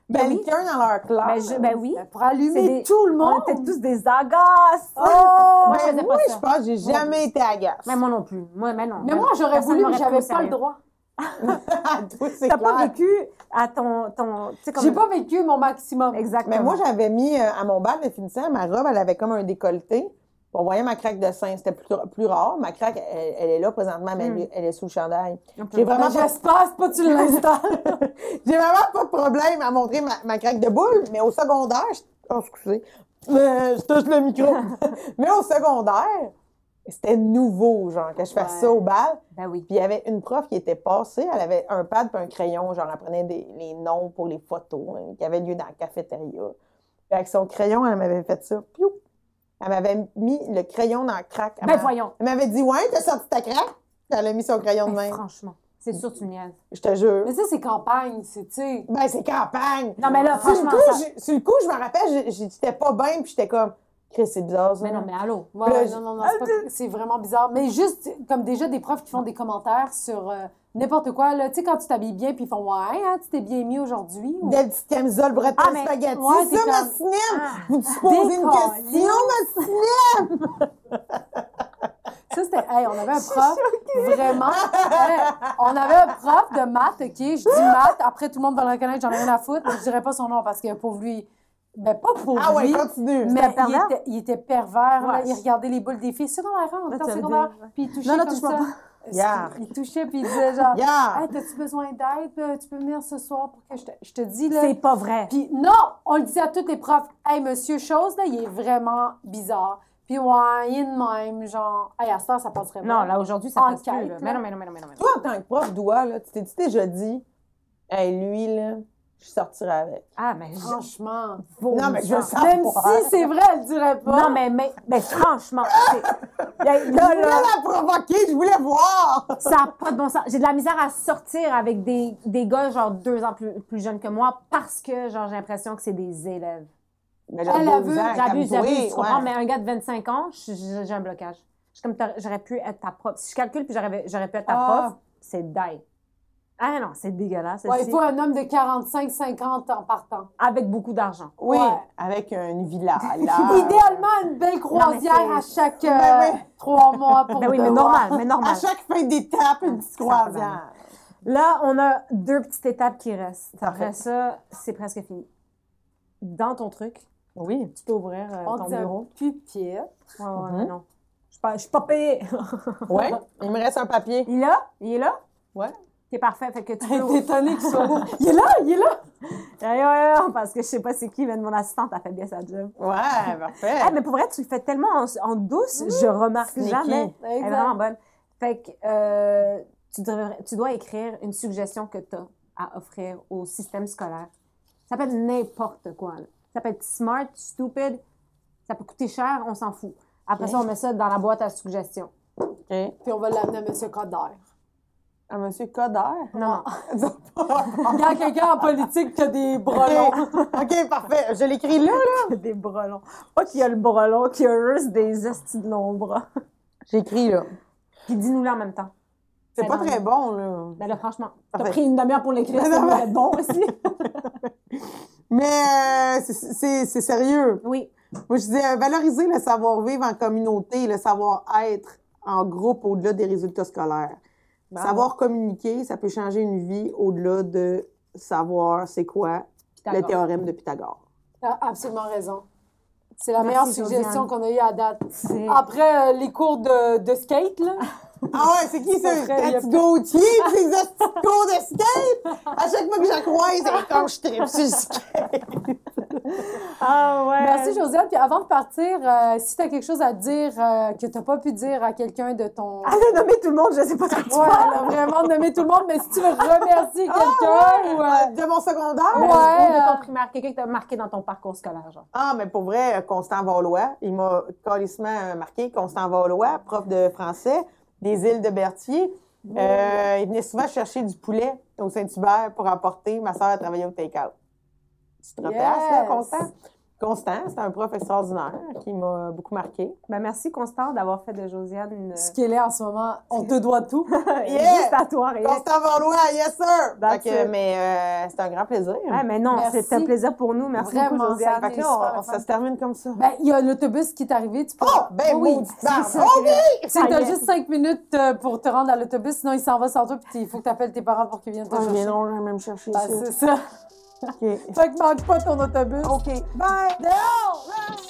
S3: Ben oui.
S2: quelqu'un dans leur
S3: Ben,
S2: classe?
S3: je- ben oui.
S1: pour allumer
S3: C'est des-
S1: tout le monde. Ah.
S3: On était tous des agaces.
S2: Oh!
S3: Moi, je faisais
S2: Ben,
S3: pas
S2: moi,
S3: ça.
S2: je pense que j'ai jamais été agace.
S3: Mais moi non plus. Moi, mais non.
S1: Mais moi, j'aurais
S3: Personne
S1: voulu, mais
S3: m'aurait pris
S1: j'avais
S3: au
S1: pas le
S3: sérieux.
S1: droit.
S2: Ah, Toi, c'est
S3: T'as pas
S2: clair.
S3: vécu à ton. ton tu sais, comme-
S1: J'ai pas vécu mon maximum.
S3: Exactement.
S2: Mais moi, j'avais mis euh, à mon bal de finissant, ma robe, elle avait comme un décolleté. Puis On voyait ma craque de sein. C'était plus, plus rare. Ma craque, elle, elle est là présentement, mais
S3: Hmm.
S2: elle, elle est sous le chandail. J'ai vraiment,
S1: Ben,
S2: pas,
S1: J'espère, c'est pas tu l'installes.
S2: j'ai vraiment pas de problème à montrer ma, ma craque de boule, mais au secondaire, je... oh, excusez, Euh, je touche le micro. mais au secondaire, c'était nouveau, genre, que je fasse
S3: Ouais.
S2: ça au bal.
S3: Ben oui.
S2: Puis il y avait une prof qui était passée, elle avait un pad puis un crayon, genre elle prenait des, les noms pour les photos hein, qui avaient lieu dans la cafétéria. Puis avec son crayon, elle m'avait fait ça. Piou! Elle m'avait mis le crayon dans la craque. Elle
S3: Ben
S2: m'a-
S3: voyons.
S2: Elle m'avait dit Ouais, t'as sorti ta craque? Puis elle a mis son crayon de
S3: Ben,
S2: même.
S3: franchement, c'est sûr que tu me niaises.
S2: Je te jure.
S1: Mais ça, c'est campagne, c'est, tu sais.
S2: Ben, c'est campagne!
S3: Non, mais là,
S2: Sur le
S3: franchement.
S2: coup,
S3: ça-
S2: j'ai- sur le coup, je me rappelle, j'ai- j'étais pas bien, puis j'étais comme, Chris, c'est bizarre, ça.
S3: Mais non, mais allô.
S1: Ouais,
S2: Là,
S1: ouais,
S2: je-
S1: non, non,
S3: Ah,
S1: non, c'est, pas- c'est vraiment bizarre. Mais juste, comme déjà, des profs qui font des commentaires sur euh, n'importe quoi, là. Tu sais, quand tu t'habilles bien, puis ils font Ouais, hein, tu t'es bien mis aujourd'hui. ou-
S2: Des petites camisoles bretelles
S3: Ah, mais-
S2: spaghetti.
S1: ouais,
S2: ça,
S1: t'es
S2: ma
S1: comme-
S2: cinem!
S3: Ah,
S2: Vous te posez une
S1: Décolle.
S2: question, ma cinem!
S1: Ça, c'était. Hey, on avait un prof. Vraiment. hey, on avait un prof de maths, OK? Je dis maths. Après, tout le monde va le reconnaître, j'en ai rien à foutre. Mais je dirais pas son nom parce que pour lui. Ben, pas pour
S2: Ah ouais,
S1: lui.
S2: continue.
S1: mais
S3: C'était
S1: il
S3: pervers?
S1: était, il était pervers. là.
S3: Ouais.
S1: Il regardait les boules des filles. Secondaire 1, on était en
S3: Ça veut
S1: secondaire.
S3: dire, ouais.
S1: Puis il touchait
S3: Non, non,
S1: comme
S3: touche-moi
S1: ça. Euh,
S2: Hier.
S1: Il touchait puis il disait genre,
S2: Yeah.
S1: hey, t'as-tu besoin d'aide? Euh, Tu peux venir ce soir pour que je te, je te dis là.
S3: C'est pas vrai.
S1: Puis non, on le disait à toutes les profs, hey monsieur chose là, il est vraiment bizarre. Puis ouais, il est de même genre, hey à ce temps ça passerait
S5: Non,
S1: pas.
S5: là, aujourd'hui, ça passe
S1: euh, Enquête,
S5: plus. là.
S1: là.
S5: Mais non, mais non, mais non, mais non. mais non.
S2: Toi, en tant que prof d'oua, là, tu t'es-tu déjà dit, hey, lui, là, je sortirai avec.
S5: Ah, mais... je-
S1: franchement.
S3: Oh,
S2: non, mais je veux savoir.
S1: Même si c'est vrai, elle dirait pas.
S3: Non, mais, mais, mais franchement, c'est- là,
S2: Je
S3: là,
S2: voulais
S3: là,
S2: la provoquer, je voulais voir.
S3: ça n'a pas de bon sens. J'ai de la misère à sortir avec des, des gars, genre, deux ans plus, plus jeunes que moi parce que, genre, j'ai l'impression que c'est des élèves.
S2: Mais
S1: Elle
S2: j'abuse,
S1: abuse,
S2: hein,
S3: J'abuse,
S2: calme-toi,
S3: j'abuse, tu comprends,
S2: ouais.
S3: mais un gars de 25 ans, je- je- j'ai un blocage. Je suis comme, t'aurais- j'aurais pu être ta prof. Si je calcule, puis j'aurais j'aurais pu être ta
S2: Ah.
S3: prof, c'est die. Ah non, c'est dégueulasse.
S1: Ouais,
S3: celle-ci.
S1: il faut un homme de 45-50 en partant.
S3: Avec beaucoup d'argent.
S2: Oui,
S1: Ouais.
S2: avec une villa, là.
S1: Idéalement, une belle croisière
S3: c'est-
S1: à chaque euh,
S2: Ben oui.
S1: trois mois pour
S3: Ben oui,
S1: deux
S3: mais
S1: mois.
S3: normal, mais
S2: À
S3: normal.
S2: chaque fin d'étape, une petite
S3: Ça va pas
S2: croisière.
S3: Là, on a deux petites étapes qui restent.
S2: Parfait.
S3: Après ça, c'est presque fini. Dans ton truc,
S2: Oui.
S3: tu peux ouvrir euh,
S1: On
S3: ton
S1: dit un
S3: bureau.
S1: pupitre.
S3: Ouais, ouais,
S2: Mhm.
S3: mais non. Je suis pas- Je suis pas payée.
S2: Ouais. Il me reste un papier.
S3: Il est là? Il est là?
S2: Ouais.
S3: T'es parfait, fait que tu
S1: Elle
S3: peux...
S1: est étonnée qu'il soit beau. Il est là, il est là.
S3: Ouais, ouais, ouais, parce que je sais pas c'est qui, mais mon assistante a fait bien sa job.
S2: Ouais, parfait.
S3: Eh, mais pour vrai, tu le fais tellement en, en douce, je remarque
S2: Sneaky.
S3: jamais. Elle est
S1: Exact.
S3: vraiment bonne. Fait que euh, tu, devrais- tu dois écrire une suggestion que tu as à offrir au système scolaire. Ça peut être n'importe quoi. là. Ça peut être smart, stupid. Ça peut coûter cher, on s'en fout. Après
S2: Ok.
S3: ça, on met ça dans la boîte à suggestions.
S2: OK.
S1: Puis on va l'amener à M. Coder.
S2: À Monsieur Coder.
S3: Non, non.
S1: Il y a quelqu'un en politique qui a des bras longs.
S2: OK, parfait. Je l'écris là, là.
S3: des brelons. Pas qu'il y a le brelon, qu'il y a juste des estis de l'ombre.
S2: J'écris là.
S3: Puis dis-nous-le en même temps.
S2: C'est
S3: Ben
S2: pas
S3: non,
S2: très bon, là.
S3: Ben là, franchement, t'as
S2: Parfait.
S3: pris une demi-heure pour l'écrire,
S2: Ben
S3: ça
S2: non,
S3: doit être bon aussi.
S2: Mais euh, c'est- c'est c'est sérieux.
S3: Oui.
S2: Moi, je disais, euh, valoriser le savoir-vivre en communauté, le savoir-être en groupe au-delà des résultats scolaires.
S3: Bravo.
S2: Savoir communiquer, ça peut changer une vie au-delà de savoir c'est quoi le
S3: Pythagore.
S2: théorème de Pythagore.
S1: T'as absolument raison. C'est la meilleure
S3: Merci,
S1: suggestion
S3: Josiane.
S1: qu'on a eue à date.
S3: C'est-
S1: Après euh, les cours de, de skate, là,
S3: Euh,
S2: Ah ouais, c'est qui ça?
S1: Ça serait-
S2: Ted Gauthier, pis ses hosties de cours de skate! À chaque fois que je la croise, c'est comme oh, je tripe sur le skate.
S3: Ah ouais.
S1: Merci Josiane. Puis avant de partir, euh, si tu as quelque chose à dire euh, que tu pas pu dire à quelqu'un de ton.
S3: Elle a nommé tout le monde, je sais pas trop
S1: Ouais, elle a vraiment nommé tout le monde, mais si tu veux remercier
S3: Ah,
S1: quelqu'un ou. euh,
S2: De mon secondaire?
S1: Ouais.
S3: Ou Ben, de
S1: euh,
S3: ton primaire, quelqu'un qui t'a marqué dans ton parcours scolaire, genre.
S2: Ah, mais pour vrai, Constant Valois, il m'a carrément marqué. Constant Valois, prof de français des îles de Berthier.
S3: Mmh.
S2: Euh, il venait souvent chercher du poulet au Saint-Hubert pour apporter. Ma soeur a travaillé au take-out. Tu te repères, là,
S1: Yes.
S2: Constant? Constant, c'est un prof extraordinaire qui m'a beaucoup marqué.
S3: Ben, merci, Constance, d'avoir fait de Josiane une.
S1: Ce qu'elle est en ce moment, on te doit tout.
S2: Yeah!
S3: Juste à toi, rien.
S2: Constant Valois, yes sir! Fait
S3: That's
S2: que,
S3: it.
S2: mais euh, c'est un grand plaisir.
S3: Ouais, mais non,
S1: Merci.
S3: c'était un plaisir pour nous. Merci
S1: Vraiment,
S3: beaucoup, Josiane.
S1: ça-
S2: Fait que là, on-
S1: super
S2: on-
S1: fun.
S2: ça se termine comme ça.
S1: Ben, il y a l'autobus qui est arrivé, tu peux.
S2: oh, ben
S1: oui.
S2: maudite
S1: C'est
S2: barbe.
S1: ça.
S2: Oh, oui!
S1: Tu sais,
S3: Ça
S1: t'as
S3: y est.
S1: juste cinq minutes euh, pour te rendre à l'autobus, sinon il s'en va sans toi, puis il faut que t'appelles tes parents pour qu'ils viennent te
S2: Ils
S1: chercher.
S2: viendront jamais me chercher
S1: Ben,
S2: ici.
S1: c'est ça.
S2: OK.
S1: Fait que manque pas ton autobus.
S2: OK. Bye!
S1: Dehors!